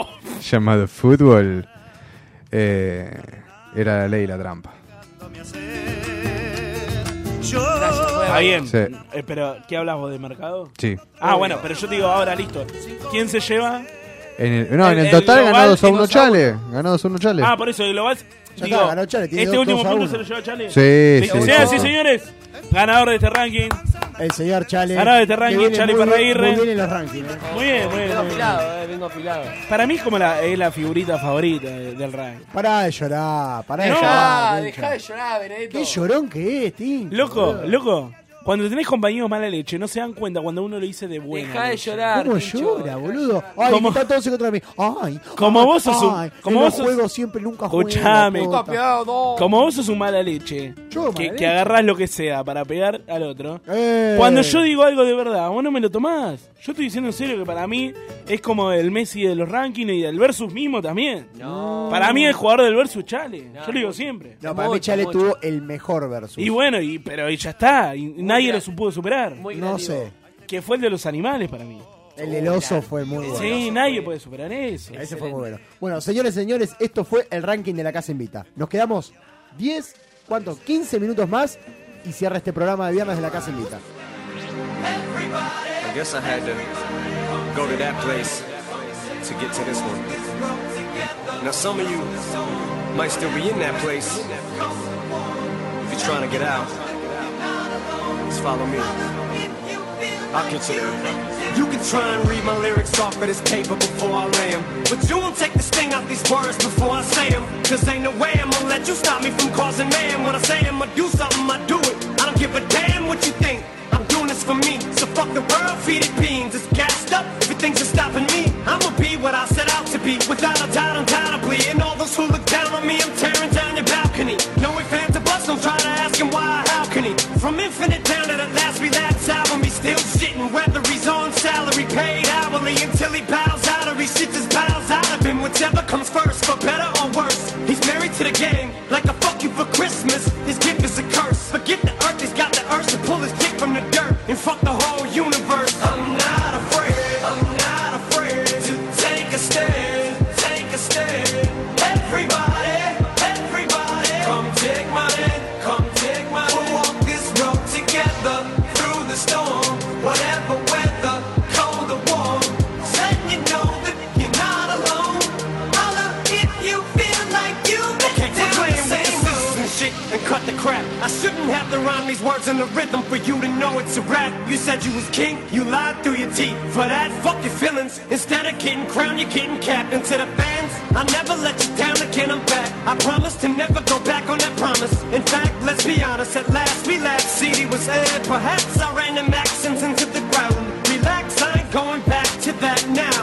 llamado fútbol eh, era la ley y la trampa. Está bien. Sí. Eh, pero, ¿qué hablas vos de mercado? Sí. Ah, bueno, pero yo te digo ahora, listo. ¿Quién se lleva? En el, no, en El- el el total global ganó 2 a 1 dinosaurio. Chale. Ganó 2 a 1 Chale. Ah, por eso, de global. Ya Digo, está, ganó Chale, tiene este dos- último dos a punto uno. se lo lleva Chale. Sí, Le- sí, Señoras sí. y señores, ganador de este ranking. El señor Chale. Ganador de este que ranking, viene Chale muy bien- Parraguirre. Muy bien en los rankings. eh. Muy bien, muy bien. Vengo muy bien. afilado, eh, vengo afilado. Para mí es como la, es la figurita favorita de- del ranking. Pará de llorar, pará de No, llorar. Ah, dejá de llorar, Benedetto. Ah, Qué llorón que es, Tim. Loco, loco. Cuando tenés compañeros mala leche, no se dan cuenta cuando uno lo dice de buena. Dejá de leche. llorar. ¿Cómo llora, boludo? Ay, Como- que está todos en contra de mí. Ay, Como ay, vos sos un- ay, como yo vos no sos- juego siempre, nunca juego. Escuchame. posta. Como vos sos un mala leche, Yo, que, mala que leche. agarrás lo que sea para pegar al otro. Eh. Cuando yo digo algo de verdad, vos no me lo tomás. Yo estoy diciendo en serio que para mí es como el Messi de los rankings y del Versus mismo también. Para mí el jugador del Versus Chale. yo lo digo siempre. No, para mí Chale tuvo el mejor versus. Y bueno, y, pero y ya está. Y nadie gran- lo pudo superar. no sé. Que fue el de los animales para mí. El del oso fue muy bueno. Sí, nadie puede superar eso. Ese fue muy bueno. Bueno, señores, señores, esto fue el ranking de la Casa Invita. Nos quedamos 10, ¿cuánto? 15 minutos más y cierra este programa de viernes de la Casa Invita. I guess I had to go to that place to get to this one. Now, some of you might still be in that place. If you're trying to get out, just follow me. I'll get you there. You can try and read my lyrics off of this paper before I lay 'em. But you won't take the sting out these words before I say 'em. Cause ain't no way I'm gonna let you stop me from causing man. When I say I'm gonna do something, I do it. I don't give a damn what you think. I'm doing this for me. So fuck the world, feed it beans. It's gassed up, everything's just stopping me. I'ma be what I set out to be. Without a doubt, undoubtedly. And all those who look down on me, I'm tearing down your balcony. No way fans of us, don't try to ask him why, how can he? From infinite down to the last relapse album, he's still shitting. Whether he's on salary, paid hourly, until he bows out or he shits his bowels out of him. Whichever comes first, for better or worse. He's married to the game, like a fuck you for Christmas. His gift is a curse. Forget the earth, he's got the urge to pull his dick from the dirt and fuck the whole universe. I'm not afraid, I'm not afraid to take a stand, take a stand. Everybody, everybody, come take my hand, come take my hand. We'll walk this road together through the storm, whatever weather, cold or warm. Letting you know that you're not alone. Holla if you feel like you've been down the same road. and shit and cut the crap. I shouldn't have to rhyme these words in the rhythm for you to know it's a rap. You said you was king, you lied through your teeth. For that, fuck your feelings. Instead of getting crowned, you're getting capped. And to the fans, I never let you down again, I'm back. I promise to never go back on that promise. In fact, let's be honest, at last we laughed. CD was aired. Perhaps I ran the maxims into the ground. Relax, I ain't going back to that now.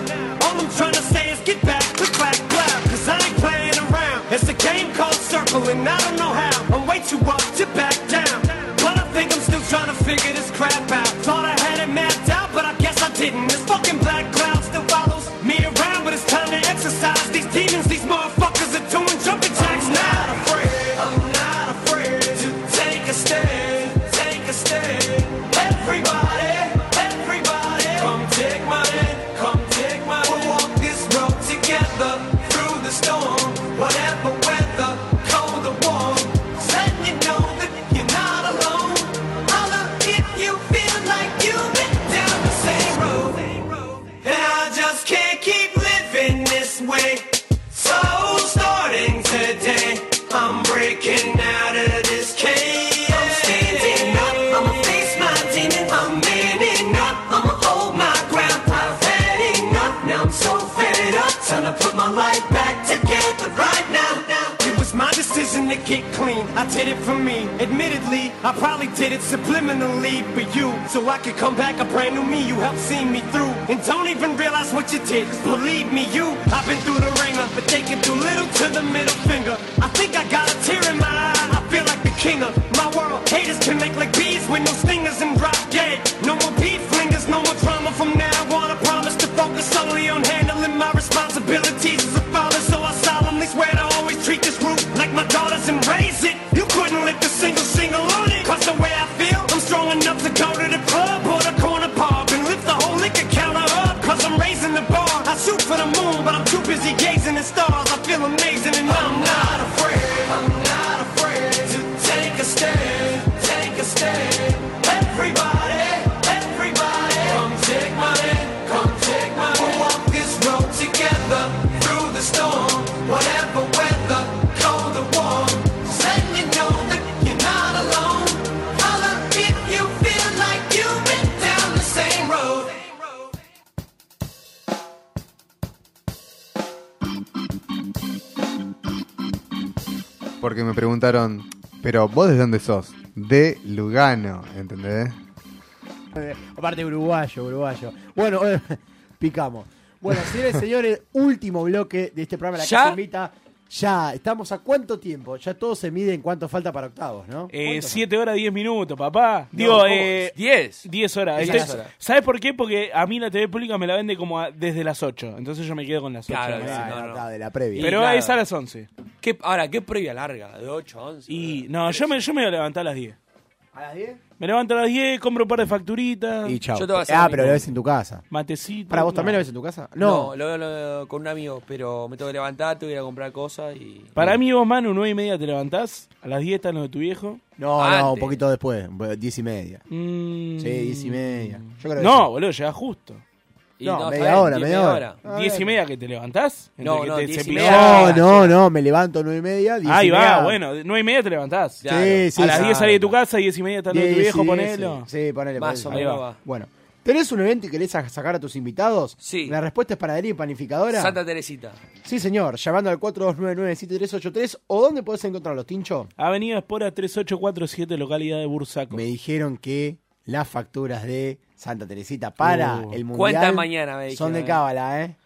All I'm trying to say is get back to black cloud. Cause I ain't playing around. It's a game called circling. I don't know how. I'm way too up to back down. But I think I'm still trying to figure this crap out. Thought I had it mapped out, but I guess I didn't. This fucking black cloud still follows me around, but it's time to exercise these demons. These motherfuckers are doing jumping jacks. I'm not afraid. I'm not afraid to take a stand. Take a stand. Everybody, everybody, come take my hand. Come take my hand. We'll walk this road together through the storm, whatever weather, cold or warm. Just letting you know that you're not alone. Holla if you feel like you've been down the same road. And I just can't keep living this way. So starting today, I'm breaking out of this cage. I'm standing up, I'ma face my demon. I'm manning up, I'ma hold my ground. I've had enough, now I'm so fed up. Time to put my life back together right now. It was my decision to get clean. I did it for me. Admittedly, I probably did it subliminally for you. So I could come back a brand new me. You helped see me through. And don't even realize what you did. 'Cause believe me, you. I've been through the ringer, but they can do little to the middle finger. I think I got a tear in my eye. I feel like the king of my world. Haters can make like bees with no stingers and drop dead. No more beef flingers, no more drama from now on. I promise to focus only on handling my responsibilities as a father. So I solemnly swear to always treat this roof like my daughters and raise it. You couldn't lift a single single on it. Cause the way I feel, I'm strong enough to go to the club or the corner pub and lift the whole liquor counter up. Cause I'm raising the bar. I shoot for the moon, but I'm too busy gazing at stars. I feel amazing and I'm not afraid. I'm not afraid to take a stand. Take a stand. Everybody, everybody, come take my hand. Come take my hand. We'll walk this road together through the storm, whatever weather, cold or warm. porque me preguntaron, pero vos desde dónde sos? De Lugano, ¿entendés? Eh, Aparte uruguayo, uruguayo. Bueno, eh, picamos. Bueno, señores y señores, último bloque de este programa La ¿Ya? Casa Invita. Ya, estamos a cuánto tiempo? Ya todo se mide en cuánto falta para octavos, ¿no? Eh, ¿Cuánto? 7 horas 10 minutos, papá. No, Digo, ¿cómo? eh, 10. 10 horas. Diez Entonces, horas. ¿Sabes por qué? Porque a mí la TV pública me la vende como a- desde las 8. Entonces yo me quedo con las 8. Claro, ¿no? sí, no, no. Ah, de la previa. Pero Y claro. es a las 11. ¿Qué- ahora, ¿qué previa larga? ¿De 8 a 11? Y no, yo me, yo me voy a levantar a las 10. ¿A las 10? Me levanto a las 10, compro un par de facturitas. Y chao. Yo te voy a hacer Ah, lo pero mismo. lo ves en tu casa. Matecito. ¿Para vos también no. lo ves en tu casa? No, lo veo lo- con un amigo, pero me tengo que levantar, tengo que ir a comprar cosas y. Para mí vos, Manu, 9 y media te levantás. A las 10 están los de tu viejo. No, no, un poquito después, diez y media. Mm. Sí, diez y media. Yo creo que No, sí. boludo, llegás justo. Y No, no, media está bien, hora, diez, media media hora. hora. 10 y media que te levantás. Entre No, que no, te diez y cepillás. No, no, no, me levanto nueve y media, diez Ahí y va, media. bueno, de 9 y media te levantás. Sí, sí, a las sí. 10 salís de tu casa, 10 y media está lo de tu Diez, viejo, sí, ponelo. Sí, sí, ponele. Más ponele. o menos Ahí va. Bueno, ¿tenés un evento y querés a- sacar a tus invitados? Sí. ¿La respuesta es panadería y panificadora? Santa Teresita. Sí, señor. Llamando al 4299-7383 o dónde podés encontrarlos, Tincho. Avenida Espora 3847, localidad de Bursaco. Me dijeron que las facturas de Santa Teresita para Uh. el mundial Cuentan mañana, me son dijeron, de eh. cábala, ¿eh?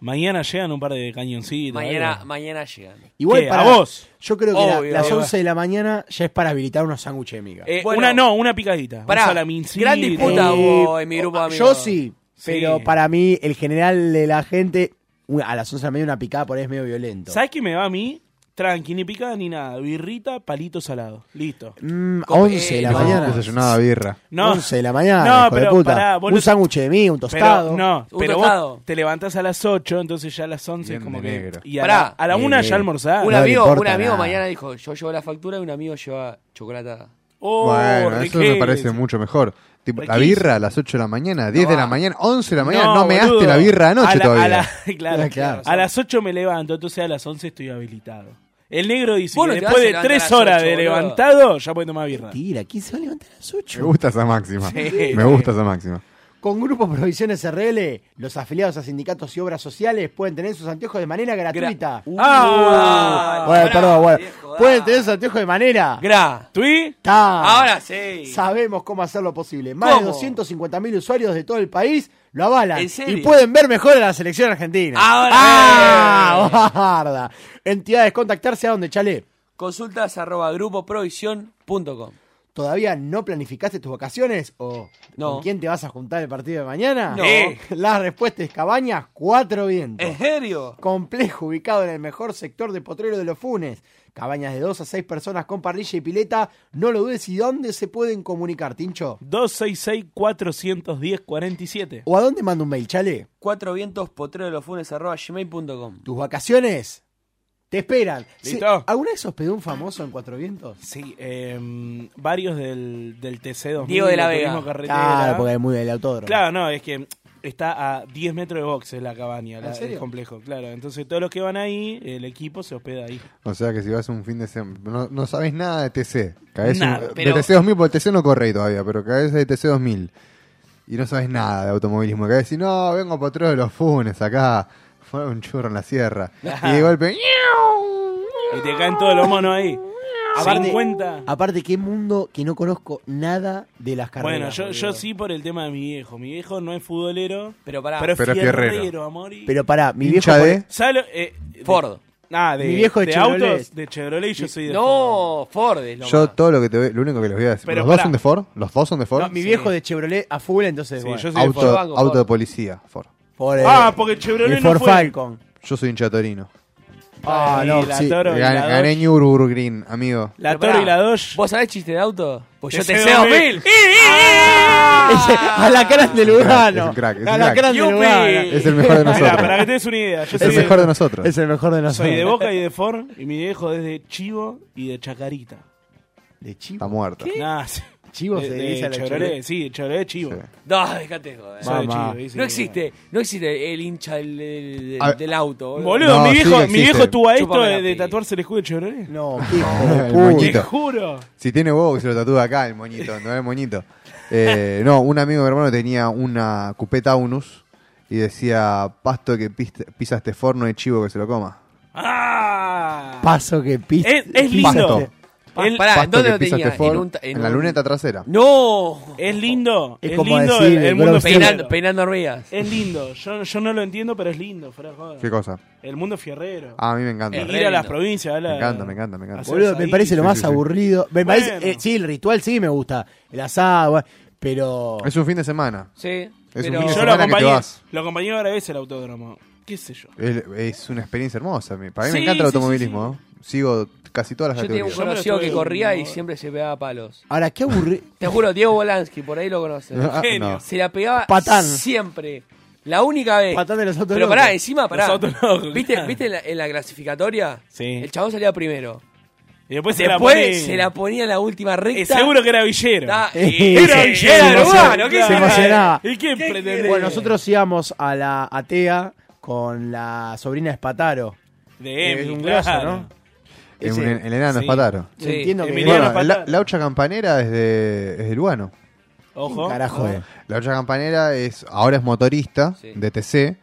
Mañana llegan un par de cañoncitos. Mañana, algo. mañana llegan. Igual ¿Qué, para a vos? Yo creo que la- Obvio, las obvio. 11 de la mañana ya es para habilitar unos sándwiches de miga. Eh, Una no, una picadita. Pará, Un salamincito. gran disputa Eh, vos en mi grupo de amigos. Yo sí, pero para mí, el general de la gente, una- a las 11 de la mañana una picada por ahí es medio violento. ¿Sabes qué me va a mí? Tranqui, ni picada ni nada. Birrita, palito salado. Listo. Mm, Eh, 11 de la eh, no. mañana. Desayunaba birra. No. 11 de la mañana, No, hijo de pero puta. pará, vos un no- sándwich de mí, un tostado. Pero, no, Un pero tostado. vos te levantás a las 8, entonces ya a las 11 es como que. Y a, Pará. la, a la Eh, 1 ya almorzás. Un amigo, un amigo mañana dijo, yo llevo la factura y un amigo lleva chocolatada. Oh, bueno, eso me riqueza. parece mucho mejor. Tipo, la Riqueza. birra a las 8 de la mañana, 10 de la mañana, 11 de la mañana, no, me boludo. haste la birra anoche A la- todavía. A, la- claro, Ah, claro. a las 8 me levanto, entonces a las 11 estoy habilitado. El negro dice Vos que no te después vas a de levantar a 3 las horas 8, de boludo. levantado ya puede tomar birra. Mentira, ¿quién se va a levantar a las 8? Me gusta esa máxima. Sí. me gusta esa máxima. Con Grupo Provisiones RL, los afiliados a sindicatos y obras sociales pueden tener sus anteojos de manera gratuita. Uh, Ah. bueno, Pará, perdón, bueno. pueden tener sus anteojos de manera. Gra. ¿Tui? Ta. Ahora sí. Sabemos cómo hacerlo posible. Más ¿Cómo? de 250.000 usuarios de todo el país lo avalan. ¿En serio? Y pueden ver mejor a la selección argentina. Ahora ¡Ah! barda! Entidades, contactarse a donde, chale. Consultas arroba grupoprovisión.com. ¿Todavía no planificaste tus vacaciones? ¿O No. con quién te vas a juntar el partido de mañana? No. Eh. La respuesta es Cabañas Cuatro Vientos. ¿En serio? Complejo ubicado en el mejor sector de Potrero de los Funes. Cabañas de dos a seis personas con parrilla y pileta. No lo dudes. ¿Y dónde se pueden comunicar, Tincho? 266-410-47. ¿O a dónde mando un mail, chale? Cuatro vientos potrero de los funes arroba gmail.com. ¿Tus vacaciones? Te esperan. Sí, ¿Listo? ¿Alguna vez hospedó un famoso en Cuatro Vientos? Sí, em, varios del, del TC2000. Diego de la del Vega. turismo carretera. Claro, porque es muy del autódromo. Claro, no, es que está a 10 metros de boxe la cabaña, la- serio? el complejo, claro. Entonces todos los que van ahí, el equipo se hospeda ahí. O sea que si vas un fin de semana, no, no sabes nada de TC. Caes Nada, un- pero- De TC 2000, porque el TC no corre ahí todavía, pero caes de TC 2000 y no sabes nada de automovilismo. Caes y no, vengo para atrás de los funes acá, fue un churro en la sierra. y de golpe, Y te caen todos los monos ahí. Aparte- 50. Aparte, qué mundo que no conozco nada de las carreras. Bueno, yo, yo boludo. sí por el tema de mi viejo. Mi viejo no es futbolero, pero pará. Pero es Pero es fierrero, fierrero. amor. y- Pero pará, mi viejo. pone- ¿Sabe lo- eh, de- Ford. Ah, de, Mi viejo de de Chevrolet. autos, de Chevrolet, yo soy de No, Ford es lo yo todo lo que te ve, lo único que les voy a decir, Pero ¿los dos pará. son de Ford? ¿Los dos son de Ford? No, mi viejo de Chevrolet a full, entonces. bueno. auto, auto de policía, Ford. Por el- Ah, porque Chevrolet el no Ford fue. Falcon. Yo soy hincha torino. Ah, no, la sí. Toro y Gan- la gané Dodge. Nürburgring, Green, amigo. La Toro y la Dodge. ¿Vos sabés chiste de auto? Pues yo te sé TC2000. 2000. Ah, a la cara del Es Lugano. un crack, es un A la crack. cara del Yupi. Lugano. Es el mejor de nosotros. Mira, para que te des una idea. Yo Es soy el mejor de nosotros. Es el mejor de nosotros. Soy de Boca y de Ford, y mi viejo es de Chivo y de Chacarita. ¿De Chivo? Está muerto. Nah, sí. Chivo de, se de dice a la Chevrolet, Chevrolet. sí, de Chevrolet Chivo. No, dejate joder. Soy de Mamá. Chivo, dice No que- existe, no existe el hincha del, del- del- Ah, A ver. del auto. Boludo, mi viejo, mi viejo tuvo a esto Chúpame la de, de tatuarse el escudo de Chevrolet. No, El Te moñito. juro. Si tiene huevo que se lo tatúa acá, el moñito, no el moñito. Eh, no, un amigo de mi hermano tenía una cupeta Unus y decía, pasto que piste- pisa este forno de chivo que se lo coma. ¡Ah! Paso que pisa. Es- es lindo. El- Pará, Pasto ¿dónde que lo pisa tenía? este Ford En en, un ta- en la un- luneta trasera. ¡No! Es lindo. Es, Es como lindo decir, el, el el mundo bronceado. fierrero. Peinando- peinando rías. Es lindo. Yo, yo no lo entiendo, pero es lindo. fuera de joda. ¿Qué cosa? El mundo fierrero. Ah, a mí me encanta. El ir a las provincias. a la- Me encanta, me encanta, me encanta. Hacer Boludo, me parece lo Sí, más sí, sí. aburrido. Me Bueno. parece, eh, sí, el ritual sí me gusta. El asado, bueno, pero. Es un fin de semana. Sí. Es pero- un fin de yo lo semana que te acompañé, vas. lo acompañé ahora vez el autódromo. ¿Qué sé yo? Es, es una experiencia hermosa. me- Para mí Sí, me encanta el sí, sí, automovilismo. ¿eh? Sigo casi todas las Yo tenía un categorías. conocido que estuve- corría y siempre se pegaba palos. Ahora, qué aburrido. Te juro, Diego Bolansky, por ahí lo conoces. Ah, Genio. no. Se la pegaba Patán. siempre. La única vez. Patán de los autos Pero locos. pará, encima, pará. Los autos locos, ¿Viste, claro. ¿viste en, la, en la clasificatoria? Sí. El chabón salía primero. Y Después después, se la ponía. se la ponía en la última recta. Eh, seguro que era Villero. Da- Eh, era se- Villero, se era emocionaba. urbano, ¿qué Se querés? emocionaba. ¿Y quién pretendía? Bueno, nosotros íbamos a la atea con la sobrina de Spataro. De Es Emi, un grosso, claro. ¿no? En Ese- un- en- el enano Sí. es pataro. Sí. Entiendo que- Bueno, Emiliano la, Pataro. la hucha campanera es de, es de Lugano. Ojo. Carajo, eh. La otra campanera es ahora es motorista de TC,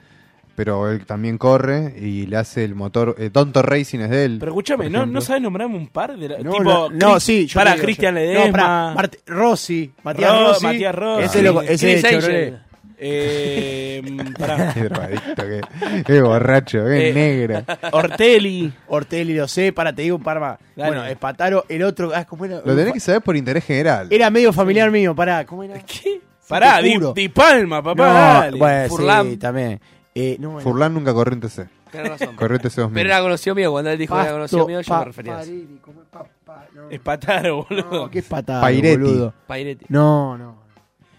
pero él también corre y le hace el motor. eh, Tonto Racing es de él. Pero escúchame, por ¿no, ejemplo. ¿no sabes nombrarme un par de la, No, tipo, no, no, Cris- sí, yo para te digo, Cristian yo- Ledesma, no, pará, Mart- Rossi, Matías Ro- Rossi. Matías Rossi, Ese loco- ese Chris de Angel. Chevrolet. Eh, mm, pará. Qué drogadicto que qué borracho, qué Eh, negra. Ortelli. Ortelli, lo sé, para, te digo un par más. Dale. Bueno, Espataro, el otro. ah, ¿cómo era? Lo tenés que saber por interés general. Eh, Era medio familiar mío, pará, ¿cómo era? ¿Qué? Pará, Di- Di Palma, papá, dale. Bueno, sí, Furlan. también. Eh, no, era- Furlan nunca corrió en TC. Tenés razón. Corrió en TC 2000. Pero era conocido mío. Cuando él dijo que era Pasto, conocido mío, yo pa- me refería a eso. Es pataro, boludo. ¿Qué es pataro, Pairetti. boludo? Pairetti. No, no.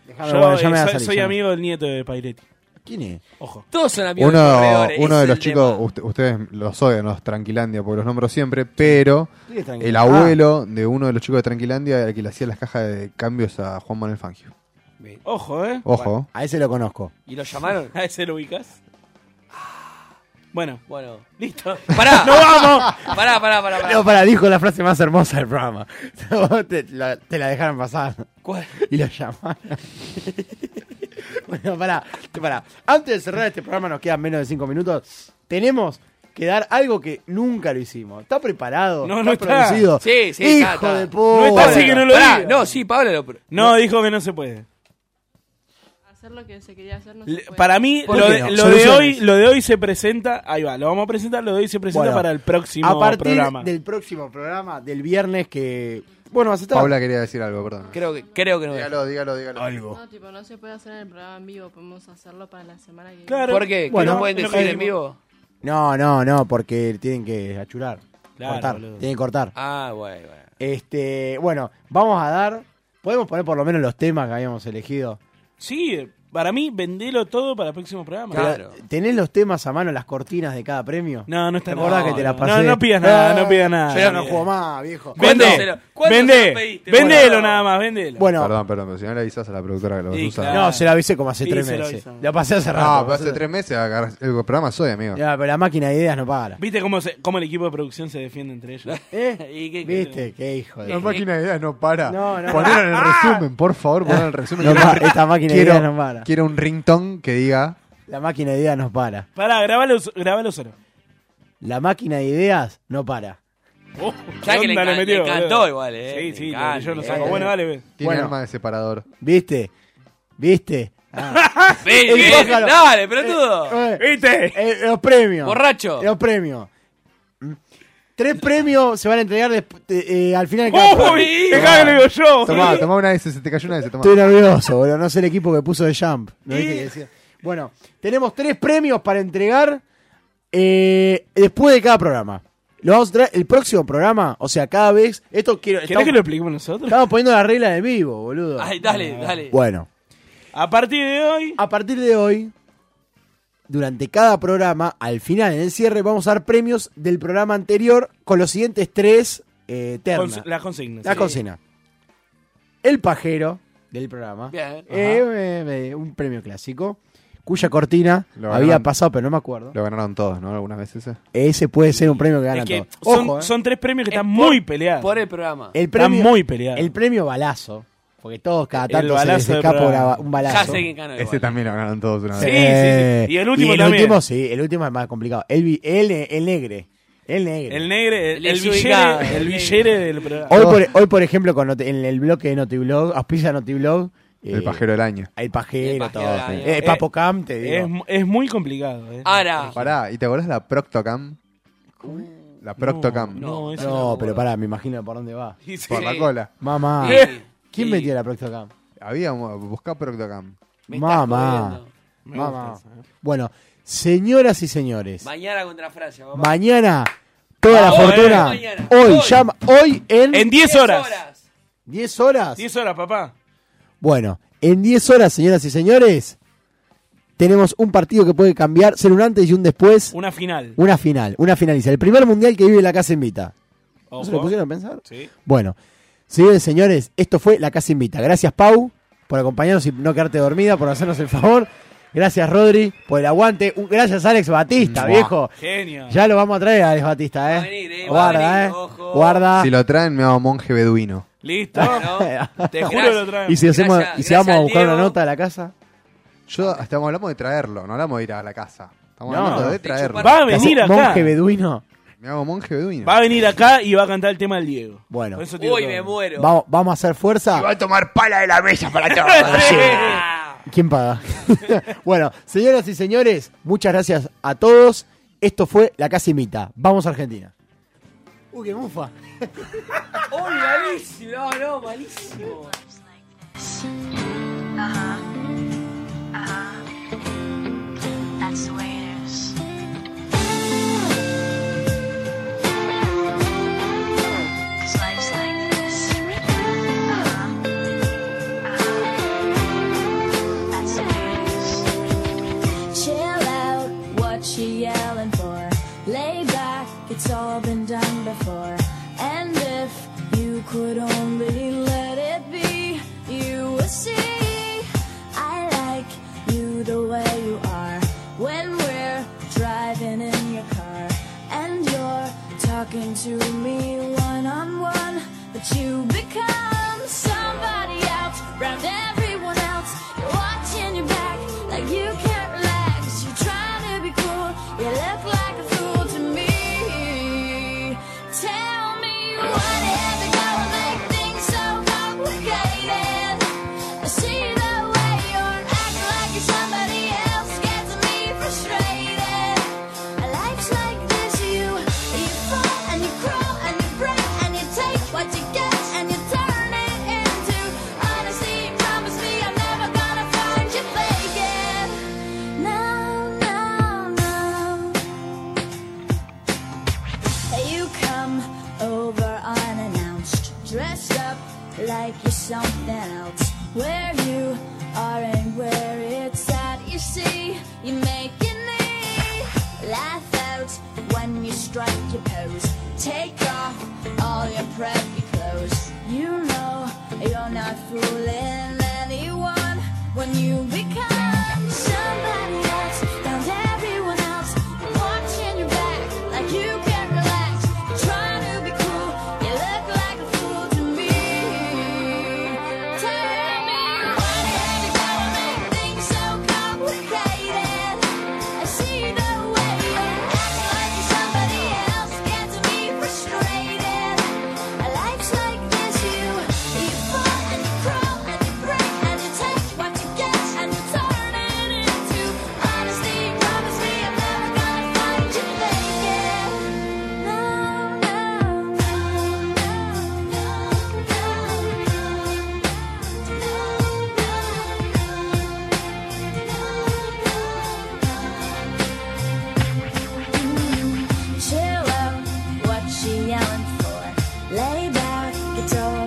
Dejalo, Yo bueno, ya me eh, va a soy, salir, soy ya. amigo del nieto de Pairetti. ¿Quién es? Ojo. Todos son amigos de Uno, corredores, uno es de los el chicos, ust- ustedes los odian, los Tranquilandia, porque los nombro siempre, pero ¿Quién es Tranquilandia? el Ah. abuelo de uno de los chicos de Tranquilandia era el que le hacía las cajas de cambios a Juan Manuel Fangio. Ojo, eh. Ojo. a ese lo conozco. ¿Y lo llamaron? Ah. ¿A ese lo ubicás? Bueno. Bueno. Listo. Pará. ¡No vamos! Pará, pará, pará. pará. No, para, dijo la frase más hermosa del programa. Vos te, la, te la dejaron pasar. ¿Cuál? Y lo llamaron. bueno, pará, pará. Antes de cerrar este programa, nos quedan menos de cinco minutos. Tenemos que dar algo que nunca lo hicimos. ¿Está preparado? No, no está. producido? Sí, sí, Hijo está, está. de puta. No está, así que no lo Pará, diga. No, sí, Pablo lo. No, dijo que no se puede. Hacer lo que se quería hacer no Le- se puede. Para mí, ¿Por lo, qué de, no? lo de hoy, Soluciones. lo de hoy se presenta. Ahí va, lo vamos a presentar. Lo de hoy se presenta Bueno, para el próximo a partir programa. del próximo programa, del viernes que... Bueno, vas a estar... Paula quería decir algo, perdón. Creo que, creo que no. Dígalo, dígalo, dígalo. Algo. No, tipo, no se puede hacer en el programa en vivo, podemos hacerlo para la semana que viene. Claro. ¿Por qué? ¿Que Bueno, no pueden es lo que decir en dijimos. vivo? No, no, no, porque tienen que achurar. Claro, cortar, boludo. tienen que cortar. Ah, bueno, bueno. Este, bueno, vamos a dar. Podemos poner por lo menos los temas que habíamos elegido. Sí, para mí, vendelo todo para el próximo programa. Pero, ¿Tenés los temas a mano, las cortinas de cada premio? No, no está ¿Te acordás no, que te las no, pasé? No, no pidas nada, no pidas nada. Yo ya no juego más, viejo. ¿Cuándo Vende, se vende, lo- cuándo se lo pediste? vendelo Bueno. nada más, vendelo. Bueno. Perdón, perdón, pero si no le avisas a la productora que lo vas a Sí, usar. claro. No, se la avisé como hace Sí, tres se lo meses. avisamos. La pasé hace rato. No, pero hace tres meses agarras- el programa soy, amigo. Ya, pero la máquina de ideas no paga. la- ¿Viste cómo, se- cómo el equipo de producción se defiende entre ellos? ¿Y qué- qué- ¿Eh? ¿Viste? Qué hijo de. La máquina de ideas no para. No, no. Poner en el resumen, por favor, poner en el resumen. No Quiero- pa- esta máquina de quiero, ideas no para. Quiero un ringtone que diga. La máquina de ideas no para. Pará, grabalo, grabalo solo. La máquina de ideas no para. Oh, Ya qué que le onda encan- le metió, encantó boludo. igual, eh, Sí, le sí, encanta, yo lo le saco. encanta. Bueno, dale, ve. Tiene Bueno. alma de separador. ¿Viste? ¿Viste? Ah. Ven, El ven, pájaro. dale, pelotudo. Eh, ¿Viste? eh, los premios. Borracho. Los premios. Mm. Tres premios se van a entregar despu- te- eh, al final de cada ¡Oh, programa. mi- dejá que lo digo yo! Tomá, tomá una de esas, se te cayó una de esas, tomá. Estoy nervioso, boludo. No sé el equipo que puso de Jump. ¿No Y- viste que decía? Bueno, tenemos tres premios para entregar eh, después de cada programa. Lo vamos a traer- el próximo programa, o sea, cada vez. Esto quiero. ¿Querés Estamos, que lo expliquemos nosotros? estamos poniendo la regla de vivo, boludo. Ay, dale, dale. Bueno. A partir de hoy, A partir de hoy, durante cada programa, al final, en el cierre, vamos a dar premios del programa anterior con los siguientes tres eh, ternas. cons- las consignas. La Sí. cocina. El pajero del programa. Bien. Eh, eh, eh, un premio clásico. Cuya cortina Lo había ganaron. pasado, pero no me acuerdo. Lo ganaron todos, ¿no? Algunas veces. eh. Ese puede ser un premio que ganan Es que todos. son, Ojo, eh. son tres premios que Es están por- muy peleados. Por el programa. el Están premio, muy peleados. el premio balazo. Porque todos cada El tanto se les balazo del escapa programa. una ba- un balazo. Ya sé quién ganó Ese igual. también lo ganaron todos una Sí, vez. sí, sí. Y el último también. último, sí, el último es más complicado. El, vi- el, el negre. El negro. El negre, el, El el desubicado. villere, el villere del programa. Hoy, por, hoy, por ejemplo, con Noti- en el bloque de Notiblog, auspicia Notiblog. eh, El pajero del año. El pajero, todo. del año. Eh, Papo Cam, te digo. Es, mu- es muy complicado. eh. Pará, ¿y te acordás la Proctocam? La Proctocam. No, pero pará, me imagino por dónde va. Sí, sí. Por la cola. Mamá. Sí. Ah, ¿Quién Sí. metió la Proctocam? Había, buscá Proctocam. Mamá. Me gusta Mamá. eso, Bueno, señoras y señores, Mañana contra Francia, papá. mañana toda la Hoy, fortuna. mañana. Hoy, llama, hoy en. En 10 horas. ¿10 horas? 10 horas, papá. Bueno, en 10 horas, señoras y señores, tenemos un partido que puede cambiar, ser un antes y un después. Una final. Una final, una finaliza. El primer mundial que vive la Casa Invita. Ojo. ¿No se lo pusieron a pensar? Sí. Bueno, señores y señores, esto fue La Casa Invita. Gracias, Pau, por acompañarnos y no quedarte dormida, por hacernos el favor. Gracias, Rodri, por el aguante. Un- Gracias, Alex Batista, Mua. viejo. Genio. Ya lo vamos a traer a Alex Batista, ¿eh? Guarda, ¿eh? Guarda. Si lo traen, me hago monje beduino. Listo. Te juro Gracias. lo traemos. Y si, hacemos, y si vamos a buscar una Diego. nota a la casa. Yo estamos hablamos de traerlo, no hablamos de ir a la casa. Estamos No. hablando de Te traerlo. chupan- Va a Te hace venir acá. monje beduino. Me hago monje beduino. Va a venir acá y va a cantar el tema del Diego. Bueno. Con eso te digo todo. Vamos, vamos a hacer fuerza. Y va a tomar pala de la mesa para todos. ¿Quién paga? bueno, señoras y señores, muchas gracias a todos. Esto fue La Casa Imita. Vamos a Argentina. Uy, qué mufa. Uy, ¡Oh, malísimo. No, no, malísimo. Uh-huh. Uh-huh. That's the way it is. This life's like this. Uh-huh. Uh-huh. That's the way it is. Chill out, what you yelling for? Lay back, it's all been done before. And if you could only let it be, you would see. I like you the way you are when we're driving in your car. And you're talking to me one on one, but you become somebody else around everyone else. You're watching your back like you can't relax. You're trying to be cool, you look like a fool to me. Tell me what is it gonna make things so complicated? I see the way you're acting like you're somebody else gets me frustrated. Life's like this, you you fall and you crawl and you break and you take what you get and you turn it into honesty. Promise me I'm never gonna find you faking. No, no, no. You come over unannounced, dressed up like you're something else. Where you are and where it's at, you see, you make it me laugh out when you strike your pose. Take off all your preppy clothes. You know you're not fooling anyone when you become somebody else. Found everyone else watching your back like you can't relax. You're trying to be cool, you look like a fool to me. Tell me why the hell you gotta make things so complicated? I see the way you're acting like you're somebody else gets me frustrated. Life's like this, you you fall and you crawl and you break and you take what you get and you turn it into honesty. Promise me I'm never gonna find you faking. No, no, no, no, no, no, Chill out, what you yelling for? Lay back, it's all